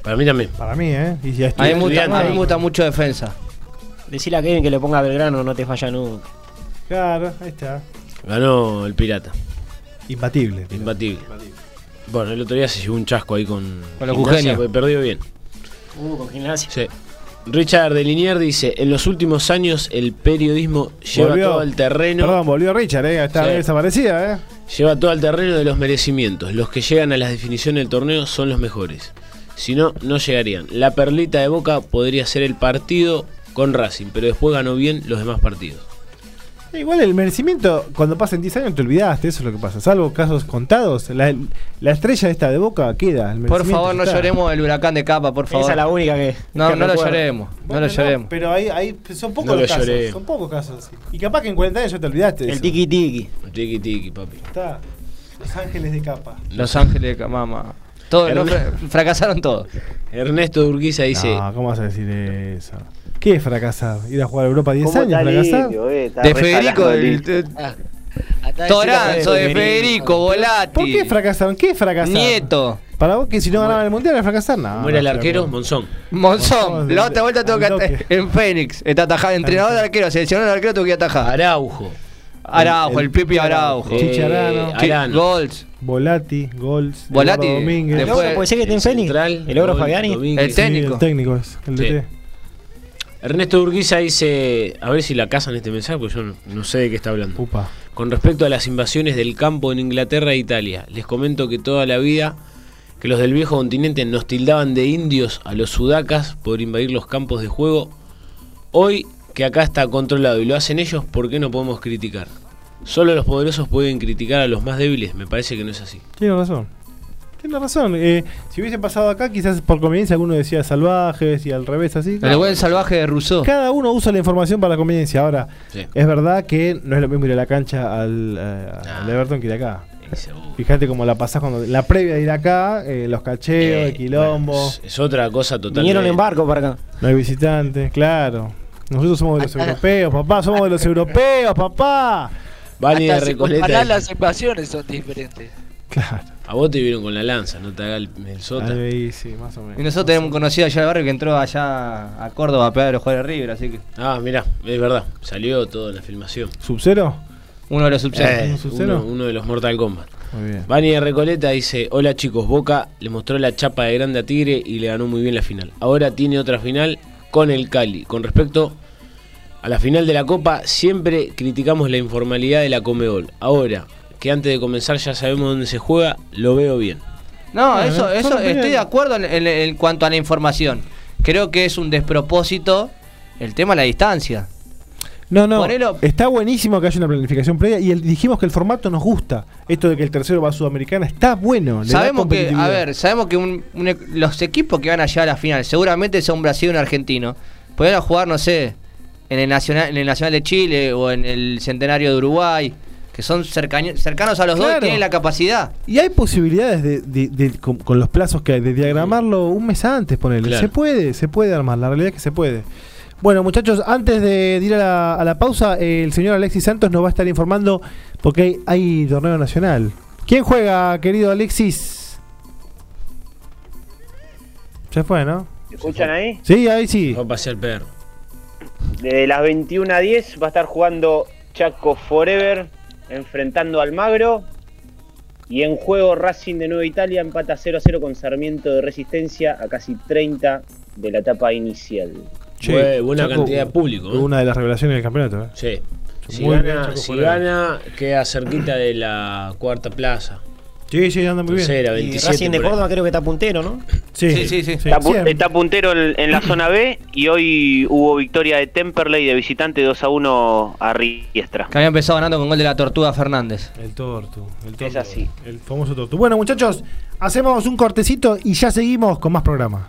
[SPEAKER 8] Para mí también.
[SPEAKER 1] Para mí, ¿eh? Y si
[SPEAKER 2] A mí me gusta, a mí me gusta mucho defensa.
[SPEAKER 7] Decirle a Kevin que le ponga Belgrano, no te falla nunca.
[SPEAKER 1] Claro, ahí está.
[SPEAKER 8] Ganó el Pirata.
[SPEAKER 1] Imbatible.
[SPEAKER 8] Imbatible. Bueno, el otro día se llevó un chasco ahí con...
[SPEAKER 2] Con los
[SPEAKER 8] Gimnasia,
[SPEAKER 2] Jujeños.
[SPEAKER 8] porque Perdió bien.
[SPEAKER 7] Uh, con gimnasia.
[SPEAKER 8] Sí. Richard de Linier dice, en los últimos años el periodismo lleva
[SPEAKER 1] Volvió.
[SPEAKER 8] todo al terreno...
[SPEAKER 1] Perdón, volvió Richard, ¿eh? Está
[SPEAKER 8] Sí.
[SPEAKER 1] desaparecida, ¿eh?
[SPEAKER 8] Lleva todo al terreno de los merecimientos. Los que llegan a las definiciones del torneo son los mejores. Si no, no llegarían. La perlita de Boca podría ser el partido con Racing, pero después ganó bien los demás partidos.
[SPEAKER 1] Eh, Igual el merecimiento, cuando pasan 10 años te olvidaste, eso es lo que pasa. Salvo casos contados, la, la estrella esta de Boca queda. el
[SPEAKER 2] Por
[SPEAKER 1] merecimiento
[SPEAKER 2] favor, no
[SPEAKER 1] está.
[SPEAKER 2] lloremos el huracán de capa, por favor.
[SPEAKER 1] Esa es la única que-
[SPEAKER 2] No,
[SPEAKER 1] que
[SPEAKER 2] no lo
[SPEAKER 1] recuerdo.
[SPEAKER 2] lloremos, no lo lloremos.
[SPEAKER 1] Pero ahí, ahí son pocos
[SPEAKER 8] No lo
[SPEAKER 1] los casos.
[SPEAKER 8] lloré.
[SPEAKER 1] Son pocos casos. Y capaz que en 40 años ya te olvidaste. de eso.
[SPEAKER 7] tiki tiki.
[SPEAKER 8] Tiki tiki, papi.
[SPEAKER 1] Está. Los Ángeles de Capa.
[SPEAKER 2] Los Ángeles de Ca- mamá. Todo, no, fra- fracasaron todos.
[SPEAKER 8] Ernesto Urquiza dice...
[SPEAKER 1] No, ¿cómo vas a decir eso? ¿Qué es fracasar? ¿Ir a jugar a Europa 10
[SPEAKER 8] ¿Cómo
[SPEAKER 1] años,
[SPEAKER 8] está
[SPEAKER 1] fracasar.
[SPEAKER 8] limpio, eh? Está
[SPEAKER 2] De Federico, el-
[SPEAKER 7] Ah.
[SPEAKER 2] Toranzo, de
[SPEAKER 1] Federico.
[SPEAKER 2] Federico, Volati.
[SPEAKER 1] ¿Por qué fracasaron? ¿Qué es fracasar?
[SPEAKER 2] Nieto.
[SPEAKER 1] Para vos que si no ganaban el mundial era fracasar, nada.
[SPEAKER 8] ¿Cómo era el arquero? Monzón.
[SPEAKER 2] Monzón, la otra vuelta tuvo que at- en Fénix. Está atajado, entrenador de arquero, seleccionador de arquero tuvo que atajar.
[SPEAKER 8] Araujo.
[SPEAKER 2] Araujo, el, Pipi Araujo. Eh,
[SPEAKER 1] Chicharano.
[SPEAKER 2] Chi- Golds.
[SPEAKER 1] Volati, Gols.
[SPEAKER 2] Volati.
[SPEAKER 1] Eduardo Domínguez.
[SPEAKER 2] Después-
[SPEAKER 7] Loco, puede ser que esté en Fénix. El ogro Fabiani.
[SPEAKER 1] Sí, El técnico es, el
[SPEAKER 8] Sí.
[SPEAKER 1] DT.
[SPEAKER 8] Ernesto Urquiza dice, a ver si la casan este mensaje, porque yo no, no sé de qué está hablando. Con respecto a las invasiones del campo en Inglaterra e Italia, les comento que toda la vida que los del viejo continente nos tildaban de indios a los sudacas por invadir los campos de juego, hoy que acá está controlado y lo hacen ellos, ¿por qué no podemos criticar? Solo los poderosos pueden criticar a los más débiles, me parece que no es así.
[SPEAKER 1] Tiene razón. Tiene razón. Eh, si hubiese pasado acá, quizás por conveniencia alguno decía salvajes y al revés así.
[SPEAKER 2] El buen salvaje de Rousseau.
[SPEAKER 1] Cada uno usa la información para la conveniencia. Ahora, es verdad que no es lo mismo ir a la cancha al, eh,
[SPEAKER 2] Ah.
[SPEAKER 1] al Everton que ir acá. Fíjate cómo la pasás cuando. La previa de ir acá, eh, los cacheos, el quilombo.
[SPEAKER 8] Eh, Es, es otra cosa totalmente.
[SPEAKER 1] Vinieron en
[SPEAKER 7] barco para acá.
[SPEAKER 1] No hay visitantes, claro. Nosotros somos
[SPEAKER 2] Ah,
[SPEAKER 1] de los europeos, papá. Somos de los europeos, papá.
[SPEAKER 8] Vale,
[SPEAKER 3] Hasta si comparás las invasiones son diferentes.
[SPEAKER 1] Claro.
[SPEAKER 8] A vos te vieron con la lanza, no te haga el, el sota.
[SPEAKER 1] Ahí, sí, más o menos.
[SPEAKER 2] Y nosotros tenemos un conocido allá del barrio que entró allá a Córdoba a pegar a los jugadores de River, así que.
[SPEAKER 8] Ah, mirá, es verdad. Salió todo en la filmación.
[SPEAKER 1] ¿Sub-Zero?
[SPEAKER 2] Uno de los sub
[SPEAKER 8] Eh, uno, uno de los Mortal Kombat.
[SPEAKER 1] Muy bien.
[SPEAKER 8] Vani de Recoleta dice, hola chicos, Boca le mostró la chapa de grande a Tigre y le ganó muy bien la final. Ahora tiene otra final con el Cali. Con respecto a la final de la Copa, siempre criticamos la informalidad de la Comebol. Ahora, que antes de comenzar ya sabemos dónde se juega, lo veo bien.
[SPEAKER 2] No,
[SPEAKER 8] Bueno,
[SPEAKER 2] eso,
[SPEAKER 8] son
[SPEAKER 2] eso
[SPEAKER 8] opiniones.
[SPEAKER 2] estoy de acuerdo en, en- en cuanto a la información. Creo que es un despropósito el tema de la distancia.
[SPEAKER 1] No, no.
[SPEAKER 2] Ponelo-
[SPEAKER 1] Está buenísimo que haya una planificación previa y el- dijimos que el formato nos gusta. Esto de que el tercero va a Sudamericana está bueno. le da
[SPEAKER 2] Sabemos que, a
[SPEAKER 1] competitividad.
[SPEAKER 2] ver, sabemos que un- un e- los equipos que van allá a la final, seguramente son un Brasil y un argentino, podrían jugar, no sé, en el Nacional, en el Nacional de Chile o en el Centenario de Uruguay, que son cercaño- cercanos a los dos
[SPEAKER 1] Claro.
[SPEAKER 2] y tienen la capacidad.
[SPEAKER 1] Y hay posibilidades de, de- de- con, con los plazos que hay, de diagramarlo un mes antes, ponerle.
[SPEAKER 8] Claro.
[SPEAKER 1] Se puede, se puede armar, la realidad es que se puede. Bueno, muchachos, antes de ir a la, a la pausa, eh, el señor Alexis Santos nos va a estar informando porque hay, hay torneo nacional. ¿Quién juega, querido Alexis? Se fue, ¿no?
[SPEAKER 4] ¿Me escuchan ahí?
[SPEAKER 1] Sí, ahí sí.
[SPEAKER 8] Va a pasear el perro.
[SPEAKER 4] Desde las 21 a 10 va a estar jugando Chaco Forever, enfrentando a Almagro. Y en juego Racing de Nueva Italia empata 0 a 0 con Sarmiento de Resistencia a casi 30 de la etapa inicial.
[SPEAKER 1] Che,
[SPEAKER 8] Bue- buena
[SPEAKER 1] Chaco,
[SPEAKER 8] cantidad de público. ¿eh?
[SPEAKER 1] Una de las revelaciones del campeonato. ¿eh?
[SPEAKER 8] Sí. Si,
[SPEAKER 1] Muy bien,
[SPEAKER 8] gana,
[SPEAKER 1] Chaco
[SPEAKER 8] si
[SPEAKER 1] Forero.
[SPEAKER 8] gana, queda cerquita de la cuarta plaza.
[SPEAKER 1] Sí, sí, anda muy bien.
[SPEAKER 8] Tercera,
[SPEAKER 7] Y
[SPEAKER 8] 27.
[SPEAKER 7] Racing de
[SPEAKER 8] por ahí.
[SPEAKER 7] Córdoba creo que está puntero, ¿no?
[SPEAKER 1] Sí, sí,
[SPEAKER 2] sí.
[SPEAKER 4] Está, pu-
[SPEAKER 1] Siempre.
[SPEAKER 4] está puntero en, en la zona B y hoy hubo victoria de Temperley de visitante 2 a 1 a Riestra.
[SPEAKER 2] Que había empezado ganando con gol de la Tortuga Fernández.
[SPEAKER 1] El tortu, el tortu.
[SPEAKER 4] Es así.
[SPEAKER 1] El famoso tortu. Bueno, muchachos, hacemos un cortecito y ya seguimos con más programa.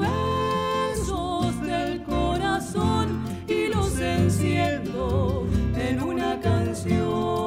[SPEAKER 14] versos del corazón y los enciendo en una canción.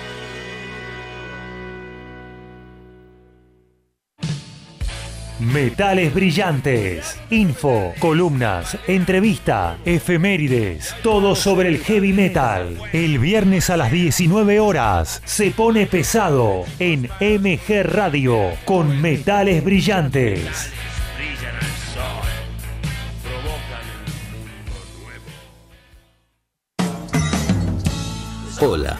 [SPEAKER 15] Metales brillantes, info, columnas, entrevista, efemérides, todo sobre el heavy metal. El viernes a las 19 horas se pone pesado en MG Radio con Metales brillantes.
[SPEAKER 16] Brillan al sol, provocan
[SPEAKER 17] Hola,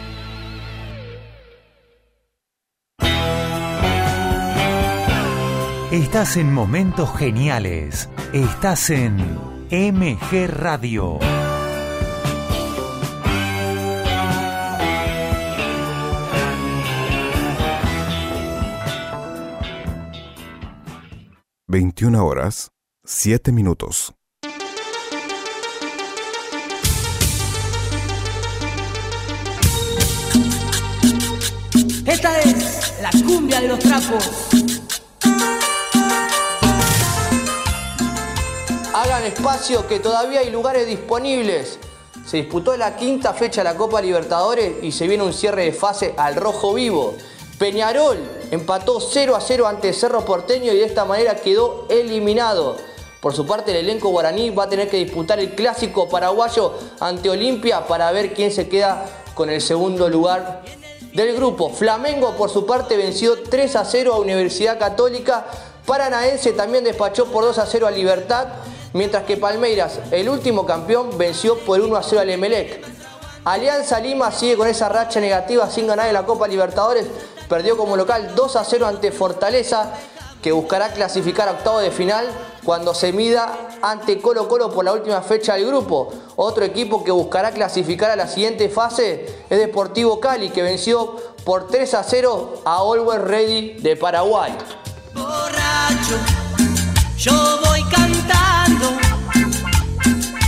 [SPEAKER 15] Estás en momentos geniales. Estás en MG Radio.
[SPEAKER 14] Veintiuna horas, siete minutos.
[SPEAKER 3] Esta es la cumbia de los trapos.
[SPEAKER 2] Hagan espacio que todavía hay lugares disponibles. Se disputó la quinta fecha de la Copa Libertadores y se viene un cierre de fase al rojo vivo. Peñarol empató 0 a 0 ante Cerro Porteño y de esta manera quedó eliminado. Por su parte, el elenco guaraní va a tener que disputar el clásico paraguayo ante Olimpia para ver quién se queda con el segundo lugar del grupo. Flamengo, por su parte, venció 3 a 0 a Universidad Católica. Paranaense también despachó por 2 a 0 a Libertad, mientras que Palmeiras, el último campeón, venció por 1 a 0 al Emelec. Alianza Lima sigue con esa racha negativa sin ganar en la Copa Libertadores. Perdió como local 2 a 0 ante Fortaleza, que buscará clasificar a octavo de final cuando se mida ante Colo Colo por la última fecha del grupo. Otro equipo que buscará clasificar a la siguiente fase es Deportivo Cali, que venció por 3 a 0 a Always Ready de Paraguay.
[SPEAKER 3] Yo voy cantando,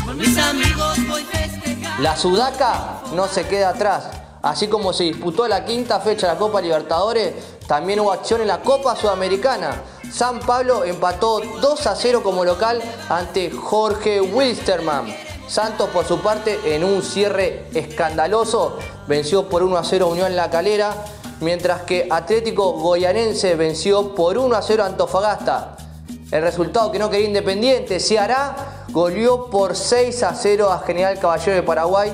[SPEAKER 3] con mis amigos voy festejando.
[SPEAKER 2] La Sudaca no se queda atrás. Así como se disputó la quinta fecha de la Copa Libertadores, también hubo acción en la Copa Sudamericana. San Pablo empató 2 a 0 como local ante Jorge Wilstermann. Santos, por su parte, en un cierre escandaloso, venció por 1 a 0 a Unión La Calera, mientras que Atlético Goyanense venció por 1 a 0 a Antofagasta. El resultado que no quería Independiente, Ceará goleó por 6 a 0 a General Caballero de Paraguay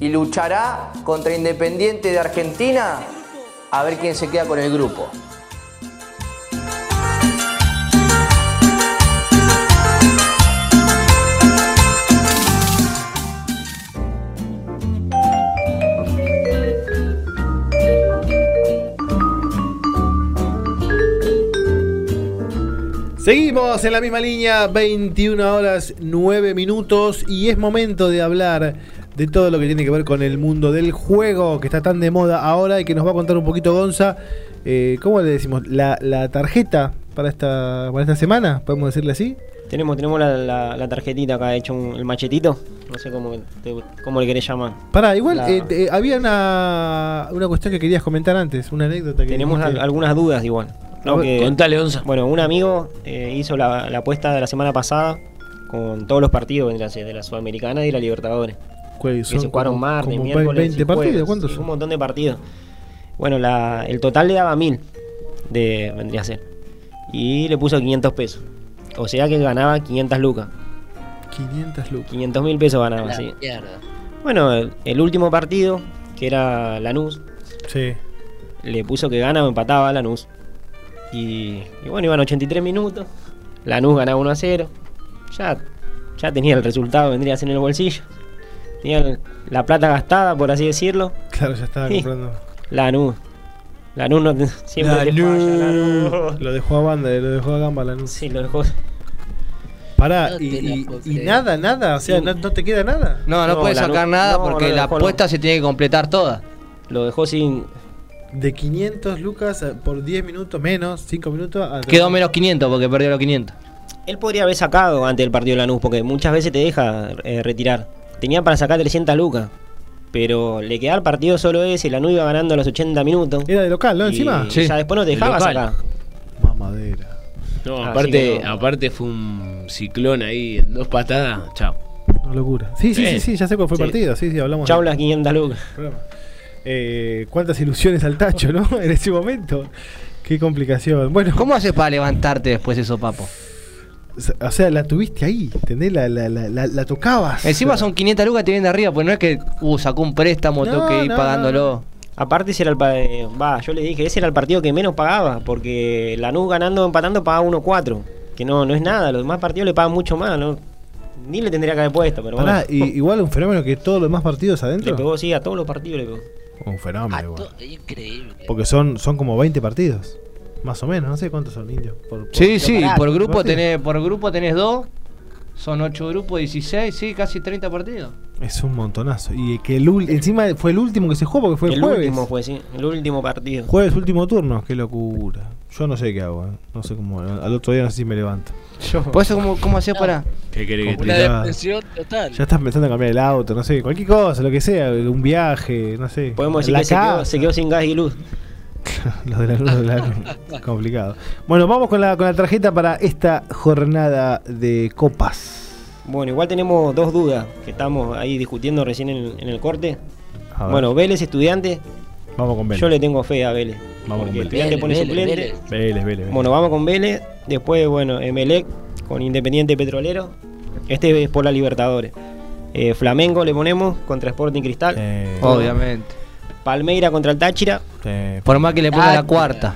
[SPEAKER 2] y luchará contra Independiente de Argentina a ver quién se queda con el grupo.
[SPEAKER 1] Seguimos en la misma línea, 21 horas 9 minutos y es momento de hablar de todo lo que tiene que ver con el mundo del juego que está tan de moda ahora y que nos va a contar un poquito Gonza. Eh, ¿Cómo le decimos? ¿La, la tarjeta para esta, para esta semana? ¿Podemos decirle así?
[SPEAKER 7] Tenemos, tenemos la, la- la tarjetita acá, hecho un- el machetito. No sé cómo, te- cómo le querés llamar.
[SPEAKER 1] Pará, igual
[SPEAKER 7] La-
[SPEAKER 1] eh, te- había una, una cuestión que querías comentar antes, una anécdota que
[SPEAKER 7] Tenemos
[SPEAKER 1] dijiste.
[SPEAKER 7] al- algunas dudas igual.
[SPEAKER 1] A ver, contale,
[SPEAKER 7] Onza. Bueno, un amigo eh, hizo la, la apuesta de la semana pasada con todos los partidos vendría a ser, de la Sudamericana y de la Libertadores.
[SPEAKER 1] ¿Cuáles
[SPEAKER 7] Que
[SPEAKER 1] son?
[SPEAKER 7] se jugaron
[SPEAKER 1] Como-
[SPEAKER 7] martes,
[SPEAKER 1] como
[SPEAKER 7] miércoles.
[SPEAKER 1] 20
[SPEAKER 7] y jueves.
[SPEAKER 1] partidos, ¿cuántos
[SPEAKER 7] Sí,
[SPEAKER 1] son?
[SPEAKER 7] Un montón de partidos. Bueno, la- el total le daba 1000, de, vendría a ser. Y le puso 500 pesos. O sea que ganaba 500 lucas.
[SPEAKER 1] 500 lucas.
[SPEAKER 7] 500 mil pesos ganaba,
[SPEAKER 18] La
[SPEAKER 7] Ah, sí.
[SPEAKER 18] mierda.
[SPEAKER 7] Bueno, el, el último partido, que era Lanús,
[SPEAKER 1] Sí.
[SPEAKER 7] le puso que gana o empataba Lanús. Y, y bueno, iban 83 minutos. Lanús ganaba 1 a 0. Ya, ya tenía el resultado, vendría a ser en el bolsillo. Tenía el- la plata gastada, por así decirlo.
[SPEAKER 1] Claro, ya estaba
[SPEAKER 7] Sí.
[SPEAKER 1] comprando.
[SPEAKER 7] Lanús. Lanús no, siempre te falla, Lanús.
[SPEAKER 1] Lo dejó a banda, eh, lo dejó a gamba Lanús.
[SPEAKER 7] Sí, lo dejó.
[SPEAKER 1] Pará,
[SPEAKER 7] No te
[SPEAKER 1] y,
[SPEAKER 7] la
[SPEAKER 1] y-
[SPEAKER 7] puedo
[SPEAKER 1] y
[SPEAKER 7] creer.
[SPEAKER 1] nada, nada, o sea,
[SPEAKER 7] Sí.
[SPEAKER 1] no, no te queda nada.
[SPEAKER 19] No, no, puedes sacar nada porque la apuesta se tiene que completar toda.
[SPEAKER 7] Lo dejó sin.
[SPEAKER 1] De 500 lucas a- por 10 minutos menos, 5 minutos. ah, a-
[SPEAKER 19] Quedó menos 500 porque perdió los 500.
[SPEAKER 7] Él podría haber sacado ante el partido de Lanús, porque muchas veces te deja eh, retirar. Tenía para sacar 300 lucas, pero le quedaba el partido solo ese, Lanús iba ganando a los 80 minutos.
[SPEAKER 1] Era de local, ¿no? Encima.
[SPEAKER 7] Sí. Ya después no te dejaba
[SPEAKER 1] Local.
[SPEAKER 7] sacar.
[SPEAKER 1] Mamadera.
[SPEAKER 8] No,
[SPEAKER 7] Así
[SPEAKER 8] aparte,
[SPEAKER 7] que
[SPEAKER 8] aparte fue un ciclón ahí, en dos patadas, chao.
[SPEAKER 1] Una locura. Sí, sí,
[SPEAKER 8] Eh.
[SPEAKER 1] sí, sí, ya sé cuál fue el
[SPEAKER 8] Sí.
[SPEAKER 1] partido. Sí, sí, hablamos.
[SPEAKER 7] Chau
[SPEAKER 1] de-
[SPEAKER 7] las 500 lucas.
[SPEAKER 1] programa. Eh, cuántas ilusiones al tacho, ¿no? En ese momento. Qué complicación. Bueno.
[SPEAKER 2] ¿Cómo haces para levantarte después eso, papo?
[SPEAKER 1] O sea, la tuviste ahí, ¿entendés? La, la, la, la, la tocabas.
[SPEAKER 2] Encima son 500 lucas que te vienen de arriba, pues no es que uh, sacó un préstamo, tengo
[SPEAKER 7] No,
[SPEAKER 2] que ir
[SPEAKER 7] no,
[SPEAKER 2] pagándolo.
[SPEAKER 7] Aparte, ese era el pa- eh, va, yo le dije, ese era el partido que menos pagaba, porque Lanús ganando, empatando, pagaba 1-4, que no, no es nada, los demás partidos le pagan mucho más, ¿no? Ni le tendría que haber puesto, pero
[SPEAKER 1] Pará,
[SPEAKER 7] bueno.
[SPEAKER 1] y- igual un fenómeno que todos los demás partidos
[SPEAKER 7] Le
[SPEAKER 1] adentro.
[SPEAKER 7] pegó, sí, a todos los partidos le pegó.
[SPEAKER 1] Un fenómeno igual.
[SPEAKER 3] Increíble.
[SPEAKER 1] Porque son, son como 20 partidos. Más o menos, no sé cuántos son indios. Por, por-
[SPEAKER 2] Sí, sí,
[SPEAKER 1] Pará,
[SPEAKER 2] por grupo
[SPEAKER 1] partido.
[SPEAKER 2] tenés, por grupo tenés dos, son 8 grupos, 16, sí, casi 30 partidos.
[SPEAKER 1] Es un montonazo. Y que el ul- encima fue el último que se jugó porque fue
[SPEAKER 7] el
[SPEAKER 1] jueves.
[SPEAKER 7] último fue, sí, el último partido.
[SPEAKER 1] Jueves último turno, qué locura. Yo no sé qué hago, ¿eh? no sé cómo. Al otro día no sé si me levanto.
[SPEAKER 2] Por eso, ¿cómo, cómo hacés para...?
[SPEAKER 8] ¿Qué
[SPEAKER 3] La
[SPEAKER 1] Complicado.
[SPEAKER 3] depresión total.
[SPEAKER 1] Ya estás pensando en cambiar el auto, no sé, cualquier cosa, lo que sea, un viaje, no sé.
[SPEAKER 7] Podemos decir
[SPEAKER 1] La
[SPEAKER 7] que se
[SPEAKER 1] casa.
[SPEAKER 7] quedó, se quedó sin gas y luz.
[SPEAKER 1] Los de la luz, los de la luz. Complicado. Bueno, vamos con la, con la tarjeta para esta jornada de copas.
[SPEAKER 7] Bueno, igual tenemos dos dudas que estamos ahí discutiendo recién en, en el corte.
[SPEAKER 1] A ver.
[SPEAKER 7] Bueno, Vélez estudiante,
[SPEAKER 1] vamos con Vélez.
[SPEAKER 7] yo le tengo fe a Vélez.
[SPEAKER 1] Vamos con
[SPEAKER 7] porque el
[SPEAKER 1] Vélez.
[SPEAKER 7] estudiante pone
[SPEAKER 1] Vélez,
[SPEAKER 7] suplente.
[SPEAKER 1] Vélez. Vélez, Vélez.
[SPEAKER 7] Bueno, vamos con Vélez, después bueno, Emelec con Independiente Petrolero. Este es por la Libertadores. Eh, Flamengo le ponemos contra Sporting Cristal.
[SPEAKER 1] Eh,
[SPEAKER 2] Obviamente.
[SPEAKER 7] Palmeira contra el Táchira. Ah,
[SPEAKER 2] Por más que le ponga la cuarta.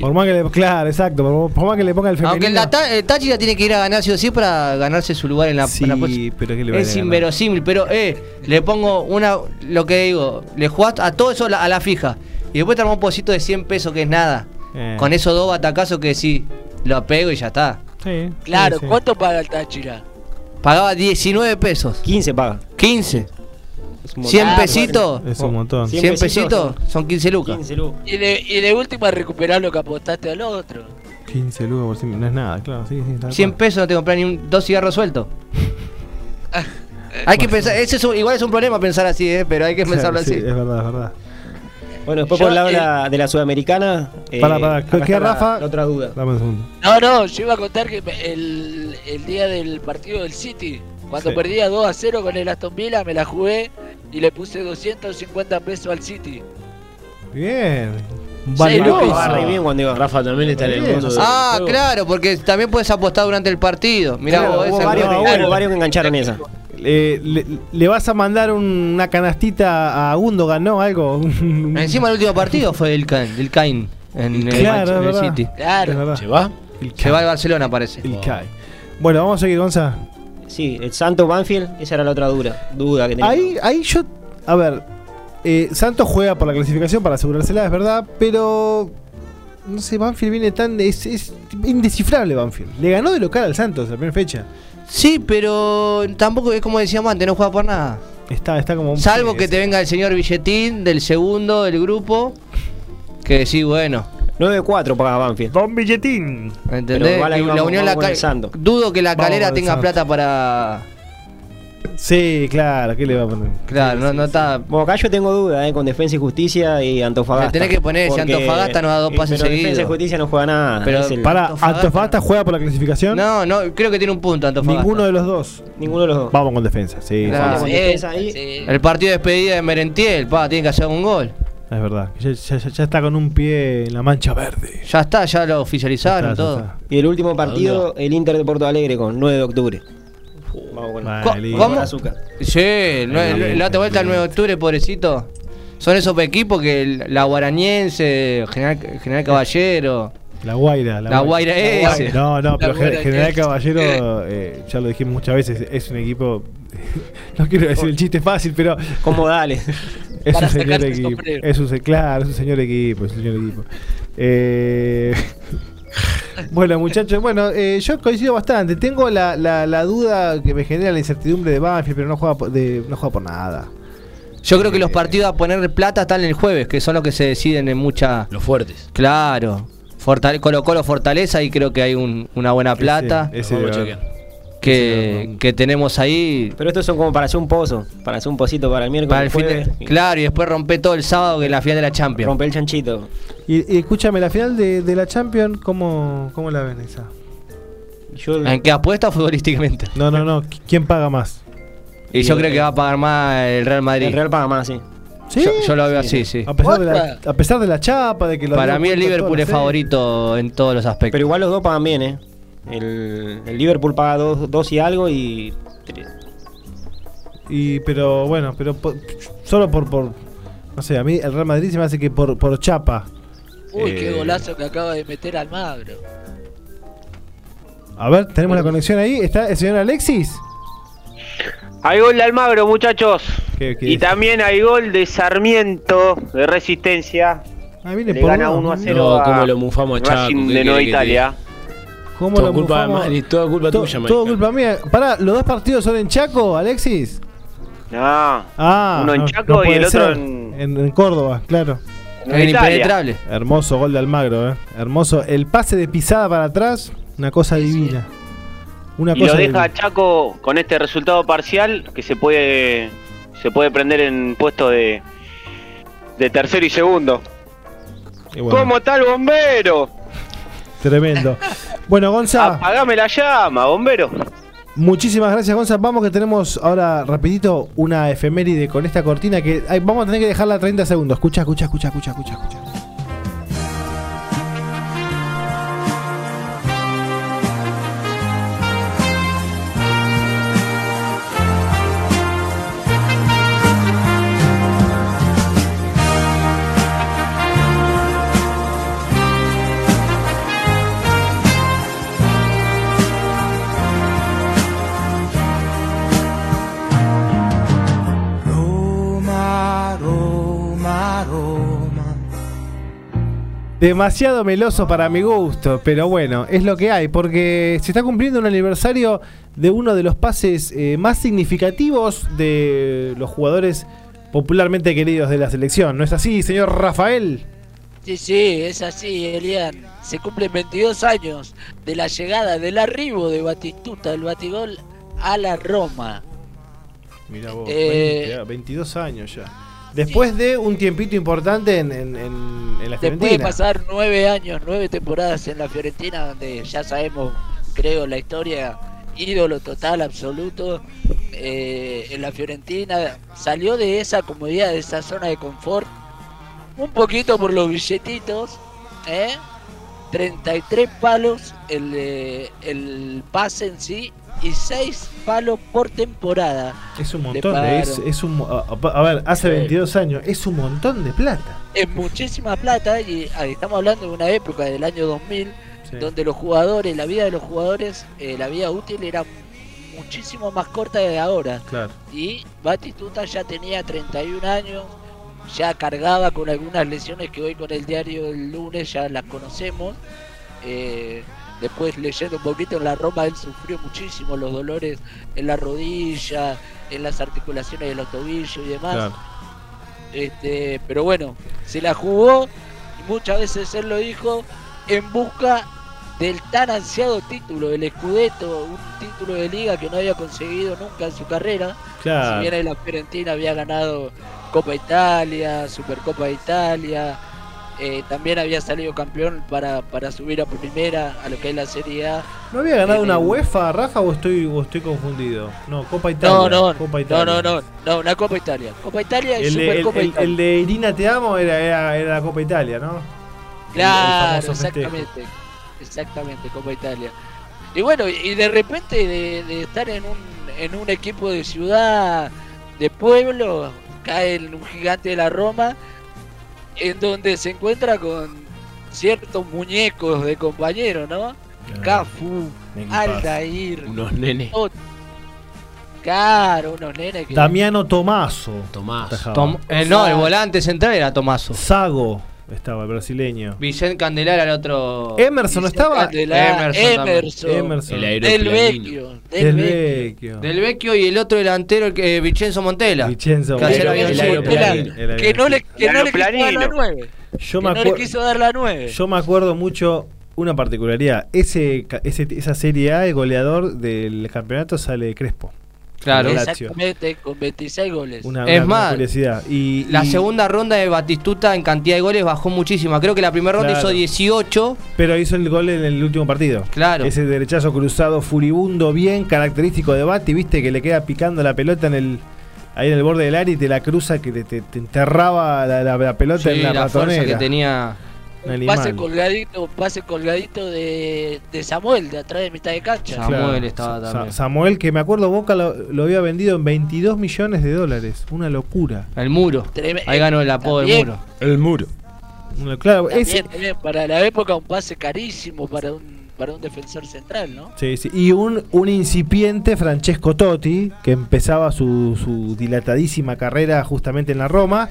[SPEAKER 1] Por más que le, claro, exacto, por, por más que le ponga el femenino.
[SPEAKER 2] Aunque el, Tata- el Táchira tiene que ir a ganar sí o sí para ganarse su lugar en la,
[SPEAKER 1] Sí,
[SPEAKER 2] en la próxima.
[SPEAKER 1] pero ¿qué le va a
[SPEAKER 2] Es
[SPEAKER 1] ganar?
[SPEAKER 2] inverosímil, pero eh, le pongo una, lo que digo, le jugás a todo eso la- a la fija. Y después te armás un pocito de 100 pesos que es nada.
[SPEAKER 1] Eh.
[SPEAKER 2] Con esos dos batacazos que sí, lo pego y ya está.
[SPEAKER 1] Sí,
[SPEAKER 3] Claro,
[SPEAKER 2] sí, sí.
[SPEAKER 3] ¿cuánto paga el Táchira?
[SPEAKER 2] Pagaba 19 pesos.
[SPEAKER 7] 15 paga.
[SPEAKER 2] 15.
[SPEAKER 7] montón.
[SPEAKER 2] 100
[SPEAKER 3] Ah,
[SPEAKER 2] pesitos.
[SPEAKER 1] Es un montón.
[SPEAKER 2] 100 pesitos son 15 lucas.
[SPEAKER 3] Y de, y de última recuperar lo que apostaste al otro.
[SPEAKER 1] 15 lucas por cien- no es nada, claro, sí, sí. tal
[SPEAKER 2] 100
[SPEAKER 1] cual.
[SPEAKER 2] pesos no te compras ni un, dos cigarros sueltos. hay que pensar, ese es un- igual es un problema pensar así, eh, pero hay que
[SPEAKER 1] Claro,
[SPEAKER 2] pensarlo
[SPEAKER 1] sí,
[SPEAKER 2] así.
[SPEAKER 1] Es verdad, es verdad.
[SPEAKER 7] Bueno, después
[SPEAKER 2] Yo, eh,
[SPEAKER 7] por el lado de
[SPEAKER 2] el-
[SPEAKER 7] la- de la Sudamericana. eh,
[SPEAKER 1] Pará, pará,
[SPEAKER 7] acá
[SPEAKER 1] ¿qué,
[SPEAKER 7] está la-
[SPEAKER 1] Rafa?
[SPEAKER 7] la otra duda.
[SPEAKER 1] Dame un segundo.
[SPEAKER 3] No, no, yo iba a contar que me- el, el día del partido del City, cuando
[SPEAKER 1] Sí.
[SPEAKER 3] perdía 2 a 0 con el Aston Villa, me la jugué y le puse 250 pesos al City.
[SPEAKER 1] Bien.
[SPEAKER 8] Valeroso.
[SPEAKER 1] lucas.
[SPEAKER 8] Barre bien
[SPEAKER 7] cuando iba.
[SPEAKER 8] Rafa también está en el mundo. del
[SPEAKER 2] Ah,
[SPEAKER 8] juego.
[SPEAKER 2] claro, porque también puedes apostar durante el partido. Mirá,
[SPEAKER 7] Claro,
[SPEAKER 2] vos,
[SPEAKER 7] hubo
[SPEAKER 2] esa-
[SPEAKER 7] varios que-
[SPEAKER 2] Claro.
[SPEAKER 7] hubo varios que engancharon esa.
[SPEAKER 1] Eh, le, le vas a mandar un- una canastita a Gundogan, ¿no? Algo.
[SPEAKER 2] Encima el último partido fue el Cain, el Cain en, el-
[SPEAKER 1] Claro,
[SPEAKER 2] en
[SPEAKER 1] es
[SPEAKER 2] el
[SPEAKER 1] verdad.
[SPEAKER 2] City.
[SPEAKER 1] Es verdad.
[SPEAKER 8] ¿Se va?
[SPEAKER 2] Se va al Barcelona, parece.
[SPEAKER 1] El Cain. Bueno, vamos a seguir, Gonza.
[SPEAKER 7] Sí, el Santo Banfield, esa era la otra dura, duda que teníamos.
[SPEAKER 1] Ahí, ahí yo. A ver. eh, Santos juega por la clasificación para asegurársela, es verdad, pero. No sé, Banfield viene tan. Es, es indescifrable Banfield. Le ganó de local al Santos la primera fecha.
[SPEAKER 2] Sí, pero tampoco es como decíamos antes, no juega por nada.
[SPEAKER 1] Está, está como un.
[SPEAKER 2] Salvo que te venga el señor Billetín del segundo del grupo, que sí, bueno.
[SPEAKER 7] 9-4 para Banfield.
[SPEAKER 1] Don Billetín.
[SPEAKER 2] ¿Entendés?
[SPEAKER 7] igual ahí
[SPEAKER 2] Y la
[SPEAKER 7] vamos-
[SPEAKER 2] Unión
[SPEAKER 7] vamos
[SPEAKER 2] La
[SPEAKER 7] con el
[SPEAKER 2] Cal-
[SPEAKER 7] Santo.
[SPEAKER 2] Dudo que la
[SPEAKER 1] Vamos
[SPEAKER 2] calera
[SPEAKER 1] con el
[SPEAKER 2] tenga
[SPEAKER 1] Santo.
[SPEAKER 2] plata para.
[SPEAKER 1] Sí, claro, ¿qué le va a poner?
[SPEAKER 2] Claro, no, no está.
[SPEAKER 7] Bueno, acá yo tengo duda eh, con Defensa y Justicia y Antofagasta.
[SPEAKER 2] Le tenés que poner, si
[SPEAKER 7] Porque-
[SPEAKER 2] Antofagasta no da dos
[SPEAKER 7] eh,
[SPEAKER 2] pases
[SPEAKER 7] pero Defensa y
[SPEAKER 2] seguidos.
[SPEAKER 7] Justicia no juega nada.
[SPEAKER 2] Pero
[SPEAKER 7] es el-
[SPEAKER 1] Para,
[SPEAKER 2] Antofagasta.
[SPEAKER 1] Antofagasta juega por la clasificación.
[SPEAKER 2] No, no, creo que tiene un punto Antofagasta.
[SPEAKER 1] Ninguno de los dos.
[SPEAKER 7] Ninguno de los dos.
[SPEAKER 1] Vamos con defensa, sí.
[SPEAKER 2] Claro.
[SPEAKER 1] sí, sí.
[SPEAKER 7] Defensa ahí.
[SPEAKER 2] El partido de despedida de Merentiel, pa, tiene que hacer un gol.
[SPEAKER 1] Es verdad. Ya, ya- ya- ya está con un pie en la mancha verde.
[SPEAKER 2] Ya está, ya lo oficializaron
[SPEAKER 1] Ya está, ya
[SPEAKER 2] todo.
[SPEAKER 1] está.
[SPEAKER 7] Y el último partido, el Inter de Porto Alegre con 9 de octubre. Vamos con
[SPEAKER 1] Vale,
[SPEAKER 2] Co-
[SPEAKER 1] listo.
[SPEAKER 2] ¿Cómo?
[SPEAKER 7] Azúcar.
[SPEAKER 2] Sí, el nue-
[SPEAKER 7] Bien,
[SPEAKER 2] la otra vuelta el 9 de octubre, pobrecito. Son esos equipos que el- la Guarañense, General, General Caballero.
[SPEAKER 1] La Guaira.
[SPEAKER 2] La Guaira ese.
[SPEAKER 1] No, no,
[SPEAKER 2] La
[SPEAKER 1] pero
[SPEAKER 2] Guaira
[SPEAKER 1] Gen- General
[SPEAKER 2] ese.
[SPEAKER 1] Caballero, eh, ya lo dijimos muchas veces, es un equipo. no quiero decir el chiste fácil, pero.
[SPEAKER 7] Como dale.
[SPEAKER 1] Es
[SPEAKER 7] Para
[SPEAKER 1] un señor
[SPEAKER 7] sacarse el
[SPEAKER 1] equipo.
[SPEAKER 7] sombrero.
[SPEAKER 1] Es un, se- claro, es un señor equipo, es un señor equipo. Eh, bueno, muchachos, bueno, eh, yo coincido bastante. Tengo la, la- la duda que me genera la incertidumbre de Banfield, pero no juega por, de- no juega por nada.
[SPEAKER 2] Yo creo que
[SPEAKER 8] Eh,
[SPEAKER 2] los partidos a poner plata están el jueves, que son los que se deciden en mucha.
[SPEAKER 8] Los fuertes.
[SPEAKER 2] Claro. Fortale Colo Colo Fortaleza y creo que hay un- una buena plata
[SPEAKER 1] Ese- ese
[SPEAKER 8] Vamos a
[SPEAKER 1] de-
[SPEAKER 8] chequear.
[SPEAKER 2] que, que tenemos ahí.
[SPEAKER 7] Pero estos son como para hacer un pozo, para hacer un pocito para el miércoles.
[SPEAKER 2] Para el fin de-
[SPEAKER 7] jueves, y
[SPEAKER 2] claro, y después rompe todo el sábado que es la final de la Champions.
[SPEAKER 7] romper el chanchito.
[SPEAKER 1] y, y escúchame, la final de, de la Champions, ¿cómo, ¿cómo la ven esa?
[SPEAKER 7] Yo,
[SPEAKER 2] ¿En qué apuesta futbolísticamente?
[SPEAKER 1] No, no, no. ¿qui- ¿Quién paga más?
[SPEAKER 2] Y yo creo que va a pagar más eh, el Real Madrid.
[SPEAKER 7] el Real paga más, sí.
[SPEAKER 2] Yo, yo lo veo así, sí.
[SPEAKER 1] A pesar, de la, a pesar de la chapa, de que lo
[SPEAKER 2] Para
[SPEAKER 1] habían
[SPEAKER 2] mí el
[SPEAKER 1] puesto en toda
[SPEAKER 2] Liverpool
[SPEAKER 1] la
[SPEAKER 2] es
[SPEAKER 1] serie.
[SPEAKER 2] favorito en todos los aspectos.
[SPEAKER 7] Pero igual los dos pagan bien, ¿eh? El, el Liverpool paga dos, dos y algo y.
[SPEAKER 1] Y, pero bueno, pero por- solo por, por. No sé, a mí el Real Madrid se me hace que por, por chapa.
[SPEAKER 3] Uy,
[SPEAKER 1] Eh,
[SPEAKER 3] qué golazo que acaba de meter Almagro.
[SPEAKER 1] A ver, tenemos la conexión ahí. ¿Está el señor Alexis?
[SPEAKER 4] Hay gol de Almagro, muchachos.
[SPEAKER 1] qué
[SPEAKER 4] y
[SPEAKER 1] dice?
[SPEAKER 4] también hay gol de Sarmiento de Resistencia.
[SPEAKER 1] Ah, viene
[SPEAKER 4] Le
[SPEAKER 1] por
[SPEAKER 4] gana
[SPEAKER 1] dos,
[SPEAKER 4] 1 a
[SPEAKER 1] ¿no?
[SPEAKER 4] 0
[SPEAKER 1] No,
[SPEAKER 4] a
[SPEAKER 1] cómo lo mufamos a Chaco,
[SPEAKER 4] Racing
[SPEAKER 1] ¿qué
[SPEAKER 4] de
[SPEAKER 1] querés
[SPEAKER 4] Nueva
[SPEAKER 1] que te
[SPEAKER 4] Italia.
[SPEAKER 1] ¿Cómo
[SPEAKER 8] Toda
[SPEAKER 1] lo
[SPEAKER 8] culpa de
[SPEAKER 1] mufamos?
[SPEAKER 8] Madrid, toda culpa
[SPEAKER 1] To-
[SPEAKER 8] tuya, Mike.
[SPEAKER 1] Todo culpa mía. Pará, ¿los dos partidos son en Chaco, Alexis?
[SPEAKER 4] No.
[SPEAKER 1] Ah,
[SPEAKER 4] Uno en
[SPEAKER 1] no-
[SPEAKER 4] Chaco
[SPEAKER 1] no
[SPEAKER 4] y
[SPEAKER 1] puede
[SPEAKER 4] el otro
[SPEAKER 1] ser.
[SPEAKER 4] en.
[SPEAKER 1] en, en Córdoba, claro.
[SPEAKER 4] En En Italia. Impenetrable.
[SPEAKER 1] Hermoso gol de Almagro, eh. Hermoso. El pase de pisada para atrás, una cosa divina. Una
[SPEAKER 4] Y
[SPEAKER 1] cosa
[SPEAKER 4] lo deja
[SPEAKER 1] divina.
[SPEAKER 4] a Chaco con este resultado parcial que se puede. Se puede prender en puesto de. De tercero y segundo.
[SPEAKER 1] Y bueno,
[SPEAKER 4] ¿Cómo está el bombero?
[SPEAKER 1] Tremendo. Bueno, Gonza,
[SPEAKER 4] Apagame la llama, bombero.
[SPEAKER 1] muchísimas gracias, Gonza. Vamos que tenemos ahora rapidito una efeméride con esta cortina que ay, vamos a tener que dejarla 30 segundos. Escucha, escucha, escucha, escucha, escucha, escucha.
[SPEAKER 11] Roma, Roma, Roma.
[SPEAKER 1] Demasiado meloso para mi gusto, pero bueno, es lo que hay, porque se está cumpliendo un aniversario de uno de los pases eh, más significativos de los jugadores popularmente queridos de la selección. ¿No es así, señor Rafael?
[SPEAKER 3] Sí, sí, es así, Elian. Se cumplen 22 años de la llegada del arribo de Batistuta, el Batigol, a la Roma.
[SPEAKER 1] Mira vos,
[SPEAKER 3] Eh,
[SPEAKER 1] 20, ah, 22 años ya. Después de un tiempito importante en, en- en- en la
[SPEAKER 3] Después de
[SPEAKER 1] Fiorentina.
[SPEAKER 3] pasar nueve años, nueve temporadas en la Fiorentina, donde ya sabemos, creo, la historia, ídolo total, absoluto, eh, en la Fiorentina, salió de esa comodidad, de esa zona de confort, un poquito por los billetitos, ¿eh? 33 palos el, eh, el pase en sí y 6 palos por temporada.
[SPEAKER 1] Es un
[SPEAKER 3] Le
[SPEAKER 1] montón, de- es,
[SPEAKER 3] pagaron.
[SPEAKER 1] es un, mo- a, a- a ver, hace 22 años, es un montón de plata.
[SPEAKER 3] es muchísima plata y ah, estamos hablando de una época del año 2000
[SPEAKER 1] Sí.
[SPEAKER 3] donde los jugadores, la vida de los jugadores, eh, la vida útil era muchísimo más corta de ahora.
[SPEAKER 1] Claro.
[SPEAKER 3] Y Batistuta ya tenía 31 años, ya cargaba con algunas lesiones que hoy con el diario del lunes ya las conocemos. Eh, después leyendo un poquito en la Roma, él sufrió muchísimo los dolores en la rodilla, en las articulaciones de los tobillos y demás.
[SPEAKER 1] Claro.
[SPEAKER 3] Este, pero bueno, se la jugó, y muchas veces él lo dijo, en busca del tan ansiado título, el Scudetto, un título de liga que no había conseguido nunca en su carrera.
[SPEAKER 1] Claro.
[SPEAKER 3] Si bien en la Fiorentina había ganado Copa Italia, Supercopa de Italia, eh, también había salido campeón para, para subir a primera, a lo que es la Serie A. Eh,
[SPEAKER 1] ¿No había ganado
[SPEAKER 3] En
[SPEAKER 1] una
[SPEAKER 3] el-
[SPEAKER 1] UEFA, Rafa, o estoy, o estoy confundido? No, Copa Italia.
[SPEAKER 3] No, no,
[SPEAKER 1] Copa
[SPEAKER 3] no,
[SPEAKER 1] Italia.
[SPEAKER 3] no, no, no, una Copa Italia. Copa Italia y
[SPEAKER 1] El de, el-
[SPEAKER 3] Supercopa
[SPEAKER 1] el-
[SPEAKER 3] Italia.
[SPEAKER 1] el de Irina Te Amo era, era, era la Copa Italia, ¿no? el
[SPEAKER 3] Claro,
[SPEAKER 1] famoso festejo.
[SPEAKER 3] exactamente. Exactamente, Copa Italia. Y bueno, y de repente de, de estar en un, en un equipo de ciudad, de pueblo, cae en un gigante de la Roma, en donde se encuentra con ciertos muñecos de compañeros, ¿no? Cafu,
[SPEAKER 8] Paz.
[SPEAKER 3] Aldair,
[SPEAKER 8] Unos nenes.
[SPEAKER 3] Tot- Claro, unos nenes que...
[SPEAKER 1] Damiano Tomaso. Atajaba.
[SPEAKER 2] Tom- eh, no, el volante central era Tomaso.
[SPEAKER 1] Sago estaba, el brasileño.
[SPEAKER 2] Vicente Candelara era el otro.
[SPEAKER 1] Emerson, ¿no estaba?
[SPEAKER 2] Emerson. también.
[SPEAKER 1] Emerson.
[SPEAKER 3] Del Vecchio.
[SPEAKER 1] Del Vecchio.
[SPEAKER 2] Del Vecchio y el otro delantero, el que- eh, Vincenzo Montella.
[SPEAKER 1] Vincenzo
[SPEAKER 2] que ayer
[SPEAKER 1] Montella.
[SPEAKER 2] había
[SPEAKER 1] El
[SPEAKER 2] sido
[SPEAKER 1] aeroplanino.
[SPEAKER 2] titular.
[SPEAKER 1] El
[SPEAKER 3] Que no le, que no le quiso dar la
[SPEAKER 2] Planino.
[SPEAKER 3] 9.
[SPEAKER 1] Yo
[SPEAKER 3] que
[SPEAKER 1] me
[SPEAKER 3] no le
[SPEAKER 1] acuer-
[SPEAKER 3] quiso dar la
[SPEAKER 2] Eh.
[SPEAKER 3] 9.
[SPEAKER 1] Yo me acuerdo mucho una particularidad. Ese, ca- ese- esa Serie A, el goleador del campeonato sale Crespo.
[SPEAKER 2] Claro.
[SPEAKER 1] Del Lazio.
[SPEAKER 3] Exactamente, con 26 goles.
[SPEAKER 1] Una,
[SPEAKER 2] Es
[SPEAKER 1] una- una
[SPEAKER 2] más,
[SPEAKER 1] curiosidad. Y,
[SPEAKER 2] La
[SPEAKER 1] y-
[SPEAKER 2] segunda ronda de Batistuta en cantidad de goles bajó muchísima. Creo que la primera ronda
[SPEAKER 1] Claro.
[SPEAKER 2] hizo 18.
[SPEAKER 1] Pero hizo el gol en el último partido.
[SPEAKER 2] Claro.
[SPEAKER 1] Ese derechazo cruzado furibundo, bien característico de Bati, viste que le queda picando la pelota en el, ahí en el borde del área y te la cruza que te, te- te enterraba la, la- la pelota
[SPEAKER 2] Sí,
[SPEAKER 1] en la,
[SPEAKER 2] la fuerza
[SPEAKER 1] ratonera.
[SPEAKER 2] que tenía.
[SPEAKER 1] Un
[SPEAKER 3] Pase
[SPEAKER 1] animal.
[SPEAKER 3] colgadito, pase colgadito de, de Samuel, de atrás de mitad de cancha.
[SPEAKER 1] Claro. Sa- Samuel, que me acuerdo, Boca lo, lo había vendido en 22 millones de dólares. Una locura.
[SPEAKER 2] El muro.
[SPEAKER 3] Treme-
[SPEAKER 2] Ahí ganó el apodo del
[SPEAKER 3] También.
[SPEAKER 2] muro.
[SPEAKER 8] El muro.
[SPEAKER 1] Una- Claro,
[SPEAKER 3] También,
[SPEAKER 1] ese-
[SPEAKER 3] también, para la época un pase carísimo para un, para un defensor central, ¿no?
[SPEAKER 1] Sí, sí. Y un, un incipiente Francesco Totti, que empezaba su, su dilatadísima carrera justamente en la Roma,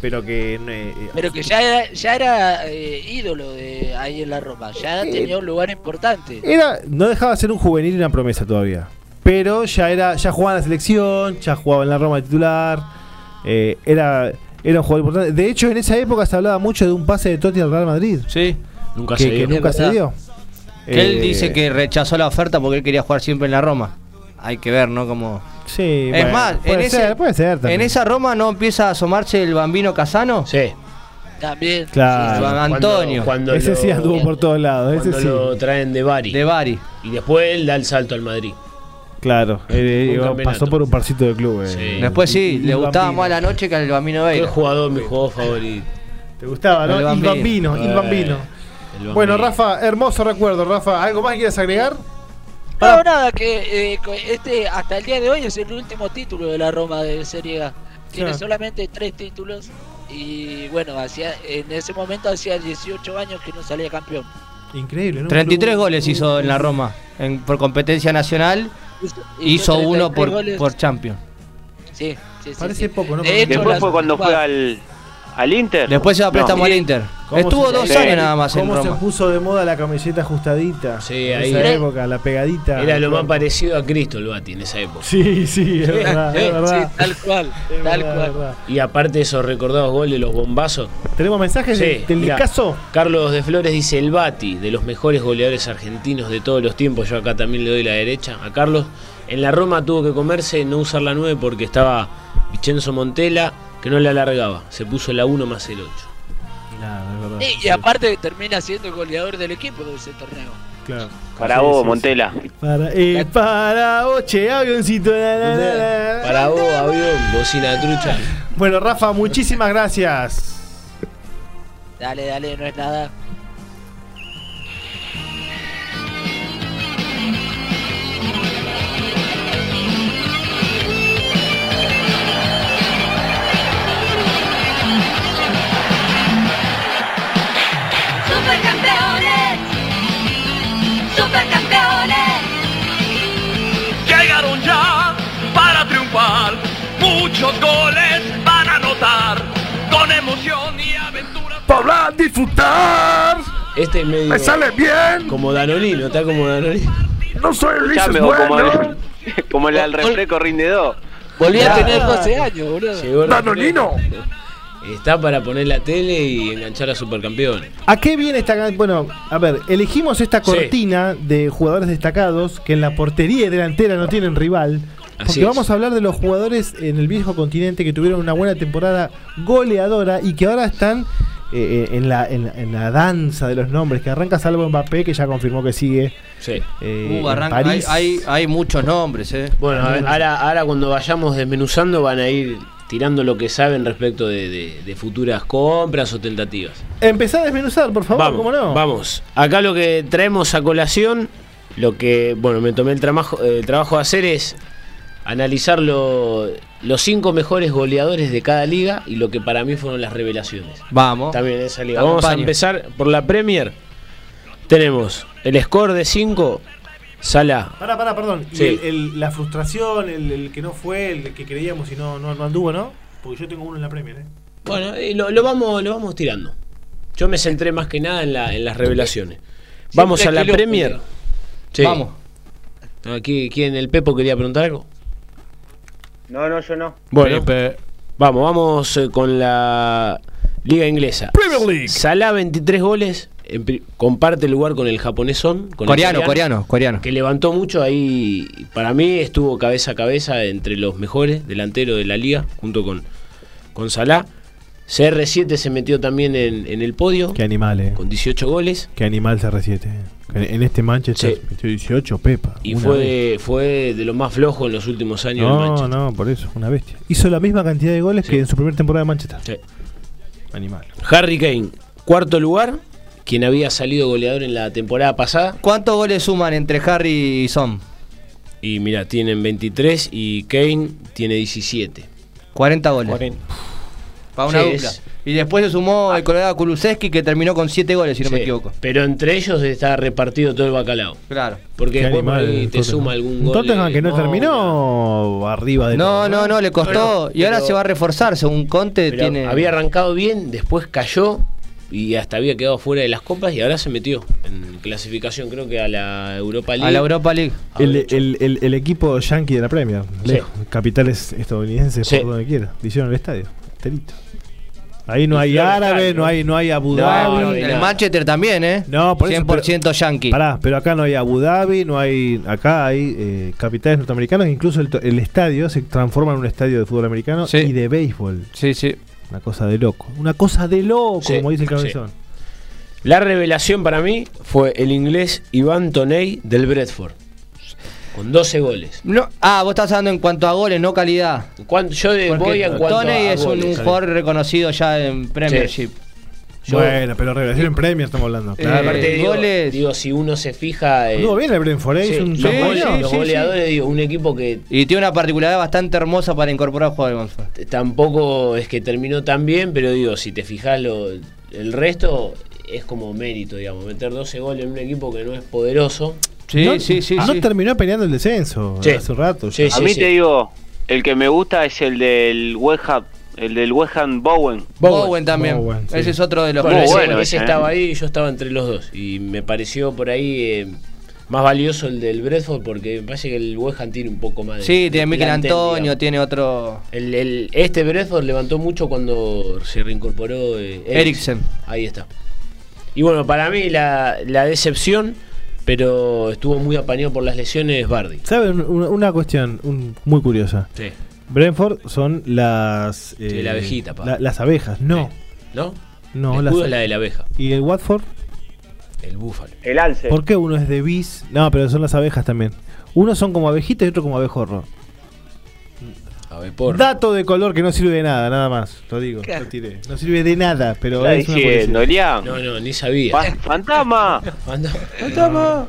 [SPEAKER 1] pero que... eh,
[SPEAKER 3] Pero que ya era, ya era eh, ídolo de ahí en la Roma, ya tenía un lugar importante.
[SPEAKER 1] Eh, era No dejaba de ser un juvenil y una promesa todavía. Pero ya era ya jugaba en la selección, ya jugaba en la Roma de titular, eh, era, era un jugador importante. De hecho, en esa época se hablaba mucho de un pase de Totti al Real Madrid.
[SPEAKER 2] Sí.
[SPEAKER 8] Nunca
[SPEAKER 1] que,
[SPEAKER 2] se
[SPEAKER 1] que
[SPEAKER 2] dio.
[SPEAKER 1] nunca
[SPEAKER 2] Es
[SPEAKER 1] se
[SPEAKER 2] verdad.
[SPEAKER 1] dio.
[SPEAKER 2] Que él
[SPEAKER 1] Eh,
[SPEAKER 2] dice que rechazó la oferta porque él quería jugar siempre en la Roma. Hay que ver, ¿no? Como...
[SPEAKER 1] Sí,
[SPEAKER 2] es
[SPEAKER 1] bueno,
[SPEAKER 2] más,
[SPEAKER 1] puede
[SPEAKER 2] en,
[SPEAKER 1] ser,
[SPEAKER 2] ese-
[SPEAKER 1] puede ser también.
[SPEAKER 2] en esa Roma no empieza a asomarse el bambino Casano.
[SPEAKER 8] Sí.
[SPEAKER 3] También.
[SPEAKER 1] Claro.
[SPEAKER 2] Juan Antonio.
[SPEAKER 8] Cuando
[SPEAKER 1] ese
[SPEAKER 8] lo-
[SPEAKER 1] sí anduvo por todos lados. Ese
[SPEAKER 8] Cuando
[SPEAKER 1] sí.
[SPEAKER 8] lo traen de Bari.
[SPEAKER 2] De Bari.
[SPEAKER 8] Y después él da el salto al Madrid.
[SPEAKER 1] Claro,
[SPEAKER 8] Un
[SPEAKER 1] eh, eh, pasó
[SPEAKER 8] campeonato.
[SPEAKER 1] por un parcito de clubes.
[SPEAKER 2] Eh, Después sí,
[SPEAKER 1] Y- y
[SPEAKER 2] le gustaba
[SPEAKER 1] Bambino.
[SPEAKER 2] más la noche que al bambino
[SPEAKER 8] ¿Qué
[SPEAKER 2] Veira.
[SPEAKER 8] jugador mi jugador favorito?
[SPEAKER 1] ¿Te gustaba, no?
[SPEAKER 2] El
[SPEAKER 1] Il
[SPEAKER 2] Bambino.
[SPEAKER 1] Bambino, Il
[SPEAKER 8] Eh,
[SPEAKER 1] Bambino.
[SPEAKER 8] el
[SPEAKER 1] Bueno,
[SPEAKER 8] Bambino.
[SPEAKER 1] Rafa, hermoso recuerdo, Rafa. ¿Algo más quieres agregar?
[SPEAKER 3] No, nada, que eh, co- este hasta el día de hoy es el último título de la Roma de Serie A. Tiene
[SPEAKER 1] Claro.
[SPEAKER 3] solamente tres títulos y bueno, hacía, en ese momento hacía 18 años que no salía campeón.
[SPEAKER 1] Increíble, ¿no?
[SPEAKER 2] 33 goles hizo en la Roma en- por competencia nacional. Hizo, uno
[SPEAKER 3] 33
[SPEAKER 2] por,
[SPEAKER 3] goles.
[SPEAKER 2] por Champions.
[SPEAKER 3] Sí, sí, sí,
[SPEAKER 1] Parece
[SPEAKER 3] sí.
[SPEAKER 1] poco, ¿no?
[SPEAKER 3] De hecho,
[SPEAKER 4] Después
[SPEAKER 3] la-
[SPEAKER 4] fue cuando fue al, al Inter.
[SPEAKER 2] Después se va a
[SPEAKER 4] No.
[SPEAKER 2] préstamo al Inter.
[SPEAKER 1] ¿Cómo
[SPEAKER 2] Estuvo
[SPEAKER 1] se-
[SPEAKER 2] dos
[SPEAKER 4] Sí.
[SPEAKER 2] años nada más en
[SPEAKER 1] ¿Cómo se
[SPEAKER 2] Roma.
[SPEAKER 1] puso de moda la camiseta ajustadita?
[SPEAKER 8] Sí,
[SPEAKER 1] en
[SPEAKER 8] ahí.
[SPEAKER 1] esa época, la pegadita.
[SPEAKER 8] Era lo más parecido a Cristo el Bati en esa época.
[SPEAKER 1] Sí, sí, es verdad, es
[SPEAKER 8] sí,
[SPEAKER 1] verdad.
[SPEAKER 3] Tal cual,
[SPEAKER 1] Es
[SPEAKER 3] tal
[SPEAKER 1] verdad, es
[SPEAKER 3] cual.
[SPEAKER 1] verdad.
[SPEAKER 8] Y aparte esos recordados goles, los bombazos.
[SPEAKER 1] ¿Tenemos mensajes
[SPEAKER 8] Sí,
[SPEAKER 1] de- del
[SPEAKER 8] mirá,
[SPEAKER 1] caso?
[SPEAKER 8] Carlos de Flores dice el Bati, de los mejores goleadores argentinos de todos los tiempos. Yo acá también le doy la derecha a Carlos. En la Roma tuvo que comerse no usar la 9 porque estaba Vincenzo Montella que no la alargaba. Se puso la 1 más el 8.
[SPEAKER 3] Sí, y aparte termina siendo el goleador del equipo de ese torneo.
[SPEAKER 1] Claro.
[SPEAKER 4] Para
[SPEAKER 1] Sí,
[SPEAKER 4] vos,
[SPEAKER 1] sí,
[SPEAKER 4] Montela.
[SPEAKER 1] Para, eh, para oche, avioncito. la, la, la, la.
[SPEAKER 8] Para vos, avión, bocina de trucha.
[SPEAKER 1] Bueno, Rafa, muchísimas gracias.
[SPEAKER 3] Dale, dale, no es nada.
[SPEAKER 14] Supercampeones, supercampeones.
[SPEAKER 10] Llegaron ya para triunfar, muchos goles van a anotar, con emoción y aventura.
[SPEAKER 8] ¡Para disfrutar! Este es medio.
[SPEAKER 10] ¡Me sale
[SPEAKER 8] bien! Como Danolino, está como Danolino.
[SPEAKER 10] No soy
[SPEAKER 4] Escuchame, o como el, como el al refresco rinde dos.
[SPEAKER 3] Volví
[SPEAKER 8] Claro.
[SPEAKER 3] a tener 12 años, boludo.
[SPEAKER 8] Llegó el Danolino. Está para poner la tele y enganchar a supercampeones.
[SPEAKER 1] ¿A qué viene esta.? Bueno, a ver, elegimos esta cortina de jugadores destacados que en la portería y delantera no tienen rival.
[SPEAKER 8] Así
[SPEAKER 1] Porque
[SPEAKER 8] es.
[SPEAKER 1] vamos a hablar de los jugadores en el viejo continente que tuvieron una buena temporada goleadora y que ahora están eh, eh, en, la, en, la- en la danza de los nombres. Que arranca salvo Mbappé, que ya confirmó que sigue.
[SPEAKER 8] Sí.
[SPEAKER 1] eh, en
[SPEAKER 2] Uh, arranca- hay,
[SPEAKER 1] París.
[SPEAKER 2] hay, hay muchos nombres, eh.
[SPEAKER 8] Bueno, a ver, ahora, ahora cuando vayamos desmenuzando van a ir tirando lo que saben respecto de, de- de futuras compras o tentativas.
[SPEAKER 1] Empezá a desmenuzar, por favor,
[SPEAKER 8] Vamos,
[SPEAKER 1] ¿cómo no?
[SPEAKER 8] vamos. Acá lo que traemos a colación, lo que, bueno, me tomé el trabajo, el trabajo de hacer es analizar lo- los cinco mejores goleadores de cada liga y lo que para mí fueron las revelaciones.
[SPEAKER 2] Vamos.
[SPEAKER 8] También en esa liga.
[SPEAKER 2] Te
[SPEAKER 8] Vamos a
[SPEAKER 2] acompaño.
[SPEAKER 8] empezar por la Premier. Tenemos el score de 5, Sala.
[SPEAKER 1] Pará, pará, perdón. Y
[SPEAKER 8] Sí.
[SPEAKER 1] el- el- la frustración, el, el que no fue, el que creíamos y no, no, no anduvo, ¿no? Porque yo tengo uno en la Premier, ¿eh?
[SPEAKER 8] Bueno, y lo, lo vamos, lo vamos tirando. Yo me centré más que nada en, la- en las revelaciones. Vamos a la
[SPEAKER 3] quilombo,
[SPEAKER 8] Premier.
[SPEAKER 3] tío.
[SPEAKER 8] Sí.
[SPEAKER 2] Vamos.
[SPEAKER 8] Aquí, ¿Quién? ¿El Pepo quería preguntar algo?
[SPEAKER 4] No, no, yo no.
[SPEAKER 8] Bueno, vamos, vamos eh, con la Liga Inglesa. Premier League. Salah 23 goles. en pri- comparte el lugar con el japonés Son. Con el
[SPEAKER 2] Coreano, coreano, coreano.
[SPEAKER 8] Que levantó mucho ahí. Para mí estuvo cabeza a cabeza entre los mejores delanteros de la liga, junto con, con Salah. CR7 se metió también en, en el podio
[SPEAKER 1] Qué animal, eh.
[SPEAKER 8] con 18 goles.
[SPEAKER 1] Qué animal CR7. En, en este Manchester, metió 18 Pepa.
[SPEAKER 8] Y
[SPEAKER 1] una vez.
[SPEAKER 8] fue, fue de lo más flojo en los últimos años del
[SPEAKER 1] No,
[SPEAKER 8] Manchester.
[SPEAKER 1] no, por eso, una bestia. Hizo la misma cantidad de goles que en su primera temporada de Manchester.
[SPEAKER 8] Sí.
[SPEAKER 1] Animal.
[SPEAKER 8] Harry Kane, cuarto lugar, quien había salido goleador en la temporada pasada.
[SPEAKER 2] ¿Cuántos goles suman entre Harry y Son?
[SPEAKER 8] Y mira, tienen 23 y Kane tiene 17.
[SPEAKER 2] 40 goles. Para una
[SPEAKER 8] Sí,
[SPEAKER 2] dupla.
[SPEAKER 8] es- Ah.
[SPEAKER 2] Y después se sumó el colega Kulusevski que terminó con 7 goles, si no me
[SPEAKER 8] Sí,
[SPEAKER 2] equivoco.
[SPEAKER 8] Pero entre ellos está repartido todo el bacalao.
[SPEAKER 2] Claro.
[SPEAKER 1] Qué
[SPEAKER 8] Porque después por
[SPEAKER 1] animal,
[SPEAKER 8] ahí te
[SPEAKER 1] Tottenham.
[SPEAKER 8] suma algún
[SPEAKER 1] Un
[SPEAKER 8] gol.
[SPEAKER 1] Tottenham
[SPEAKER 8] eh,
[SPEAKER 1] que no, terminó arriba de
[SPEAKER 2] No, no, no, le costó. y ahora
[SPEAKER 8] pero-
[SPEAKER 2] se va a reforzar, según Conte
[SPEAKER 8] pero
[SPEAKER 2] tiene.
[SPEAKER 8] Había arrancado bien, después cayó y hasta había quedado fuera de las copas y ahora se metió en clasificación, creo que a la Europa League.
[SPEAKER 2] A la Europa League.
[SPEAKER 1] El, el- el- el equipo yankee de la Premier, lejos, capitales estadounidenses,
[SPEAKER 8] Sí.
[SPEAKER 1] por donde quiera, le hicieron el estadio, enterito. Ahí no hay
[SPEAKER 2] flor de
[SPEAKER 1] árabe,
[SPEAKER 2] estadio.
[SPEAKER 1] no hay, no hay Abu
[SPEAKER 2] No,
[SPEAKER 1] Dhabi.
[SPEAKER 2] no, el Manchester también, ¿eh?
[SPEAKER 1] No, por eso,
[SPEAKER 2] 100% yankee.
[SPEAKER 1] Pará, pero acá no hay Abu Dhabi, no hay. Acá hay eh, capitales norteamericanas, incluso el, to- el estadio se transforma en un estadio de fútbol americano
[SPEAKER 2] Sí.
[SPEAKER 1] y de béisbol.
[SPEAKER 2] Sí, sí.
[SPEAKER 1] Una cosa de loco. Una cosa de loco,
[SPEAKER 8] Sí,
[SPEAKER 1] como dice el
[SPEAKER 8] sí.
[SPEAKER 1] cabezón.
[SPEAKER 8] La revelación para mí fue el inglés Iván Toney del Bradford. Con 12 goles.
[SPEAKER 2] No, ah, vos estás hablando en cuanto a goles, no calidad.
[SPEAKER 8] Cuan- yo de-
[SPEAKER 2] Porque
[SPEAKER 8] voy en cuanto
[SPEAKER 2] Toney
[SPEAKER 8] a
[SPEAKER 2] es un,
[SPEAKER 8] goles.
[SPEAKER 2] un jugador reconocido ya en Premiership. Yo-
[SPEAKER 1] bueno, pero revelación en Premier estamos hablando.
[SPEAKER 2] Eh,
[SPEAKER 8] Claro, aparte digo, digo, si uno se fija. eh,
[SPEAKER 1] Estuvo bien el Brentford, ¿eh?
[SPEAKER 8] sí,
[SPEAKER 1] Hizo un
[SPEAKER 8] los,
[SPEAKER 1] buen
[SPEAKER 8] gole-
[SPEAKER 1] torneo.
[SPEAKER 8] los
[SPEAKER 1] Sí, sí.
[SPEAKER 8] goleadores, digo, un equipo que
[SPEAKER 2] Y tiene una particularidad bastante hermosa para incorporar al jugador de Gonzalo.
[SPEAKER 8] t- tampoco es que terminó tan bien, pero digo, si te fijas lo, el resto es como mérito, digamos, meter 12 goles en un equipo que no es poderoso.
[SPEAKER 1] no, ah, no terminó peleando el descenso
[SPEAKER 8] Sí.
[SPEAKER 1] hace un rato. ya.
[SPEAKER 4] a mí te digo, el que me gusta es el del West Ham, el del West Ham Bowen.
[SPEAKER 2] Bowen, también. Ese es otro de los
[SPEAKER 8] Bueno,
[SPEAKER 4] Muy
[SPEAKER 8] ese,
[SPEAKER 4] bueno
[SPEAKER 8] ese
[SPEAKER 4] ese, ¿eh?
[SPEAKER 8] estaba ahí y yo estaba entre los dos. Y me pareció por ahí eh, más valioso el del Bradford porque me parece que el West Ham tiene un poco más de.
[SPEAKER 2] Sí,
[SPEAKER 8] de
[SPEAKER 2] tiene Miquel
[SPEAKER 8] plantel,
[SPEAKER 2] Antonio,
[SPEAKER 8] eh, digamos.
[SPEAKER 2] tiene otro.
[SPEAKER 8] El, el- este Bradford levantó mucho cuando se reincorporó eh,
[SPEAKER 2] Eriksen.
[SPEAKER 8] Ahí está. Y bueno, para mí la, la decepción, pero estuvo muy apañado por las lesiones, Bardi.
[SPEAKER 1] ¿Saben? Una, una cuestión un- muy curiosa.
[SPEAKER 8] Sí.
[SPEAKER 1] Brentford son las. eh,
[SPEAKER 8] la abejita, pa.
[SPEAKER 1] la- las abejas, no.
[SPEAKER 8] ¿No?
[SPEAKER 1] No,
[SPEAKER 8] el
[SPEAKER 1] las-
[SPEAKER 8] escudo es la de la abeja,
[SPEAKER 1] ¿Y el Watford?
[SPEAKER 8] el búfalo.
[SPEAKER 4] El alce.
[SPEAKER 1] ¿Por qué uno es de bis? No, pero son las abejas también. Unos son como abejitas y otro como abejorro.
[SPEAKER 8] Avepor.
[SPEAKER 1] Dato de color que no sirve de nada, nada más. Lo digo,
[SPEAKER 4] ¿Qué?
[SPEAKER 1] lo tiré. No sirve de nada, pero
[SPEAKER 4] Está
[SPEAKER 1] es una
[SPEAKER 4] diciendo,
[SPEAKER 1] curiosidad.
[SPEAKER 4] Liam.
[SPEAKER 8] No, no, ni sabía.
[SPEAKER 4] Fa- ¡Fantasma!
[SPEAKER 8] ¡Fantasma!
[SPEAKER 1] Ah,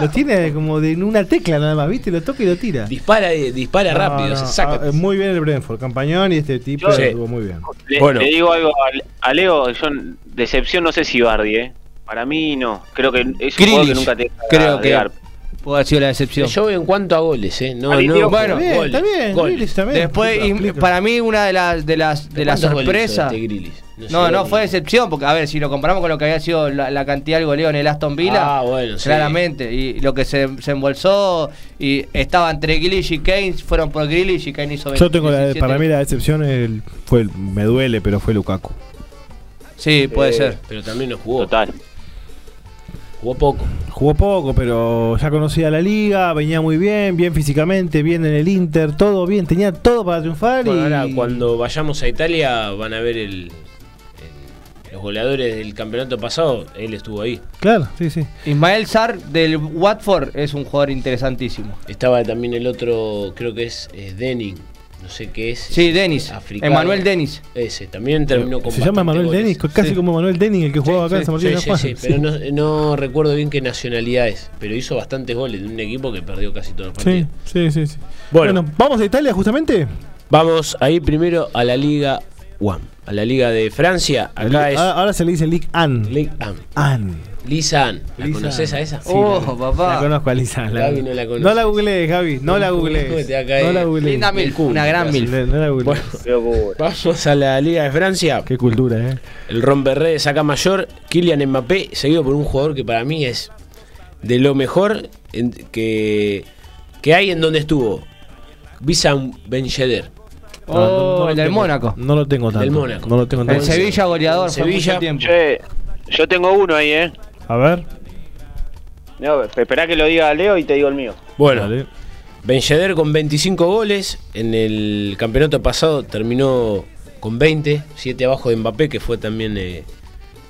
[SPEAKER 1] Lo tiene como de en una tecla nada más, ¿viste? Lo toca y lo tira.
[SPEAKER 8] Dispara, eh, dispara
[SPEAKER 1] No,
[SPEAKER 8] rápido,
[SPEAKER 1] no,
[SPEAKER 8] se saca.
[SPEAKER 1] ah, muy bien el Brentford, campañón y este tipo
[SPEAKER 8] Sí.
[SPEAKER 1] estuvo muy bien.
[SPEAKER 4] Le,
[SPEAKER 8] Bueno.
[SPEAKER 4] le digo algo a, a Leo, yo n- decepción no sé si Bardi, ¿eh? Para mí no, creo que es un juego que
[SPEAKER 2] Grealish,
[SPEAKER 4] nunca te deja
[SPEAKER 2] creo
[SPEAKER 4] de
[SPEAKER 2] que
[SPEAKER 4] dar.
[SPEAKER 2] Puede haber sido la decepción.
[SPEAKER 8] Yo veo en cuanto a goles, ¿eh? No,
[SPEAKER 4] Ahí,
[SPEAKER 8] no,
[SPEAKER 4] tío,
[SPEAKER 2] bueno,
[SPEAKER 1] Está bien, está bien,
[SPEAKER 8] Gol.
[SPEAKER 1] Grealish también.
[SPEAKER 2] Después, y para mí, una de las de las de las
[SPEAKER 8] ¿Cuántos goles
[SPEAKER 2] sorpresas.
[SPEAKER 8] hizo este Grealish? sé,
[SPEAKER 2] No, no
[SPEAKER 8] ni-
[SPEAKER 2] fue decepción, porque a ver, si lo comparamos con lo que había sido la, la cantidad del goleo en el Aston Villa,
[SPEAKER 8] Ah, bueno, sí.
[SPEAKER 2] claramente, y lo que se, se embolsó, y estaba entre Grealish y Kane, fueron por Grealish y Kane hizo 20.
[SPEAKER 1] Yo tengo la, para mí la decepción el- fue el- me duele, pero fue Lukaku.
[SPEAKER 2] Sí, puede
[SPEAKER 8] Eh,
[SPEAKER 2] ser.
[SPEAKER 8] Pero también no jugó.
[SPEAKER 4] Total.
[SPEAKER 8] Jugó poco.
[SPEAKER 1] Jugó poco, pero ya conocía la liga, venía muy bien, bien físicamente, bien en el Inter, todo bien, tenía todo para triunfar
[SPEAKER 8] Bueno,
[SPEAKER 1] y
[SPEAKER 8] ahora cuando vayamos a Italia van a ver el, el- los goleadores del campeonato pasado. Él estuvo ahí.
[SPEAKER 1] claro, sí, sí.
[SPEAKER 2] Ismael Sar del Watford es un jugador interesantísimo.
[SPEAKER 8] Estaba también el otro, creo que es, eh, Denning. No sé qué es.
[SPEAKER 2] Sí, Denis.
[SPEAKER 8] Africano.
[SPEAKER 2] Emanuel Denis.
[SPEAKER 8] Ese también terminó con.
[SPEAKER 1] Se
[SPEAKER 8] bastante
[SPEAKER 1] llama Manuel
[SPEAKER 8] goles.
[SPEAKER 1] Denis, casi
[SPEAKER 2] Sí.
[SPEAKER 1] como Manuel Denis, el que jugaba acá en
[SPEAKER 8] Sí,
[SPEAKER 1] San Martín de
[SPEAKER 8] sí,
[SPEAKER 1] la
[SPEAKER 8] sí,
[SPEAKER 1] Paz.
[SPEAKER 8] sí, pero no, no recuerdo bien qué nacionalidad es, pero hizo bastantes goles de un equipo que perdió casi todos los partidos.
[SPEAKER 1] Sí, sí, sí, sí.
[SPEAKER 8] Bueno.
[SPEAKER 1] Bueno. vamos a Italia justamente.
[SPEAKER 8] Vamos a ir primero a la Liga One, a la Liga de Francia. Acá es
[SPEAKER 1] Ahora, ahora se le dice Ligue An.
[SPEAKER 8] Ligue Am.
[SPEAKER 1] An.
[SPEAKER 8] Lisa Ann. ¿La
[SPEAKER 1] Lisa
[SPEAKER 8] conoces a
[SPEAKER 1] Ann.
[SPEAKER 8] esa?
[SPEAKER 1] Sí,
[SPEAKER 2] Oh,
[SPEAKER 1] la-
[SPEAKER 2] papá.
[SPEAKER 1] La conozco a Lisa. la-
[SPEAKER 8] Gaby no la conoce.
[SPEAKER 1] no la googlees, Gaby. ah, No la
[SPEAKER 8] ¿Cómo
[SPEAKER 1] googlees.
[SPEAKER 8] te va a caer?
[SPEAKER 1] No la googlees.
[SPEAKER 2] Linda Milf,
[SPEAKER 8] culo,
[SPEAKER 2] una gran
[SPEAKER 8] gracias.
[SPEAKER 2] Milf.
[SPEAKER 1] No la googlees.
[SPEAKER 8] Bueno, vamos a la Liga de Francia.
[SPEAKER 1] Qué cultura, ¿eh?
[SPEAKER 8] El romperredes acá mayor, Kylian Mbappé, seguido por un jugador que para mí es de lo mejor en- que, que hay en donde estuvo. Visan Bencheder.
[SPEAKER 2] Oh,
[SPEAKER 1] No, no, no lo
[SPEAKER 2] el del
[SPEAKER 1] tengo-
[SPEAKER 2] Mónaco.
[SPEAKER 1] No lo tengo tanto.
[SPEAKER 8] Del Mónaco.
[SPEAKER 1] No lo tengo
[SPEAKER 2] El
[SPEAKER 1] tanto.
[SPEAKER 2] Sevilla goleador
[SPEAKER 8] En
[SPEAKER 2] fue mucho
[SPEAKER 8] Sevilla.
[SPEAKER 2] tiempo.
[SPEAKER 4] Che, yo tengo uno ahí, ¿eh?
[SPEAKER 1] A ver.
[SPEAKER 4] No, esperá que lo diga Leo y te digo el mío.
[SPEAKER 8] Bueno,
[SPEAKER 1] Dale.
[SPEAKER 8] Bencheder con 25 goles. En el campeonato pasado terminó con 20, 7 abajo de Mbappé, que fue también eh,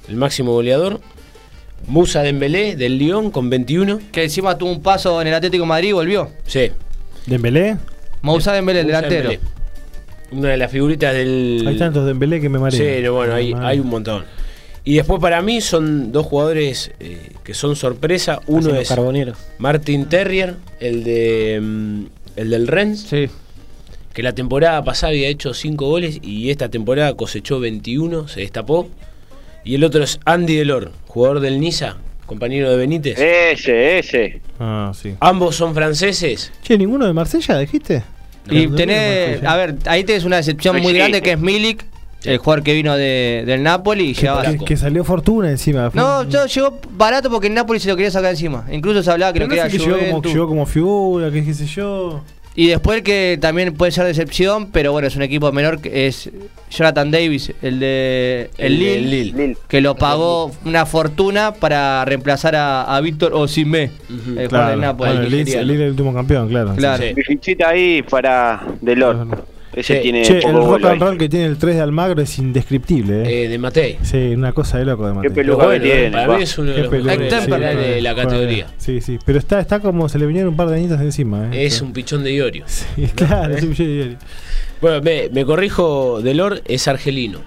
[SPEAKER 8] el máximo goleador. Musa Dembélé del Lyon con 21.
[SPEAKER 2] Que encima tuvo un paso en el Atlético de Madrid y volvió.
[SPEAKER 8] Sí.
[SPEAKER 1] ¿Dembélé?
[SPEAKER 2] Moussa Dembélé, el
[SPEAKER 8] Musa
[SPEAKER 2] delantero.
[SPEAKER 8] Dembélé. Una de las figuritas del.
[SPEAKER 1] Hay tantos de Dembélé que me mareo.
[SPEAKER 8] Sí, pero bueno, hay, hay un montón. Y después para mí son dos jugadores eh, que son sorpresa. Uno
[SPEAKER 7] Hacen los
[SPEAKER 8] es
[SPEAKER 7] carboneros.
[SPEAKER 8] Martin Terrier, el de mm, el del Rennes. Que la temporada pasada había hecho 5 goles y esta temporada cosechó 21, se destapó. Y el otro es Andy Delor, jugador del Niza, compañero de Benítez.
[SPEAKER 4] Ese, Eh, ese.
[SPEAKER 1] Ah, sí.
[SPEAKER 8] Ambos son franceses.
[SPEAKER 1] Che, ¿ninguno de Marsella dijiste?
[SPEAKER 2] Y
[SPEAKER 1] Ninguno de
[SPEAKER 2] tenés,
[SPEAKER 1] Marsella.
[SPEAKER 2] a ver, ahí tenés una excepción
[SPEAKER 1] Sí,
[SPEAKER 2] muy
[SPEAKER 1] sí.
[SPEAKER 2] grande que es Milik, el jugador que vino de- del Napoli y llegaba
[SPEAKER 1] Que, que salió fortuna encima. Fue
[SPEAKER 2] No,
[SPEAKER 1] un-
[SPEAKER 2] yo llegó barato porque el Napoli se lo quería sacar encima. Incluso se hablaba que
[SPEAKER 1] Pero
[SPEAKER 2] lo
[SPEAKER 1] no
[SPEAKER 2] quería
[SPEAKER 1] sé que llegó como,
[SPEAKER 2] Juventus.
[SPEAKER 1] llegó como figura, que qué sé yo.
[SPEAKER 2] Y después el que también puede ser decepción, pero bueno, es un equipo menor, que es Jonathan Davis, el de el,
[SPEAKER 8] El de
[SPEAKER 2] Lille,
[SPEAKER 8] Lille.
[SPEAKER 2] que lo pagó una fortuna para reemplazar a, a Víctor Osimé, el jugador del Napoli.
[SPEAKER 1] bueno, el Leeds- el Leeds el último campeón, claro.
[SPEAKER 2] Claro.
[SPEAKER 4] Mi fichita ahí para Delor. Ese tiene
[SPEAKER 1] Che, el
[SPEAKER 4] poco
[SPEAKER 1] rock
[SPEAKER 4] gol
[SPEAKER 1] and
[SPEAKER 4] ahí.
[SPEAKER 1] roll que tiene el 3 de Almagro es indescriptible. ¿eh?
[SPEAKER 8] Eh, de Matei.
[SPEAKER 1] Sí, una cosa de loco de Matei.
[SPEAKER 4] peluca
[SPEAKER 1] Pero
[SPEAKER 4] que tiene,
[SPEAKER 8] para
[SPEAKER 4] va.
[SPEAKER 8] mí es uno
[SPEAKER 1] Qué
[SPEAKER 8] de los
[SPEAKER 1] peluca,
[SPEAKER 8] mejores
[SPEAKER 1] sí,
[SPEAKER 8] laterales
[SPEAKER 1] sí,
[SPEAKER 8] de la
[SPEAKER 1] juega
[SPEAKER 8] categoría.
[SPEAKER 1] bien. Sí, sí. Pero está, está como se le vinieron un par de añitos encima. ¿eh?
[SPEAKER 8] Es un pichón de Iorio.
[SPEAKER 1] Sí, claro, es un Jerry.
[SPEAKER 8] Bueno, me, me corrijo, Delor es argelino.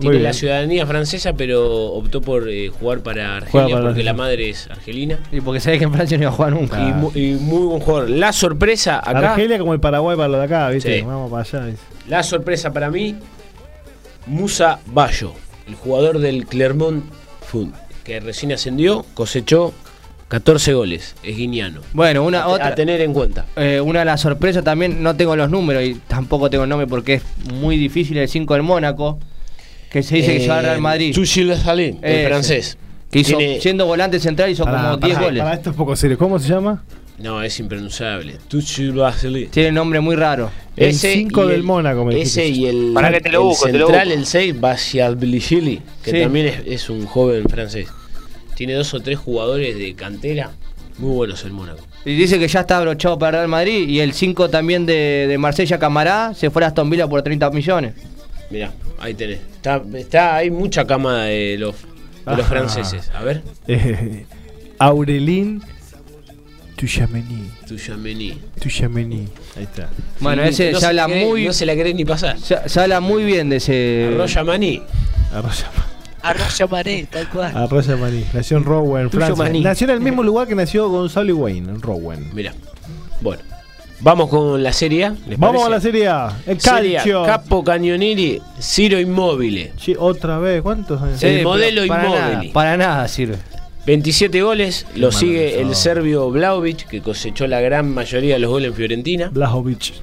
[SPEAKER 8] Tiene
[SPEAKER 1] bien.
[SPEAKER 8] la ciudadanía francesa, pero optó por eh, jugar para Argelia
[SPEAKER 2] Juega para
[SPEAKER 8] porque
[SPEAKER 2] Argelia.
[SPEAKER 8] la madre es argelina.
[SPEAKER 2] Y porque sabés que en Francia no iba a jugar nunca.
[SPEAKER 8] Y, mu- y muy buen jugador. La sorpresa acá.
[SPEAKER 1] Argelia como el Paraguay para lo de acá, ¿viste?
[SPEAKER 8] Sí.
[SPEAKER 1] Vamos para allá. dice.
[SPEAKER 8] La sorpresa para mí, Musa Bayo, el jugador del Clermont Foot, que recién ascendió, cosechó 14 goles. Es guiñano.
[SPEAKER 2] Bueno, una
[SPEAKER 8] A te-
[SPEAKER 2] otra.
[SPEAKER 8] a tener en cuenta.
[SPEAKER 2] Eh, una de las sorpresas también, no tengo los números y tampoco tengo el nombre porque es muy difícil el 5 del Mónaco, que se dice que se va al Real Madrid.
[SPEAKER 8] Tuchil Salim, Eh, el
[SPEAKER 2] Ese.
[SPEAKER 8] francés.
[SPEAKER 2] Que hizo,
[SPEAKER 8] Tiene-
[SPEAKER 2] siendo volante central, hizo
[SPEAKER 1] Pará,
[SPEAKER 2] como 10
[SPEAKER 1] pará,
[SPEAKER 2] goles.
[SPEAKER 1] pará, esto es poco serio. ¿Cómo se llama?
[SPEAKER 8] No, es impronunciable. Tuchil Salim.
[SPEAKER 2] Tiene nombre muy raro.
[SPEAKER 1] El
[SPEAKER 8] Ese
[SPEAKER 1] cinco
[SPEAKER 8] y
[SPEAKER 1] del
[SPEAKER 8] el-
[SPEAKER 1] Mónaco, me
[SPEAKER 8] Ese
[SPEAKER 1] dijiste.
[SPEAKER 8] y el,
[SPEAKER 1] Pará que te lo
[SPEAKER 8] el
[SPEAKER 1] busco, te lo
[SPEAKER 8] central,
[SPEAKER 1] busco.
[SPEAKER 8] el 6, Basiadbilishili, que
[SPEAKER 1] Sí.
[SPEAKER 8] también es, es un joven francés. Tiene dos o tres jugadores de cantera muy buenos el Mónaco.
[SPEAKER 2] Y dice que ya está abrochado para Real Madrid. Y el 5 también de, de Marsella Camará se fue a Aston Villa por 30 millones.
[SPEAKER 8] Mirá, ahí tenés. Está, está- hay mucha camada de los, de los
[SPEAKER 1] Ajá.
[SPEAKER 8] franceses. A ver,
[SPEAKER 1] Ah. Eh, Aurelín Tuyamení.
[SPEAKER 8] Tuyamení.
[SPEAKER 1] Tuyamení. Ahí está.
[SPEAKER 2] Bueno,
[SPEAKER 8] Sí,
[SPEAKER 2] ese
[SPEAKER 8] no
[SPEAKER 2] se
[SPEAKER 8] se
[SPEAKER 2] habla
[SPEAKER 8] cree-
[SPEAKER 2] muy.
[SPEAKER 8] no se la cree ni pasar.
[SPEAKER 2] Se, se habla muy bien de ese.
[SPEAKER 8] Arroya Maní.
[SPEAKER 1] Arroya,
[SPEAKER 3] Arroyo Mané, tal cual.
[SPEAKER 1] Arroya Ah, Maní. Nació en Rowen,
[SPEAKER 8] Tuyo
[SPEAKER 1] Francia.
[SPEAKER 8] Maní.
[SPEAKER 1] Nació en el mismo lugar que nació Gonzalo Higuaín, en Rowen.
[SPEAKER 8] Mirá. Bueno, vamos con la Serie A. ¿les parece?
[SPEAKER 1] Vamos a la Serie A. El
[SPEAKER 8] Serie A,
[SPEAKER 1] calcio.
[SPEAKER 8] Capo Cañonieri, Ciro Inmóvil.
[SPEAKER 1] Che, otra vez, ¿cuántos años?
[SPEAKER 8] el modelo
[SPEAKER 2] para
[SPEAKER 8] inmóvil.
[SPEAKER 2] nada, para nada sirve.
[SPEAKER 8] 27 goles, lo
[SPEAKER 2] Qué
[SPEAKER 8] sigue
[SPEAKER 2] maravilloso.
[SPEAKER 8] el serbio Vlaovic, que cosechó la gran mayoría de los goles en Fiorentina.
[SPEAKER 1] Blajovic.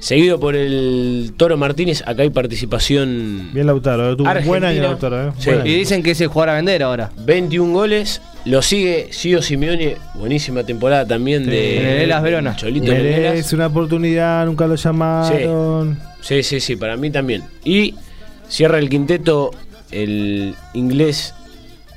[SPEAKER 8] Seguido por el Toro Martínez, acá hay participación.
[SPEAKER 1] Bien Lautaro, eh, tuvo un buen
[SPEAKER 8] Argentina.
[SPEAKER 1] año Lautaro. eh.
[SPEAKER 8] Sí.
[SPEAKER 1] Buen año.
[SPEAKER 2] Y dicen que ese jugar a vender ahora.
[SPEAKER 8] 21 goles, lo sigue Sio Simeone, buenísima temporada también de
[SPEAKER 2] En el Hellas Verona.
[SPEAKER 8] Cholito en el Hellas.
[SPEAKER 1] Merece una oportunidad, nunca lo llamaron.
[SPEAKER 8] Sí, sí, sí, para mí también. Y cierra el quinteto el inglés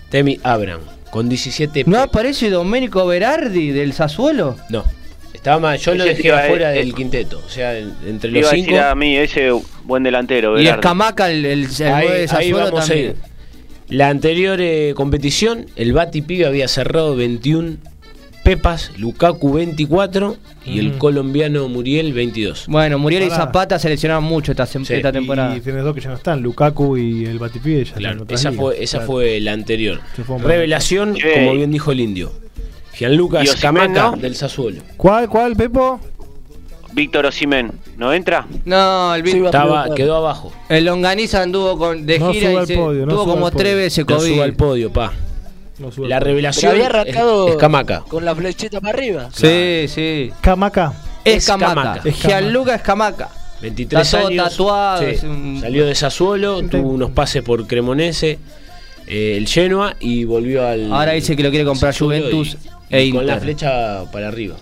[SPEAKER 8] Temi Abraham, con 17
[SPEAKER 2] ¿No aparece Domenico Berardi del Sassuolo?
[SPEAKER 8] No. Estaba mal, yo lo
[SPEAKER 2] Ese
[SPEAKER 8] dejé
[SPEAKER 2] te iba a-
[SPEAKER 8] afuera
[SPEAKER 2] eh,
[SPEAKER 8] del quinteto. O sea, en- entre
[SPEAKER 4] Iba
[SPEAKER 8] los
[SPEAKER 4] a
[SPEAKER 8] cinco.
[SPEAKER 4] decir a mí, ese buen delantero.
[SPEAKER 8] Y
[SPEAKER 4] Berardi.
[SPEAKER 2] Escamaca, el, el, el
[SPEAKER 8] ahí,
[SPEAKER 2] nueve de
[SPEAKER 8] ahí
[SPEAKER 2] Sassuolo
[SPEAKER 8] vamos a
[SPEAKER 2] también.
[SPEAKER 8] ir. La anterior eh, competición, el Bati Pibe había cerrado 21 pepas, Lukaku 24 y el
[SPEAKER 2] Mm.
[SPEAKER 8] colombiano Muriel 22.
[SPEAKER 2] Bueno, Muriel y
[SPEAKER 8] Pará.
[SPEAKER 2] Zapata seleccionaron mucho esta, sem-
[SPEAKER 8] Sí.
[SPEAKER 2] esta temporada.
[SPEAKER 1] Y tienes dos que ya no están, Lukaku y el Batipide. Ya
[SPEAKER 8] Claro,
[SPEAKER 1] están en otras
[SPEAKER 8] esa
[SPEAKER 1] ligas,
[SPEAKER 8] fue, esa
[SPEAKER 1] claro.
[SPEAKER 8] fue la anterior.
[SPEAKER 1] Se fue un buen-
[SPEAKER 8] Revelación,
[SPEAKER 1] Che.
[SPEAKER 8] como bien dijo el indio.
[SPEAKER 4] Y
[SPEAKER 8] Gianluca
[SPEAKER 4] Osimhen,
[SPEAKER 8] Camaca
[SPEAKER 4] ¿no?
[SPEAKER 8] del Sassuolo.
[SPEAKER 1] ¿Cuál, cuál, Pepo?
[SPEAKER 4] Víctor Osimén, ¿no entra?
[SPEAKER 2] No, el Víctor.
[SPEAKER 8] Estaba, quedó abajo.
[SPEAKER 2] El Longaniza anduvo con, de
[SPEAKER 8] No
[SPEAKER 2] gira
[SPEAKER 8] suba
[SPEAKER 2] y
[SPEAKER 8] al
[SPEAKER 2] se,
[SPEAKER 8] podio, no
[SPEAKER 2] tuvo
[SPEAKER 8] suba
[SPEAKER 2] como
[SPEAKER 8] al podio.
[SPEAKER 2] tres veces
[SPEAKER 8] No
[SPEAKER 2] COVID.
[SPEAKER 8] suba al podio, pa. La
[SPEAKER 3] Pero
[SPEAKER 8] revelación
[SPEAKER 3] había
[SPEAKER 8] es,
[SPEAKER 3] arrancado
[SPEAKER 8] es Camaca.
[SPEAKER 3] con la flechita para arriba.
[SPEAKER 2] Sí, sí.
[SPEAKER 1] Camaca.
[SPEAKER 2] Escamaca.
[SPEAKER 8] Escamaca.
[SPEAKER 2] Gianluca Escamaca.
[SPEAKER 8] 23
[SPEAKER 2] Está todo
[SPEAKER 8] años.
[SPEAKER 2] tatuado, es un-
[SPEAKER 8] Salió de Sassuolo, tuvo unos pases por Cremonese, eh, el Genoa y volvió al.
[SPEAKER 2] Ahora dice que lo quiere comprar
[SPEAKER 8] Sassuolo
[SPEAKER 2] Juventus
[SPEAKER 8] y-
[SPEAKER 2] e
[SPEAKER 8] y Con la
[SPEAKER 2] Inter.
[SPEAKER 8] flecha para arriba.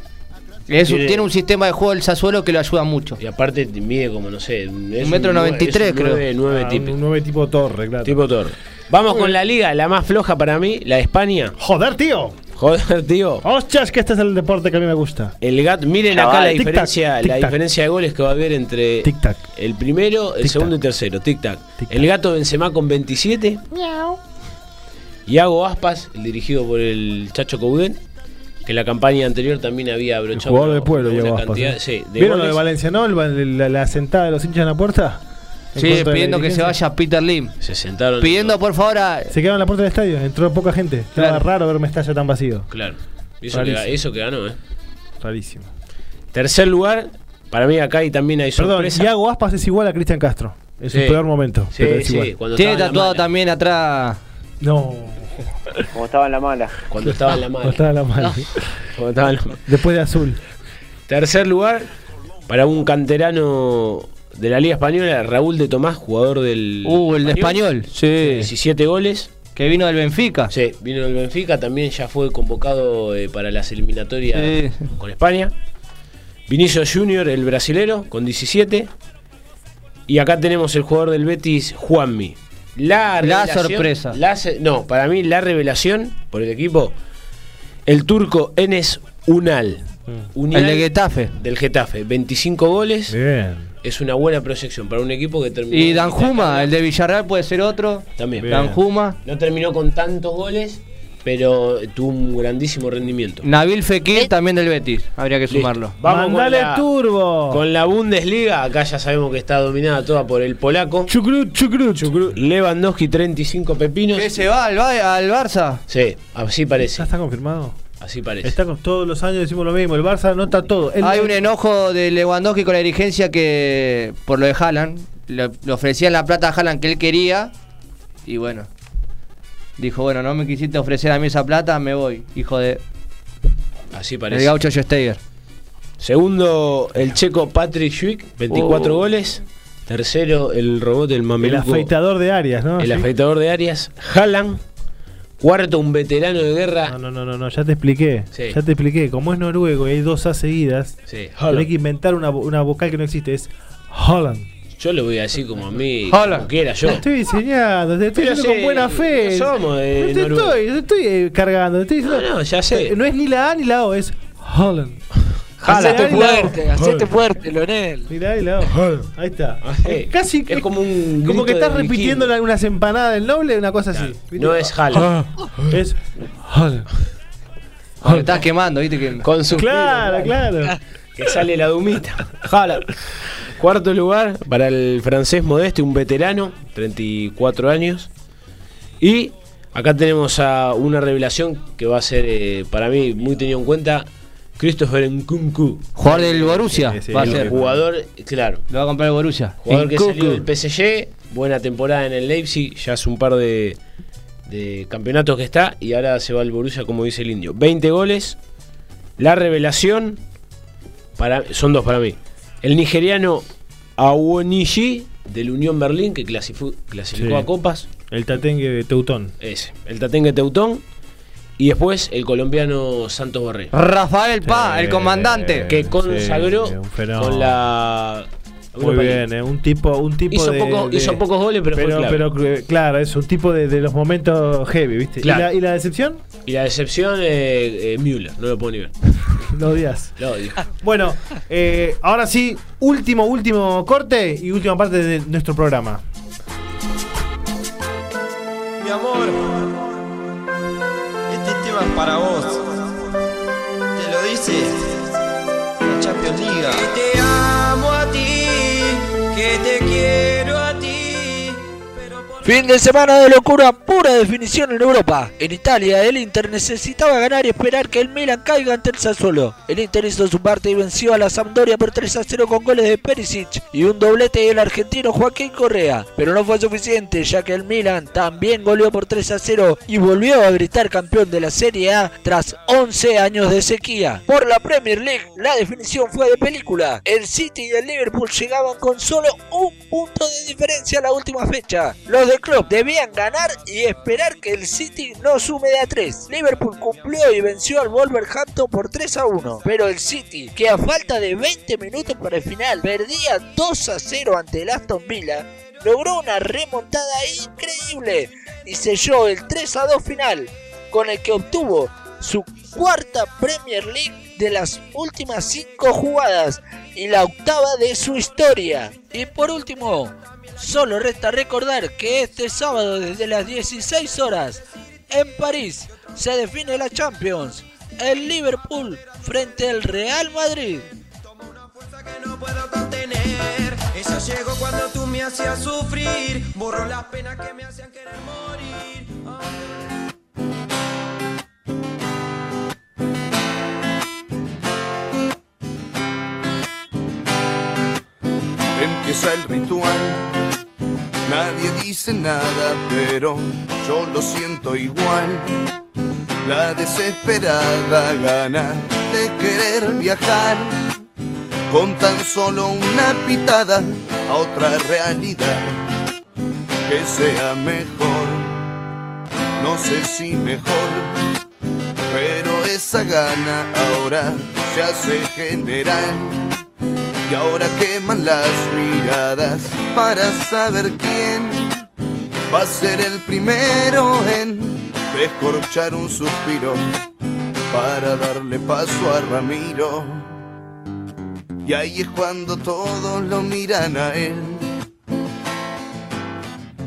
[SPEAKER 2] Es un- tiene un sistema de juego del Sassuolo que lo ayuda mucho.
[SPEAKER 8] Y aparte mide como, no sé, es
[SPEAKER 2] Un metro
[SPEAKER 8] nueve-
[SPEAKER 2] noventa y
[SPEAKER 8] es un
[SPEAKER 2] tres, creo.
[SPEAKER 8] nueve- nueve
[SPEAKER 1] Ah,
[SPEAKER 8] tipo.
[SPEAKER 1] un nueve tipo torre, claro.
[SPEAKER 8] tipo torre. Vamos con la liga, la más floja para mí, la de España.
[SPEAKER 1] Joder, tío.
[SPEAKER 8] Joder, tío.
[SPEAKER 1] Hostias, que este es el deporte que a mí me gusta.
[SPEAKER 8] El GAT, miren
[SPEAKER 1] Chaval,
[SPEAKER 8] acá la
[SPEAKER 1] tic-tac,
[SPEAKER 8] diferencia, la
[SPEAKER 1] tic-tac.
[SPEAKER 8] diferencia de goles que va a haber entre el primero, el segundo y tercero, tic tac. El gato Benzema con 27, Iago Aspas, el dirigido por el Chacho Couden, que en la campaña anterior también había
[SPEAKER 1] El
[SPEAKER 8] abrochado
[SPEAKER 1] jugador del pueblo,
[SPEAKER 8] una
[SPEAKER 1] Diego Aspas,
[SPEAKER 8] cantidad-
[SPEAKER 1] ¿eh?
[SPEAKER 8] sí, de
[SPEAKER 1] ¿Vieron lo de
[SPEAKER 8] goles.
[SPEAKER 1] Valencia, no? El- el- la, la sentada de los hinchas en la puerta. En
[SPEAKER 2] Sí,
[SPEAKER 1] contra de la
[SPEAKER 2] pidiendo que se
[SPEAKER 1] dirigencia.
[SPEAKER 2] vaya Peter Lim.
[SPEAKER 8] Se sentaron.
[SPEAKER 2] Pidiendo, por favor, a-
[SPEAKER 1] Se quedaron en la puerta del estadio, entró poca gente. Estaba
[SPEAKER 2] Claro.
[SPEAKER 1] raro ver Mestalla tan vacío.
[SPEAKER 8] Claro. Y eso,
[SPEAKER 1] Rarísimo.
[SPEAKER 8] que, eso que ganó, ¿eh?
[SPEAKER 1] Rarísimo.
[SPEAKER 8] Tercer lugar, para mí acá y también hay
[SPEAKER 1] Perdón,
[SPEAKER 8] sorpresa.
[SPEAKER 1] Iago Aspas es igual a Cristian Castro. Es su
[SPEAKER 8] Sí.
[SPEAKER 1] peor momento.
[SPEAKER 8] Sí,
[SPEAKER 1] pero es
[SPEAKER 8] sí,
[SPEAKER 1] igual.
[SPEAKER 8] cuando
[SPEAKER 2] tiene
[SPEAKER 8] estaba en la
[SPEAKER 2] tatuado también atrás.
[SPEAKER 1] No.
[SPEAKER 4] Como estaba en la mala.
[SPEAKER 8] Cuando estaba en la mala.
[SPEAKER 1] No estaba en la mala.
[SPEAKER 8] Cuando estaba en la mala.
[SPEAKER 1] Después de azul.
[SPEAKER 8] Tercer lugar, para un canterano de la Liga Española, Raúl de Tomás, jugador del.
[SPEAKER 2] Uh, el de Español, sí.
[SPEAKER 8] 17 goles.
[SPEAKER 2] Que vino del Benfica.
[SPEAKER 8] Sí, vino del Benfica, también ya fue convocado eh, para las eliminatorias
[SPEAKER 2] Sí.
[SPEAKER 8] con España. Vinicius Junior, el brasilero, con 17. Y acá tenemos el jugador del Betis, Juanmi. La,
[SPEAKER 2] La
[SPEAKER 8] revelación-
[SPEAKER 2] sorpresa.
[SPEAKER 8] la se- no, para mí la revelación por el equipo, el turco Enes Unal. Unal
[SPEAKER 2] El de Getafe.
[SPEAKER 8] Del Getafe, 25 goles. Es una buena proyección para un equipo que terminó.
[SPEAKER 2] Y Danjuma, el de Villarreal puede ser otro.
[SPEAKER 8] También.
[SPEAKER 2] Danjuma.
[SPEAKER 8] No terminó con tantos goles, pero tuvo un grandísimo rendimiento.
[SPEAKER 2] Nabil Fekir, también del Betis. Habría que sumarlo.
[SPEAKER 8] Listo. Vamos
[SPEAKER 1] Mandale
[SPEAKER 8] con la,
[SPEAKER 1] turbo.
[SPEAKER 8] Con la Bundesliga, acá ya sabemos que está dominada toda por el polaco.
[SPEAKER 1] Chucrut, chucrut.
[SPEAKER 8] Lewandowski, 35 pepinos.
[SPEAKER 2] ¿Qué Eh, se va al, Ba- al Barça?
[SPEAKER 8] Sí, así parece.
[SPEAKER 1] ¿Ya está confirmado?
[SPEAKER 8] Así parece.
[SPEAKER 1] Está con todos los años decimos lo mismo. El Barça anota todo. El-
[SPEAKER 2] Hay un enojo de Lewandowski con la dirigencia que, por lo de Haaland, le, le ofrecían la plata a Haaland que él quería. Y bueno, dijo: Bueno, no me quisiste ofrecer a mí esa plata, me voy, hijo de.
[SPEAKER 8] Así
[SPEAKER 2] El
[SPEAKER 8] parece.
[SPEAKER 2] gaucho Steiger.
[SPEAKER 8] Segundo, el checo Patrick Schick, 24
[SPEAKER 2] Oh.
[SPEAKER 8] goles. Tercero, el robot del
[SPEAKER 1] el
[SPEAKER 8] mameluco.
[SPEAKER 1] afeitador de Arias, ¿no?
[SPEAKER 8] el
[SPEAKER 1] Sí.
[SPEAKER 8] afeitador de Arias. Haaland. Cuarto, un veterano de guerra.
[SPEAKER 1] No, no, no, no, no, ya te expliqué.
[SPEAKER 8] Sí.
[SPEAKER 1] Ya te expliqué. Como es noruego y hay dos A seguidas,
[SPEAKER 8] Sí,
[SPEAKER 1] tenés que inventar una, vo- una vocal que no existe. Es Holland.
[SPEAKER 8] Yo lo voy a decir como a mí,
[SPEAKER 1] Haaland.
[SPEAKER 8] como quiera yo.
[SPEAKER 1] Te estoy diseñando, te estoy
[SPEAKER 8] Pero
[SPEAKER 1] diciendo
[SPEAKER 8] sí,
[SPEAKER 1] con buena fe.
[SPEAKER 8] no somos de
[SPEAKER 1] No te
[SPEAKER 8] Noruega.
[SPEAKER 1] estoy, no te estoy eh, cargando. te estoy diciendo-
[SPEAKER 8] No, no, ya sé.
[SPEAKER 1] Eh, No es ni la A ni la O, es Holland.
[SPEAKER 3] Hacete
[SPEAKER 1] Haaland.
[SPEAKER 3] fuerte, hacete
[SPEAKER 1] Haaland.
[SPEAKER 3] fuerte, Leonel.
[SPEAKER 1] Ni la A ni la O. Ahí está.
[SPEAKER 8] Eh,
[SPEAKER 1] Casi
[SPEAKER 8] es como un
[SPEAKER 1] Como
[SPEAKER 8] grito
[SPEAKER 1] que estás
[SPEAKER 8] de vikingo.
[SPEAKER 1] repitiendo la- unas empanadas del noble, una cosa así. ¿Viste?
[SPEAKER 8] No es Haaland.
[SPEAKER 1] Ah, Es
[SPEAKER 2] Cuando Ah, estás quemando, viste que.
[SPEAKER 8] Con su
[SPEAKER 1] Claro, claro.
[SPEAKER 8] que sale la dumita. Haaland. Cuarto lugar para el francés Modeste, un veterano, 34 años. Y acá tenemos a una revelación que va a ser eh, para mí muy tenido en cuenta, Christopher Nkunku.
[SPEAKER 2] Jugador del Borussia,
[SPEAKER 1] Sí, sí,
[SPEAKER 2] va a
[SPEAKER 1] lo
[SPEAKER 2] ser.
[SPEAKER 1] que-
[SPEAKER 8] Jugador, claro,
[SPEAKER 2] Lo va a comprar el Borussia.
[SPEAKER 8] Jugador que
[SPEAKER 2] Nkunku.
[SPEAKER 8] salió del PSG, buena temporada en el Leipzig, ya hace un par de, de campeonatos que está y ahora se va al Borussia como dice el indio. 20 goles, la revelación, para, son dos para mí. El nigeriano Awoniyi del Unión Berlín que clasifu- clasificó
[SPEAKER 1] Sí.
[SPEAKER 8] a Copas,
[SPEAKER 1] El tatengue de Teutón.
[SPEAKER 8] ese, el Tatengue Teutón y después el colombiano Santos Borré.
[SPEAKER 2] Rafael Pa, el comandante.
[SPEAKER 8] Que consagró
[SPEAKER 1] sí, un fenómeno.
[SPEAKER 8] con la...
[SPEAKER 1] Muy
[SPEAKER 8] Europa
[SPEAKER 1] bien,
[SPEAKER 8] League.
[SPEAKER 1] eh, un tipo, un tipo
[SPEAKER 8] Hizo,
[SPEAKER 1] de-
[SPEAKER 8] poco-
[SPEAKER 1] de-
[SPEAKER 8] hizo pocos goles, pero, fue
[SPEAKER 1] pero,
[SPEAKER 8] clave.
[SPEAKER 1] pero, eh, claro, es un tipo de, de los momentos heavy, ¿viste?
[SPEAKER 8] Claro.
[SPEAKER 1] ¿Y, la, y la decepción?
[SPEAKER 8] Y la decepción, eh, eh, Müller, no lo puedo ni ver.
[SPEAKER 1] Los días.
[SPEAKER 8] Lo odio.
[SPEAKER 1] Bueno, eh, ahora sí, último, último corte y última parte de nuestro programa.
[SPEAKER 10] Mi amor, este tema es para vos. Te lo dice la Champions League.
[SPEAKER 14] Te amo a ti, que te quiero a ti.
[SPEAKER 3] Fin de semana de locura, pura definición en Europa. En Italia, el Inter necesitaba ganar y esperar que el Milan caiga ante el Sassuolo. El Inter hizo su parte y venció a la Sampdoria por 3 a 0 con goles de Perisic y un doblete del argentino Joaquín Correa. Pero no fue suficiente, ya que el Milan también goleó por 3 a 0 y volvió a gritar campeón de la Serie A tras 11 años de sequía. Por la Premier League, la definición fue de película. El City y el Liverpool llegaban con solo un punto de diferencia a la última fecha. Los de Klopp debían ganar y esperar que el City no sume de a 3. Liverpool cumplió y venció al Wolverhampton por 3 a 1. Pero el City, que a falta de 20 minutos para el final perdía 2 a 0 ante el Aston Villa, logró una remontada increíble y selló el 3 a 2 final con el que obtuvo su cuarta Premier League de las últimas cinco jugadas y la octava de su historia. Y por último, solo resta recordar que este sábado desde las 16 horas en París se define la Champions. El Liverpool frente al Real Madrid.
[SPEAKER 14] Ella llegó cuando tú me hacías sufrir. Borró las penas que me hacían querer morir.
[SPEAKER 6] Empieza el ritual. Nadie dice nada, pero yo lo siento igual. La desesperada gana de querer viajar. Con tan solo una pitada a otra realidad que sea mejor. No sé si mejor, pero esa gana ahora se hace general. Y ahora queman las miradas para saber quién va a ser el primero en descorchar un suspiro para darle paso a Ramiro. Y ahí es cuando todos lo miran a él.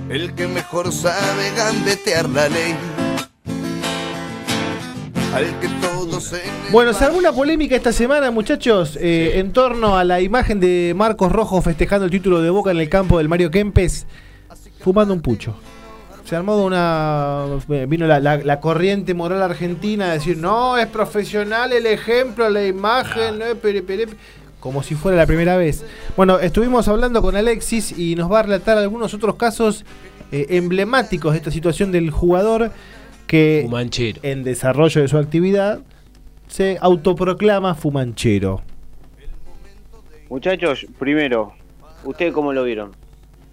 [SPEAKER 6] El que mejor sabe gambetear la ley. Al que todos se...
[SPEAKER 1] Bueno, se armó una polémica esta semana, muchachos, eh, en torno a la imagen de Marcos Rojo festejando el título de Boca en el campo del Mario Kempes, fumando un pucho. Se armó una. eh, Vino la, la- la corriente moral argentina a decir: no, es profesional el ejemplo, la imagen, no es pere, pere, pere", como si fuera la primera vez. Bueno, estuvimos hablando con Alexis y nos va a relatar algunos otros casos eh, emblemáticos de esta situación del jugador que en desarrollo de su actividad se autoproclama fumanchero.
[SPEAKER 4] Muchachos, primero, ¿ustedes cómo lo vieron?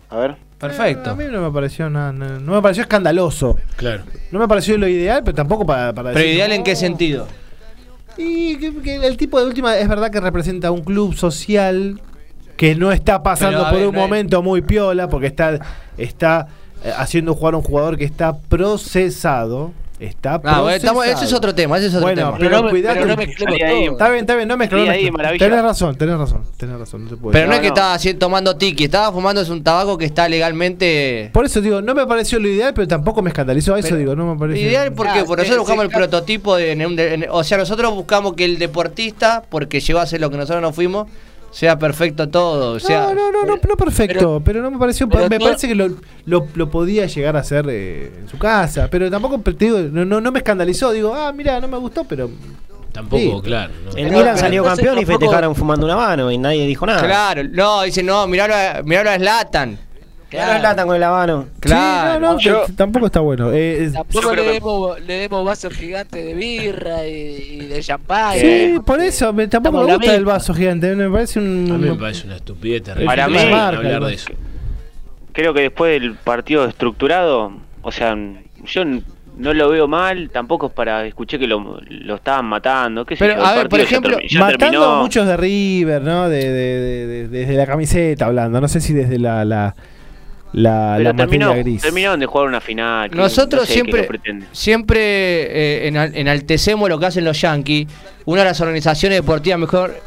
[SPEAKER 4] A ver.
[SPEAKER 1] Eh, a mí no me pareció nada, no, no me pareció escandaloso.
[SPEAKER 8] Claro.
[SPEAKER 1] No me pareció lo ideal, pero tampoco para, para
[SPEAKER 2] Pero
[SPEAKER 1] decir,
[SPEAKER 2] ideal en
[SPEAKER 1] "No".
[SPEAKER 2] qué sentido.
[SPEAKER 1] Y que, que el tipo de última es verdad que representa un club social que no está pasando
[SPEAKER 2] Pero, a
[SPEAKER 1] por
[SPEAKER 2] ver,
[SPEAKER 1] un
[SPEAKER 2] no es-
[SPEAKER 1] momento muy piola, porque está, está eh, haciendo jugar a un jugador que está procesado. Está
[SPEAKER 2] Ah,
[SPEAKER 1] procesado.
[SPEAKER 2] bueno, estamos- ese es otro tema, ese es otro
[SPEAKER 1] Bueno,
[SPEAKER 2] tema.
[SPEAKER 1] pero,
[SPEAKER 2] Pero no-
[SPEAKER 1] cuidado.
[SPEAKER 2] pero no
[SPEAKER 1] que-
[SPEAKER 2] mezclemos Ahí, ahí. todo.
[SPEAKER 1] Está bien, está bien, no mezclemos.
[SPEAKER 2] Ahí, ahí,
[SPEAKER 1] mezclemos.
[SPEAKER 2] maravilla.
[SPEAKER 1] tenés razón, tenés razón, tenés razón. no te puedo
[SPEAKER 2] Pero no,
[SPEAKER 1] decir.
[SPEAKER 2] es que está haciendo- tomando tiki, estaba fumando es un tabaco que está legalmente.
[SPEAKER 1] Por eso digo, no me pareció lo ideal, pero tampoco me escandalizó. A eso
[SPEAKER 2] Pero-
[SPEAKER 1] digo, no me pareció.
[SPEAKER 2] Ideal porque
[SPEAKER 1] Ah,
[SPEAKER 2] por
[SPEAKER 1] se-
[SPEAKER 4] eh,
[SPEAKER 2] nosotros buscamos
[SPEAKER 1] se-
[SPEAKER 2] el prototipo de, en un de- en- o sea nosotros buscamos que el deportista porque llegó a ser lo que nosotros no fuimos sea perfecto todo o sea
[SPEAKER 1] no, no, no, no perfecto, pero, no me pareció.
[SPEAKER 2] pero
[SPEAKER 1] me
[SPEAKER 2] tú-
[SPEAKER 1] parece que lo, lo- lo podía llegar a hacer eh, en su casa, pero tampoco te digo, no, no, no me escandalizó. Digo, ah, mira, no me gustó, pero.
[SPEAKER 8] Tampoco,
[SPEAKER 1] Sí.
[SPEAKER 8] claro. ¿no?
[SPEAKER 7] El Milan salió
[SPEAKER 2] entonces
[SPEAKER 7] campeón y
[SPEAKER 2] tampoco-
[SPEAKER 7] festejaron fumando una mano y nadie dijo nada.
[SPEAKER 2] claro no dice no miralo a, miralo a Zlatan
[SPEAKER 7] Claro, Zlatan con el habano.
[SPEAKER 1] Sí, no, no,
[SPEAKER 2] Yo-
[SPEAKER 1] t- tampoco está bueno. Eh, es-
[SPEAKER 3] Tampoco le demos, le demos vasos gigantes de birra y, y de champán.
[SPEAKER 2] eh.
[SPEAKER 1] sí, por eso, me- tampoco
[SPEAKER 3] Estamos
[SPEAKER 1] me
[SPEAKER 3] la
[SPEAKER 1] gusta el
[SPEAKER 3] misma.
[SPEAKER 1] vaso gigante. Me parece un.
[SPEAKER 8] A mí me parece "Ah, una estupidez terrible.
[SPEAKER 4] Para mí-
[SPEAKER 8] Ni
[SPEAKER 4] Marca,
[SPEAKER 8] hablar
[SPEAKER 4] ¿no?
[SPEAKER 8] de eso.
[SPEAKER 4] Creo que después del partido estructurado, o sea, yo n- no lo veo mal, tampoco es para escuché que lo, lo estaban matando, qué sé
[SPEAKER 1] Pero,
[SPEAKER 4] yo, el
[SPEAKER 1] a ver,
[SPEAKER 4] partido
[SPEAKER 1] por
[SPEAKER 4] ya
[SPEAKER 1] ejemplo,
[SPEAKER 4] termi- ya
[SPEAKER 1] matando
[SPEAKER 4] terminó.
[SPEAKER 1] a muchos de River, ¿no? De, de- de- de- desde la camiseta hablando. No sé si desde la, la, la, la
[SPEAKER 4] Pero terminó,
[SPEAKER 1] materia gris.
[SPEAKER 4] terminaron de jugar una final. que
[SPEAKER 2] Nosotros
[SPEAKER 4] no sé qué
[SPEAKER 2] siempre,
[SPEAKER 4] lo pretende.
[SPEAKER 2] siempre eh, enal- enaltecemos lo que hacen los Yankees. Una de las organizaciones deportivas mejor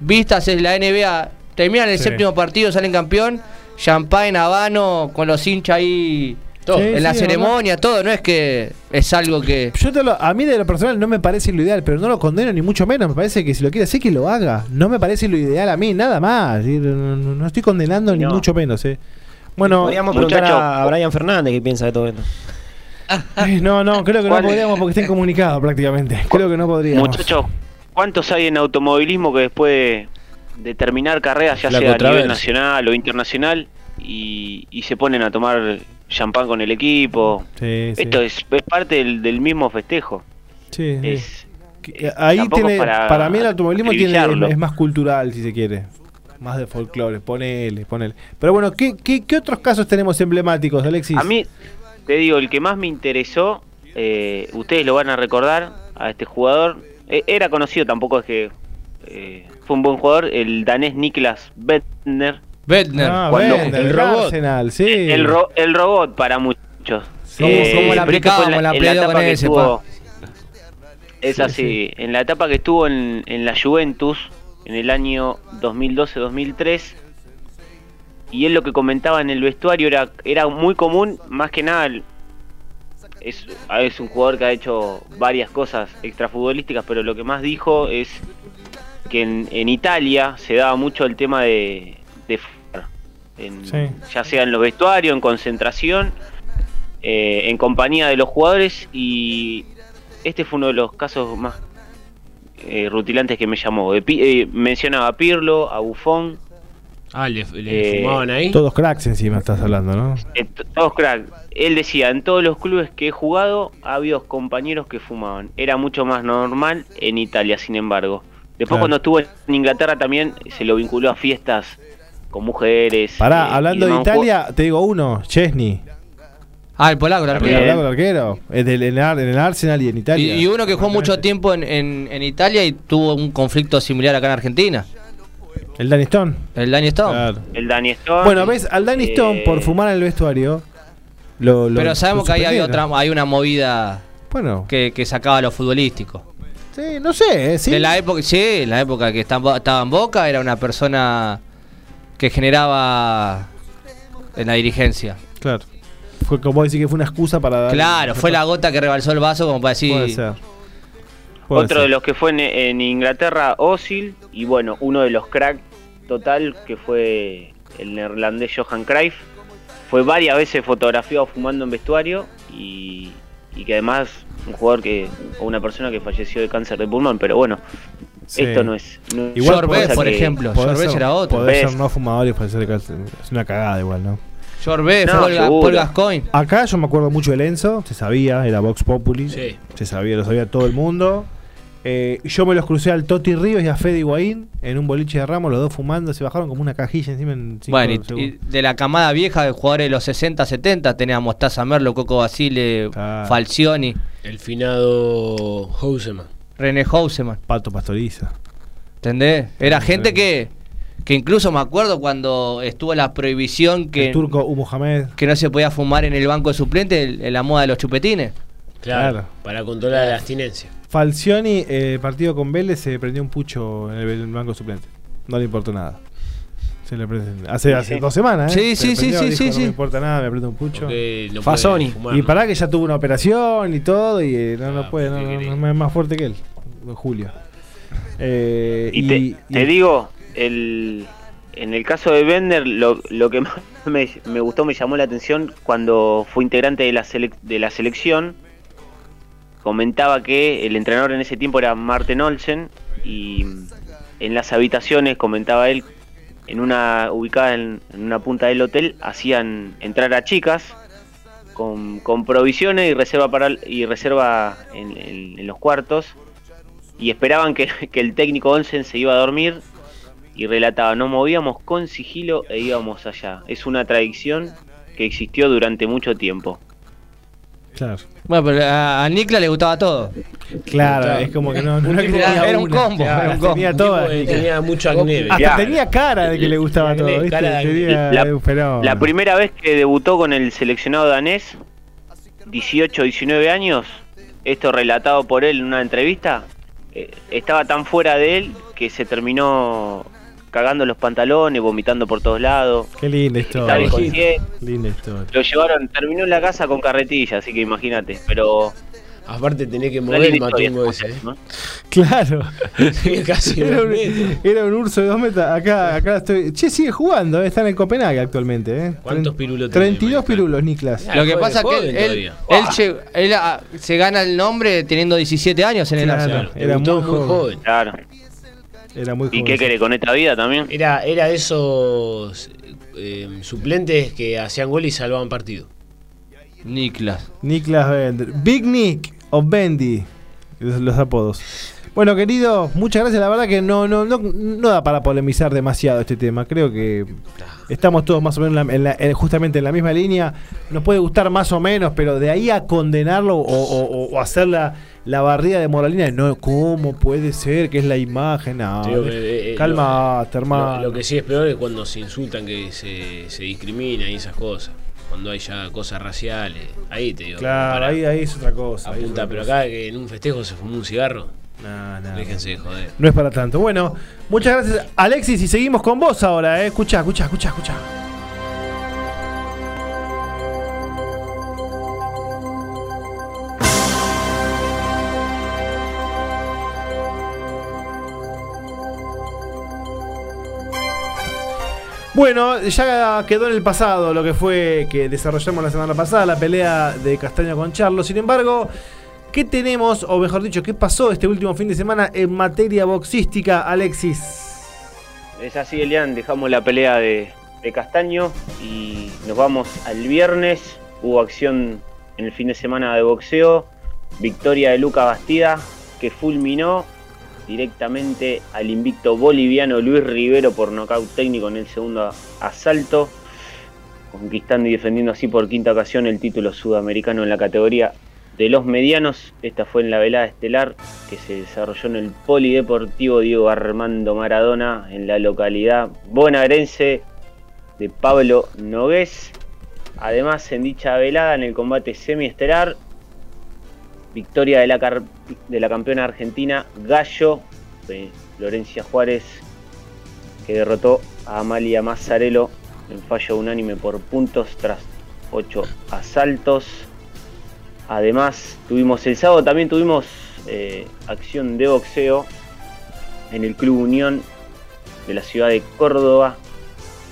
[SPEAKER 2] vistas es la NBA. Terminan el
[SPEAKER 1] Sí.
[SPEAKER 2] séptimo partido, salen campeón. Champagne, Habano, con los hinchas ahí
[SPEAKER 1] Todo. Sí,
[SPEAKER 2] en la
[SPEAKER 1] sí,
[SPEAKER 2] ceremonia, todo. No es que es algo que.
[SPEAKER 1] Yo te lo- a mí de lo personal no me parece lo ideal, pero no lo condeno ni mucho menos. Me parece que si lo quiere hacer, que lo haga. No me parece lo ideal a mí, nada más. Y No, no- no estoy condenando ni mucho menos. eh. Bueno,
[SPEAKER 7] Podríamos preguntar a, a Brian Fernández qué piensa de todo esto.
[SPEAKER 1] Eh, No, no, creo que no
[SPEAKER 4] ¿Cuál es?
[SPEAKER 1] podríamos porque está incomunicado prácticamente. Creo que no podríamos.
[SPEAKER 4] Muchachos, ¿cuántos hay en automovilismo que después de, de terminar carreras, ya
[SPEAKER 1] Flaco
[SPEAKER 4] sea a nivel
[SPEAKER 1] Travers.
[SPEAKER 4] nacional o internacional, y, y se ponen a tomar champán con el equipo?
[SPEAKER 1] Sí, sí.
[SPEAKER 4] Esto es, es parte del, del mismo festejo.
[SPEAKER 1] Sí, sí.
[SPEAKER 4] Es-
[SPEAKER 1] Que- Ahí
[SPEAKER 4] eh, tampoco
[SPEAKER 1] tiene, para,
[SPEAKER 4] para
[SPEAKER 1] mí el automovilismo tiene,
[SPEAKER 4] acribillarlo.
[SPEAKER 1] es, es más cultural, si se quiere. Más de folclore, ponele, ponele. Pero bueno, ¿qué, qué, qué otros casos tenemos emblemáticos, Alexis?
[SPEAKER 4] A mí, te digo, el que más me interesó, eh, ustedes lo van a recordar, a este jugador, eh, era conocido, tampoco es que eh, fue un buen jugador, el danés Niklas Bettner.
[SPEAKER 2] Bettner,
[SPEAKER 1] Ah,
[SPEAKER 4] Cuando-
[SPEAKER 1] Bender, el Arsenal, sí.
[SPEAKER 4] El, ro- el robot para muchos.
[SPEAKER 1] ¿Cómo- cómo la
[SPEAKER 4] pero esta fue
[SPEAKER 1] aplicábamos la
[SPEAKER 4] en
[SPEAKER 1] Play Doh
[SPEAKER 4] etapa
[SPEAKER 1] con
[SPEAKER 4] que
[SPEAKER 1] ese,
[SPEAKER 4] estuvo-
[SPEAKER 1] pa?
[SPEAKER 4] Es
[SPEAKER 1] Sí,
[SPEAKER 4] así, en la etapa que estuvo en, en la Juventus en el año 2012-2003 y él lo que comentaba en el vestuario era, era muy común, más que nada el- es, es un jugador que ha hecho varias cosas extrafutbolísticas, pero lo que más dijo es que en, en Italia se daba mucho el tema de, de fumar. En-
[SPEAKER 1] Sí.
[SPEAKER 4] ya sea en los vestuarios, en concentración, eh, en compañía de los jugadores y este fue uno de los casos más eh, rutilantes que me llamó. De Pi- eh, mencionaba a Pirlo, a Buffon,
[SPEAKER 8] Ah, le, le
[SPEAKER 4] Eh,
[SPEAKER 8] fumaban ahí.
[SPEAKER 1] Todos cracks encima estás hablando, ¿no?
[SPEAKER 4] Eh, t- todos crack. Él decía, en todos los clubes que he jugado ha habido compañeros que fumaban. Era mucho más normal en Italia, sin embargo. Después
[SPEAKER 1] Claro.
[SPEAKER 4] cuando estuvo en Inglaterra también se lo vinculó a fiestas con mujeres. eh,
[SPEAKER 1] Pará,
[SPEAKER 4] y
[SPEAKER 1] hablando de
[SPEAKER 4] demás.
[SPEAKER 1] Italia, te digo uno, Chesney.
[SPEAKER 2] Ah, el polaco, el arquero.
[SPEAKER 1] El arquero. En el, en el Ar- en el Arsenal y en
[SPEAKER 2] Y,
[SPEAKER 1] Italia.
[SPEAKER 2] y uno que jugó mucho tiempo en, en- en Italia y tuvo un conflicto similar acá en Argentina.
[SPEAKER 1] El Danny Stone.
[SPEAKER 2] El Dani Stone.
[SPEAKER 4] El Dani Stone.
[SPEAKER 1] Bueno, ves, al Danny
[SPEAKER 4] Eh,
[SPEAKER 1] Stone por fumar en el vestuario. Lo, lo-
[SPEAKER 2] Pero sabemos que
[SPEAKER 1] lo
[SPEAKER 2] ahí hay,
[SPEAKER 1] suspendieron.
[SPEAKER 2] otra, hay una movida
[SPEAKER 1] Bueno.
[SPEAKER 2] que, que sacaba lo futbolístico.
[SPEAKER 1] Sí, no sé, eh, sí.
[SPEAKER 2] De la época, sí, en la época que estaba, estaba en Boca era una persona que generaba en la dirigencia.
[SPEAKER 1] Claro. Fue como decir que fue una excusa para dar.
[SPEAKER 2] Claro, fue la gota que rebalsó el vaso como para decir...
[SPEAKER 1] Puede ser. Puede
[SPEAKER 4] Otro
[SPEAKER 1] ser.
[SPEAKER 4] de los que fue en, en Inglaterra, Ozil, y bueno, uno de los crack total que fue el neerlandés Johan Cruyff. Fue varias veces fotografiado fumando en vestuario y, y que además un jugador que o una persona que falleció de cáncer de pulmón, pero bueno,
[SPEAKER 1] Sí.
[SPEAKER 4] esto no es no es
[SPEAKER 1] Igual
[SPEAKER 4] una
[SPEAKER 1] podés-
[SPEAKER 4] cosa que-
[SPEAKER 1] podés
[SPEAKER 2] Jorvés
[SPEAKER 1] ser-
[SPEAKER 2] era otro.
[SPEAKER 1] podés ser
[SPEAKER 2] Jorvés.
[SPEAKER 1] no fumador y parecer que es es una cagada igual, ¿no?
[SPEAKER 2] Jorbe,
[SPEAKER 1] No,
[SPEAKER 2] Paul, Ga-
[SPEAKER 1] seguro.
[SPEAKER 2] Paul Gascoigne.
[SPEAKER 1] Acá yo me acuerdo mucho de Lenzo, se sabía, era Vox Populi.
[SPEAKER 2] Sí.
[SPEAKER 1] Se sabía, lo sabía todo el mundo. Eh, yo me los crucé al Toti Ríos y a Fede Higuaín en un boliche de Ramos, los dos fumando, se bajaron como una cajilla encima en cinco
[SPEAKER 2] Bueno, y- y,
[SPEAKER 1] segundos.
[SPEAKER 2] de la camada vieja de jugadores de los 60, 70 teníamos Taza Merlo, Coco Basile, Falcioni,
[SPEAKER 8] El finado Houseman.
[SPEAKER 2] René Houseman.
[SPEAKER 1] Pato Pastoriza.
[SPEAKER 2] ¿Entendés? Era gente que, que incluso me acuerdo cuando estuvo la prohibición que,
[SPEAKER 1] El turco U Mohamed.
[SPEAKER 2] que no se podía fumar en el banco de suplentes, el- en la moda de los chupetines.
[SPEAKER 1] Claro, Claro.
[SPEAKER 8] para controlar la abstinencia.
[SPEAKER 1] Falcioni, eh, partido con Vélez, se prendió un pucho en el, en el banco suplente. No le importó nada. Se le prende- hace, hace
[SPEAKER 8] Sí.
[SPEAKER 1] dos semanas, ¿eh?
[SPEAKER 8] Sí,
[SPEAKER 1] Se le
[SPEAKER 8] sí,
[SPEAKER 1] prendió,
[SPEAKER 8] sí, sí,
[SPEAKER 1] dijo,
[SPEAKER 8] sí,
[SPEAKER 1] No
[SPEAKER 8] sí.
[SPEAKER 1] me importa nada, me prende un pucho.
[SPEAKER 8] Porque no puede
[SPEAKER 1] Fasoni.
[SPEAKER 8] fumar,
[SPEAKER 1] Y
[SPEAKER 8] ¿no? Ah,
[SPEAKER 1] pará que ya tuvo una operación y todo, y eh, no, no puede, no, no, no, es más fuerte que él, Julio. Eh,
[SPEAKER 4] Y te, te digo, el, en el caso de Bender, lo, lo que más me, me gustó, me llamó la atención cuando fue integrante de la, selec- de la selección, comentaba que el entrenador en ese tiempo era Marten Olsen y en las habitaciones, comentaba él, en una ubicada en, en una punta del hotel, hacían entrar a chicas. Con, con provisiones y reserva para y reserva en- en- en los cuartos y esperaban que, que el técnico Olsen se iba a dormir y relataba, nos movíamos con sigilo e íbamos allá. Es una tradición que existió durante mucho tiempo.
[SPEAKER 1] Claro.
[SPEAKER 2] Bueno, pero a, a Nikla le gustaba todo.
[SPEAKER 1] Claro, es como que no- no le
[SPEAKER 2] era,
[SPEAKER 1] quería
[SPEAKER 2] era un
[SPEAKER 1] una.
[SPEAKER 2] combo.
[SPEAKER 1] Claro,
[SPEAKER 2] era un
[SPEAKER 1] tenía
[SPEAKER 2] combo.
[SPEAKER 1] todo,
[SPEAKER 8] Eh, tenía mucho acné.
[SPEAKER 1] Hasta tenía cara de que le gustaba todo, ¿viste?
[SPEAKER 8] cara de acné.
[SPEAKER 1] Tenía
[SPEAKER 4] La-
[SPEAKER 1] era un fenómeno.
[SPEAKER 4] La primera vez que debutó con el seleccionado danés, 18-19 años, esto relatado por él en una entrevista, eh, estaba tan fuera de él que se terminó cagando los pantalones, vomitando por todos lados.
[SPEAKER 1] Qué linda
[SPEAKER 4] Estaba
[SPEAKER 1] historia.
[SPEAKER 4] inconsciente.
[SPEAKER 1] Linda historia.
[SPEAKER 4] Lo llevaron, terminó en la casa con carretilla, así que imagínate, pero...
[SPEAKER 8] Aparte tenía que
[SPEAKER 4] Una
[SPEAKER 8] mover el
[SPEAKER 4] linda historia,
[SPEAKER 8] matungo ese. ¿eh?
[SPEAKER 1] Claro.
[SPEAKER 8] Casi
[SPEAKER 1] era,
[SPEAKER 8] dos
[SPEAKER 1] un,
[SPEAKER 8] metros.
[SPEAKER 1] era un urso de dos metros. Acá, acá estoy. Che, sigue jugando, eh, están en Copenhague actualmente. ¿eh?
[SPEAKER 8] ¿Cuántos
[SPEAKER 1] Tren-
[SPEAKER 8] pirulos tiene,
[SPEAKER 1] 32 pirulos, Niklas.
[SPEAKER 2] Lo que pasa es que
[SPEAKER 8] joven
[SPEAKER 2] él, él,
[SPEAKER 8] todavía.
[SPEAKER 2] él che- él, ah, se gana el nombre teniendo 17 años en el
[SPEAKER 1] Claro,
[SPEAKER 2] Arsenal.
[SPEAKER 1] era muy joven.
[SPEAKER 4] Claro.
[SPEAKER 1] Era muy
[SPEAKER 4] ¿Y
[SPEAKER 1] joven.
[SPEAKER 4] qué querés con esta vida también?
[SPEAKER 8] Era, era de esos eh, suplentes que hacían gol y salvaban partido.
[SPEAKER 2] Niklas.
[SPEAKER 1] Niklas Bender. Big Nick o Bendy. Los, los apodos. Bueno, querido, muchas gracias. La verdad que no, no, no, no da para polemizar demasiado este tema. Creo que estamos todos más o menos en la- en la- en- justamente en la misma línea. Nos puede gustar más o menos, pero de ahí a condenarlo o, o- o- o hacer la, la barrida de moralina, no, ¿cómo puede ser que es la imagen? No,
[SPEAKER 8] Digo que, eh,
[SPEAKER 1] Ah, calma,
[SPEAKER 8] lo-
[SPEAKER 1] hermano.
[SPEAKER 8] Lo, lo que sí es peor es cuando se insultan, que se, se discrimina y esas cosas. Cuando hay ya cosas raciales. Ahí te digo.
[SPEAKER 1] Claro,
[SPEAKER 8] pará,
[SPEAKER 1] ahí, ahí es otra cosa. ahí es
[SPEAKER 8] apunta,
[SPEAKER 1] otra
[SPEAKER 8] pero
[SPEAKER 1] cosa.
[SPEAKER 8] acá que en un festejo se fumó un cigarro.
[SPEAKER 1] No, no.
[SPEAKER 8] Déjense de joder.
[SPEAKER 1] No es para tanto. Bueno, muchas gracias, Alexis, y seguimos con vos ahora, ¿eh? Escucha, escucha, escucha, escucha. Bueno, ya quedó en el pasado lo que fue que desarrollamos la semana pasada, la pelea de Castaño con Charlo. Sin embargo, ¿qué tenemos, o mejor dicho, qué pasó este último fin de semana en materia boxística, Alexis?
[SPEAKER 4] Es así, Elian, dejamos la pelea de, de Castaño y nos vamos al viernes. Hubo acción en el fin de semana de boxeo. Victoria de Luca Bastida, que fulminó directamente al invicto boliviano Luis Rivero por nocaut técnico en el segundo asalto, conquistando y defendiendo así por quinta ocasión el título sudamericano en la categoría de los medianos. Esta fue en la velada estelar que se desarrolló en el Polideportivo Diego Armando Maradona en la localidad bonaerense de Pablo Nogués. Además, en dicha velada, en el combate semiestelar, victoria de la, car- de la campeona argentina Gallo, de Florencia Juárez, que derrotó a Amalia Mazzarello en fallo unánime por puntos tras 8 asaltos. Además, tuvimos el sábado también tuvimos eh, acción de boxeo en el Club Unión de la ciudad de Córdoba.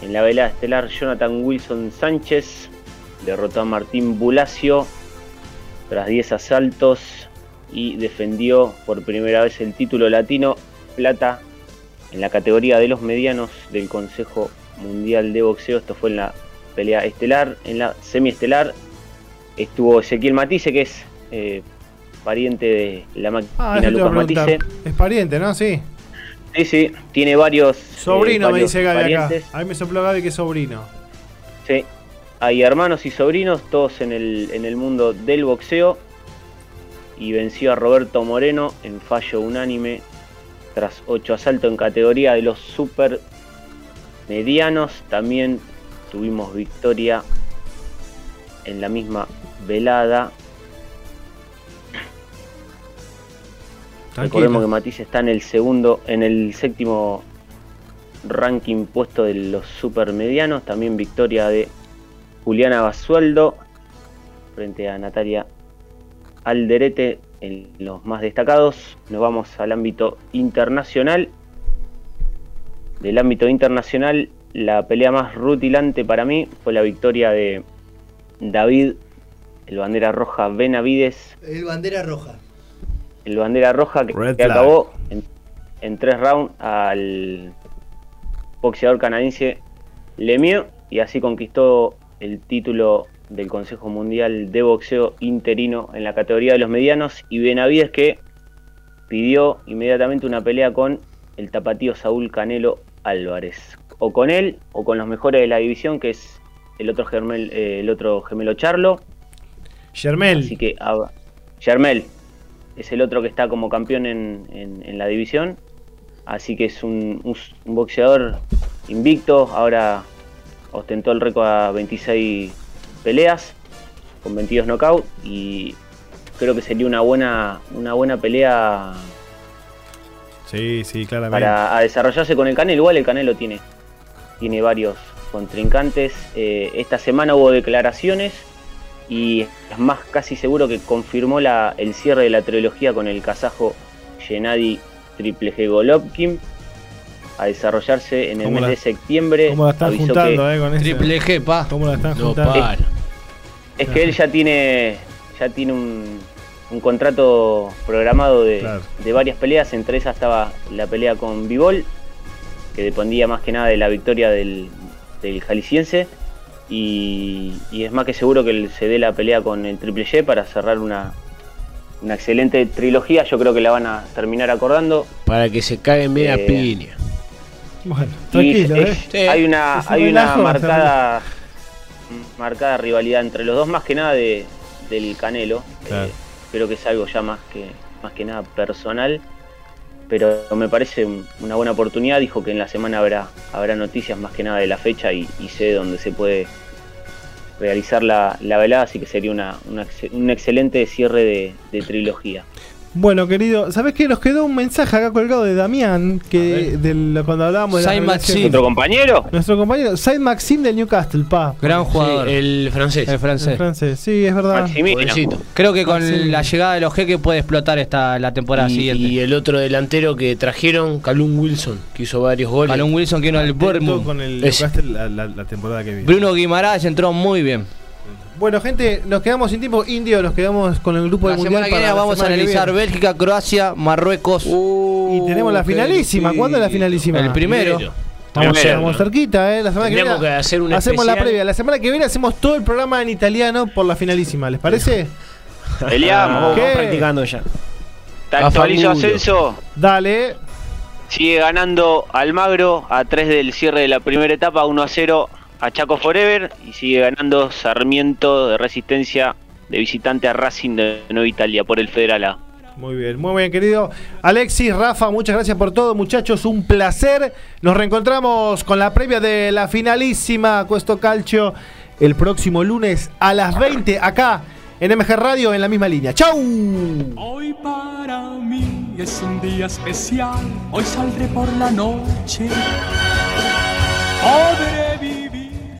[SPEAKER 4] En la velada estelar, Jonathan Wilson Sánchez derrotó a Martín Bulacio tras 10 asaltos y defendió por primera vez el título latino plata en la categoría de los medianos del Consejo Mundial de Boxeo. Esto fue en la pelea estelar, en la semiestelar estuvo Ezequiel Matisse, que es eh, pariente de la máquina
[SPEAKER 1] Ah, eso te iba a
[SPEAKER 4] Lucas
[SPEAKER 1] preguntar.
[SPEAKER 4] Matisse.
[SPEAKER 1] Es pariente, ¿no? Sí.
[SPEAKER 4] Sí, sí, tiene varios
[SPEAKER 1] Sobrino,
[SPEAKER 4] eh,
[SPEAKER 1] me
[SPEAKER 4] varios
[SPEAKER 1] dice Gaby acá.
[SPEAKER 4] parientes.
[SPEAKER 1] A mí me sopló Gaby que es sobrino.
[SPEAKER 4] Sí. Hay hermanos y sobrinos, todos en el, en el mundo del boxeo. Y venció a Roberto Moreno en fallo unánime tras 8 asaltos en categoría de los super medianos. También tuvimos victoria en la misma velada.
[SPEAKER 1] Tranquilo.
[SPEAKER 4] Recordemos que Matiz está en el segundo, en el séptimo ranking puesto de los supermedianos. También victoria de Juliana Basualdo frente a Natalia Alderete en los más destacados. Nos vamos al ámbito internacional. Del ámbito internacional, la pelea más rutilante para mí fue la victoria de David, el bandera roja Benavides,
[SPEAKER 9] El bandera roja.
[SPEAKER 4] el bandera roja que, que
[SPEAKER 9] flag.
[SPEAKER 4] acabó en, en tres rounds al boxeador canadiense Lemieux y así conquistó el título del Consejo Mundial de Boxeo interino en la categoría de los medianos y Benavides que pidió inmediatamente una pelea con el tapatío Saúl Canelo Álvarez o con él o con los mejores de la división que es el otro gemel- eh, el otro gemelo Charlo
[SPEAKER 1] Germel.
[SPEAKER 4] Así que ah, Yermel es el otro que está como campeón en, en- en la división. Así que es un, un s- un boxeador invicto. Ahora ostentó el récord a 26 peleas con 22 knockouts. Y creo que sería una buena, una buena pelea
[SPEAKER 1] Sí, sí, claramente.
[SPEAKER 4] para a desarrollarse con el Canelo. Igual el Canelo tiene, tiene varios contrincantes. Eh, esta semana hubo declaraciones y es más casi seguro que confirmó la, el cierre de la trilogía con el kazajo Gennady Triple G Golovkin a desarrollarse en el
[SPEAKER 1] ¿Cómo
[SPEAKER 4] mes
[SPEAKER 1] la-
[SPEAKER 4] de septiembre.
[SPEAKER 1] ¿Cómo la están
[SPEAKER 4] Avisó
[SPEAKER 1] juntando,
[SPEAKER 4] que-
[SPEAKER 1] eh, con
[SPEAKER 2] Triple
[SPEAKER 1] ese?
[SPEAKER 2] G, pa.
[SPEAKER 1] ¿Cómo la están
[SPEAKER 2] No,
[SPEAKER 1] juntando?
[SPEAKER 2] para.
[SPEAKER 4] es que él ya tiene ya tiene un, un contrato programado de,
[SPEAKER 1] Claro.
[SPEAKER 4] de varias peleas, entre esas estaba la pelea con Bivol, que dependía más que nada de la victoria del, del jalisciense, y, y es más que seguro que él se dé la pelea con el Triple G para cerrar una, una excelente trilogía, yo creo que la van a terminar acordando.
[SPEAKER 8] Para que se caguen bien
[SPEAKER 4] Eh,
[SPEAKER 8] a piña.
[SPEAKER 1] Bueno,
[SPEAKER 4] Y
[SPEAKER 1] tranquilo, ¿eh?
[SPEAKER 4] es- Hay una,
[SPEAKER 1] Es un
[SPEAKER 4] hay una
[SPEAKER 1] relajo,
[SPEAKER 4] marcada, marcada rivalidad entre los dos, más que nada de, del Canelo.
[SPEAKER 1] Claro.
[SPEAKER 4] Eh, creo que es algo ya más que, más que nada personal. Pero me parece un- una buena oportunidad. Dijo que en la semana habrá, habrá noticias más que nada de la fecha y, y sé dónde se puede realizar la, la velada. Así que sería una, una ex- un excelente cierre de, de trilogía.
[SPEAKER 1] Bueno, querido, ¿sabés qué? Nos quedó un mensaje acá colgado de Damián, que del, cuando hablábamos de la
[SPEAKER 4] Saint
[SPEAKER 1] revelación.
[SPEAKER 4] Maxim. ¿Nuestro compañero?
[SPEAKER 1] Nuestro compañero, Saint Maxim del Newcastle, pa.
[SPEAKER 2] Gran jugador.
[SPEAKER 8] el francés.
[SPEAKER 2] El francés.
[SPEAKER 1] El francés, sí, es verdad.
[SPEAKER 2] Creo que con
[SPEAKER 1] Maximiliano.
[SPEAKER 2] la llegada de los jeques puede explotar esta la temporada
[SPEAKER 8] Y,
[SPEAKER 2] siguiente.
[SPEAKER 8] y el otro delantero que trajeron, Calum Wilson, que hizo varios goles.
[SPEAKER 2] Calum Wilson, que vino al Bournemouth.
[SPEAKER 1] Con el
[SPEAKER 8] Ese.
[SPEAKER 1] Newcastle la, la- la temporada que viene.
[SPEAKER 2] Bruno Guimaraes entró muy bien.
[SPEAKER 1] Bueno, gente, nos quedamos sin tiempo indio, nos quedamos con el grupo
[SPEAKER 2] La
[SPEAKER 1] del mundial.
[SPEAKER 2] semana que viene
[SPEAKER 1] para la
[SPEAKER 2] vamos a
[SPEAKER 1] semana que
[SPEAKER 2] analizar
[SPEAKER 1] viene.
[SPEAKER 2] Bélgica, Croacia, Marruecos.
[SPEAKER 1] Y tenemos la finalísima. ¿Cuándo es la finalísima?
[SPEAKER 2] El primero.
[SPEAKER 1] Vamos,
[SPEAKER 2] Primero,
[SPEAKER 1] vamos
[SPEAKER 2] ¿no?
[SPEAKER 1] cerquita, ¿eh? La semana que viene.
[SPEAKER 2] Tendríamos que hacer un
[SPEAKER 1] hacemos la
[SPEAKER 2] especial.
[SPEAKER 1] previa. La semana que viene hacemos todo el programa en italiano por la finalísima, ¿les parece?
[SPEAKER 4] Peleamos.
[SPEAKER 1] ¿Qué?
[SPEAKER 7] practicando ya.
[SPEAKER 4] Te actualizo
[SPEAKER 7] A Facundo.
[SPEAKER 4] ascenso.
[SPEAKER 1] Dale.
[SPEAKER 4] Sigue ganando Almagro a 3 del cierre de la primera etapa, 1 a 0 a Chaco Forever. Y sigue ganando Sarmiento de Resistencia de visitante a Racing de Nueva Italia por el Federal A.
[SPEAKER 1] Muy bien, muy bien, querido. Alexis, Rafa, muchas gracias por todo, muchachos. Un placer. Nos reencontramos con la previa de la finalísima Cuesto Calcio el próximo lunes a las 20 acá en MG Radio en la misma línea. ¡Chau!
[SPEAKER 9] Hoy para mí es un día especial, hoy saldré por la noche. Podré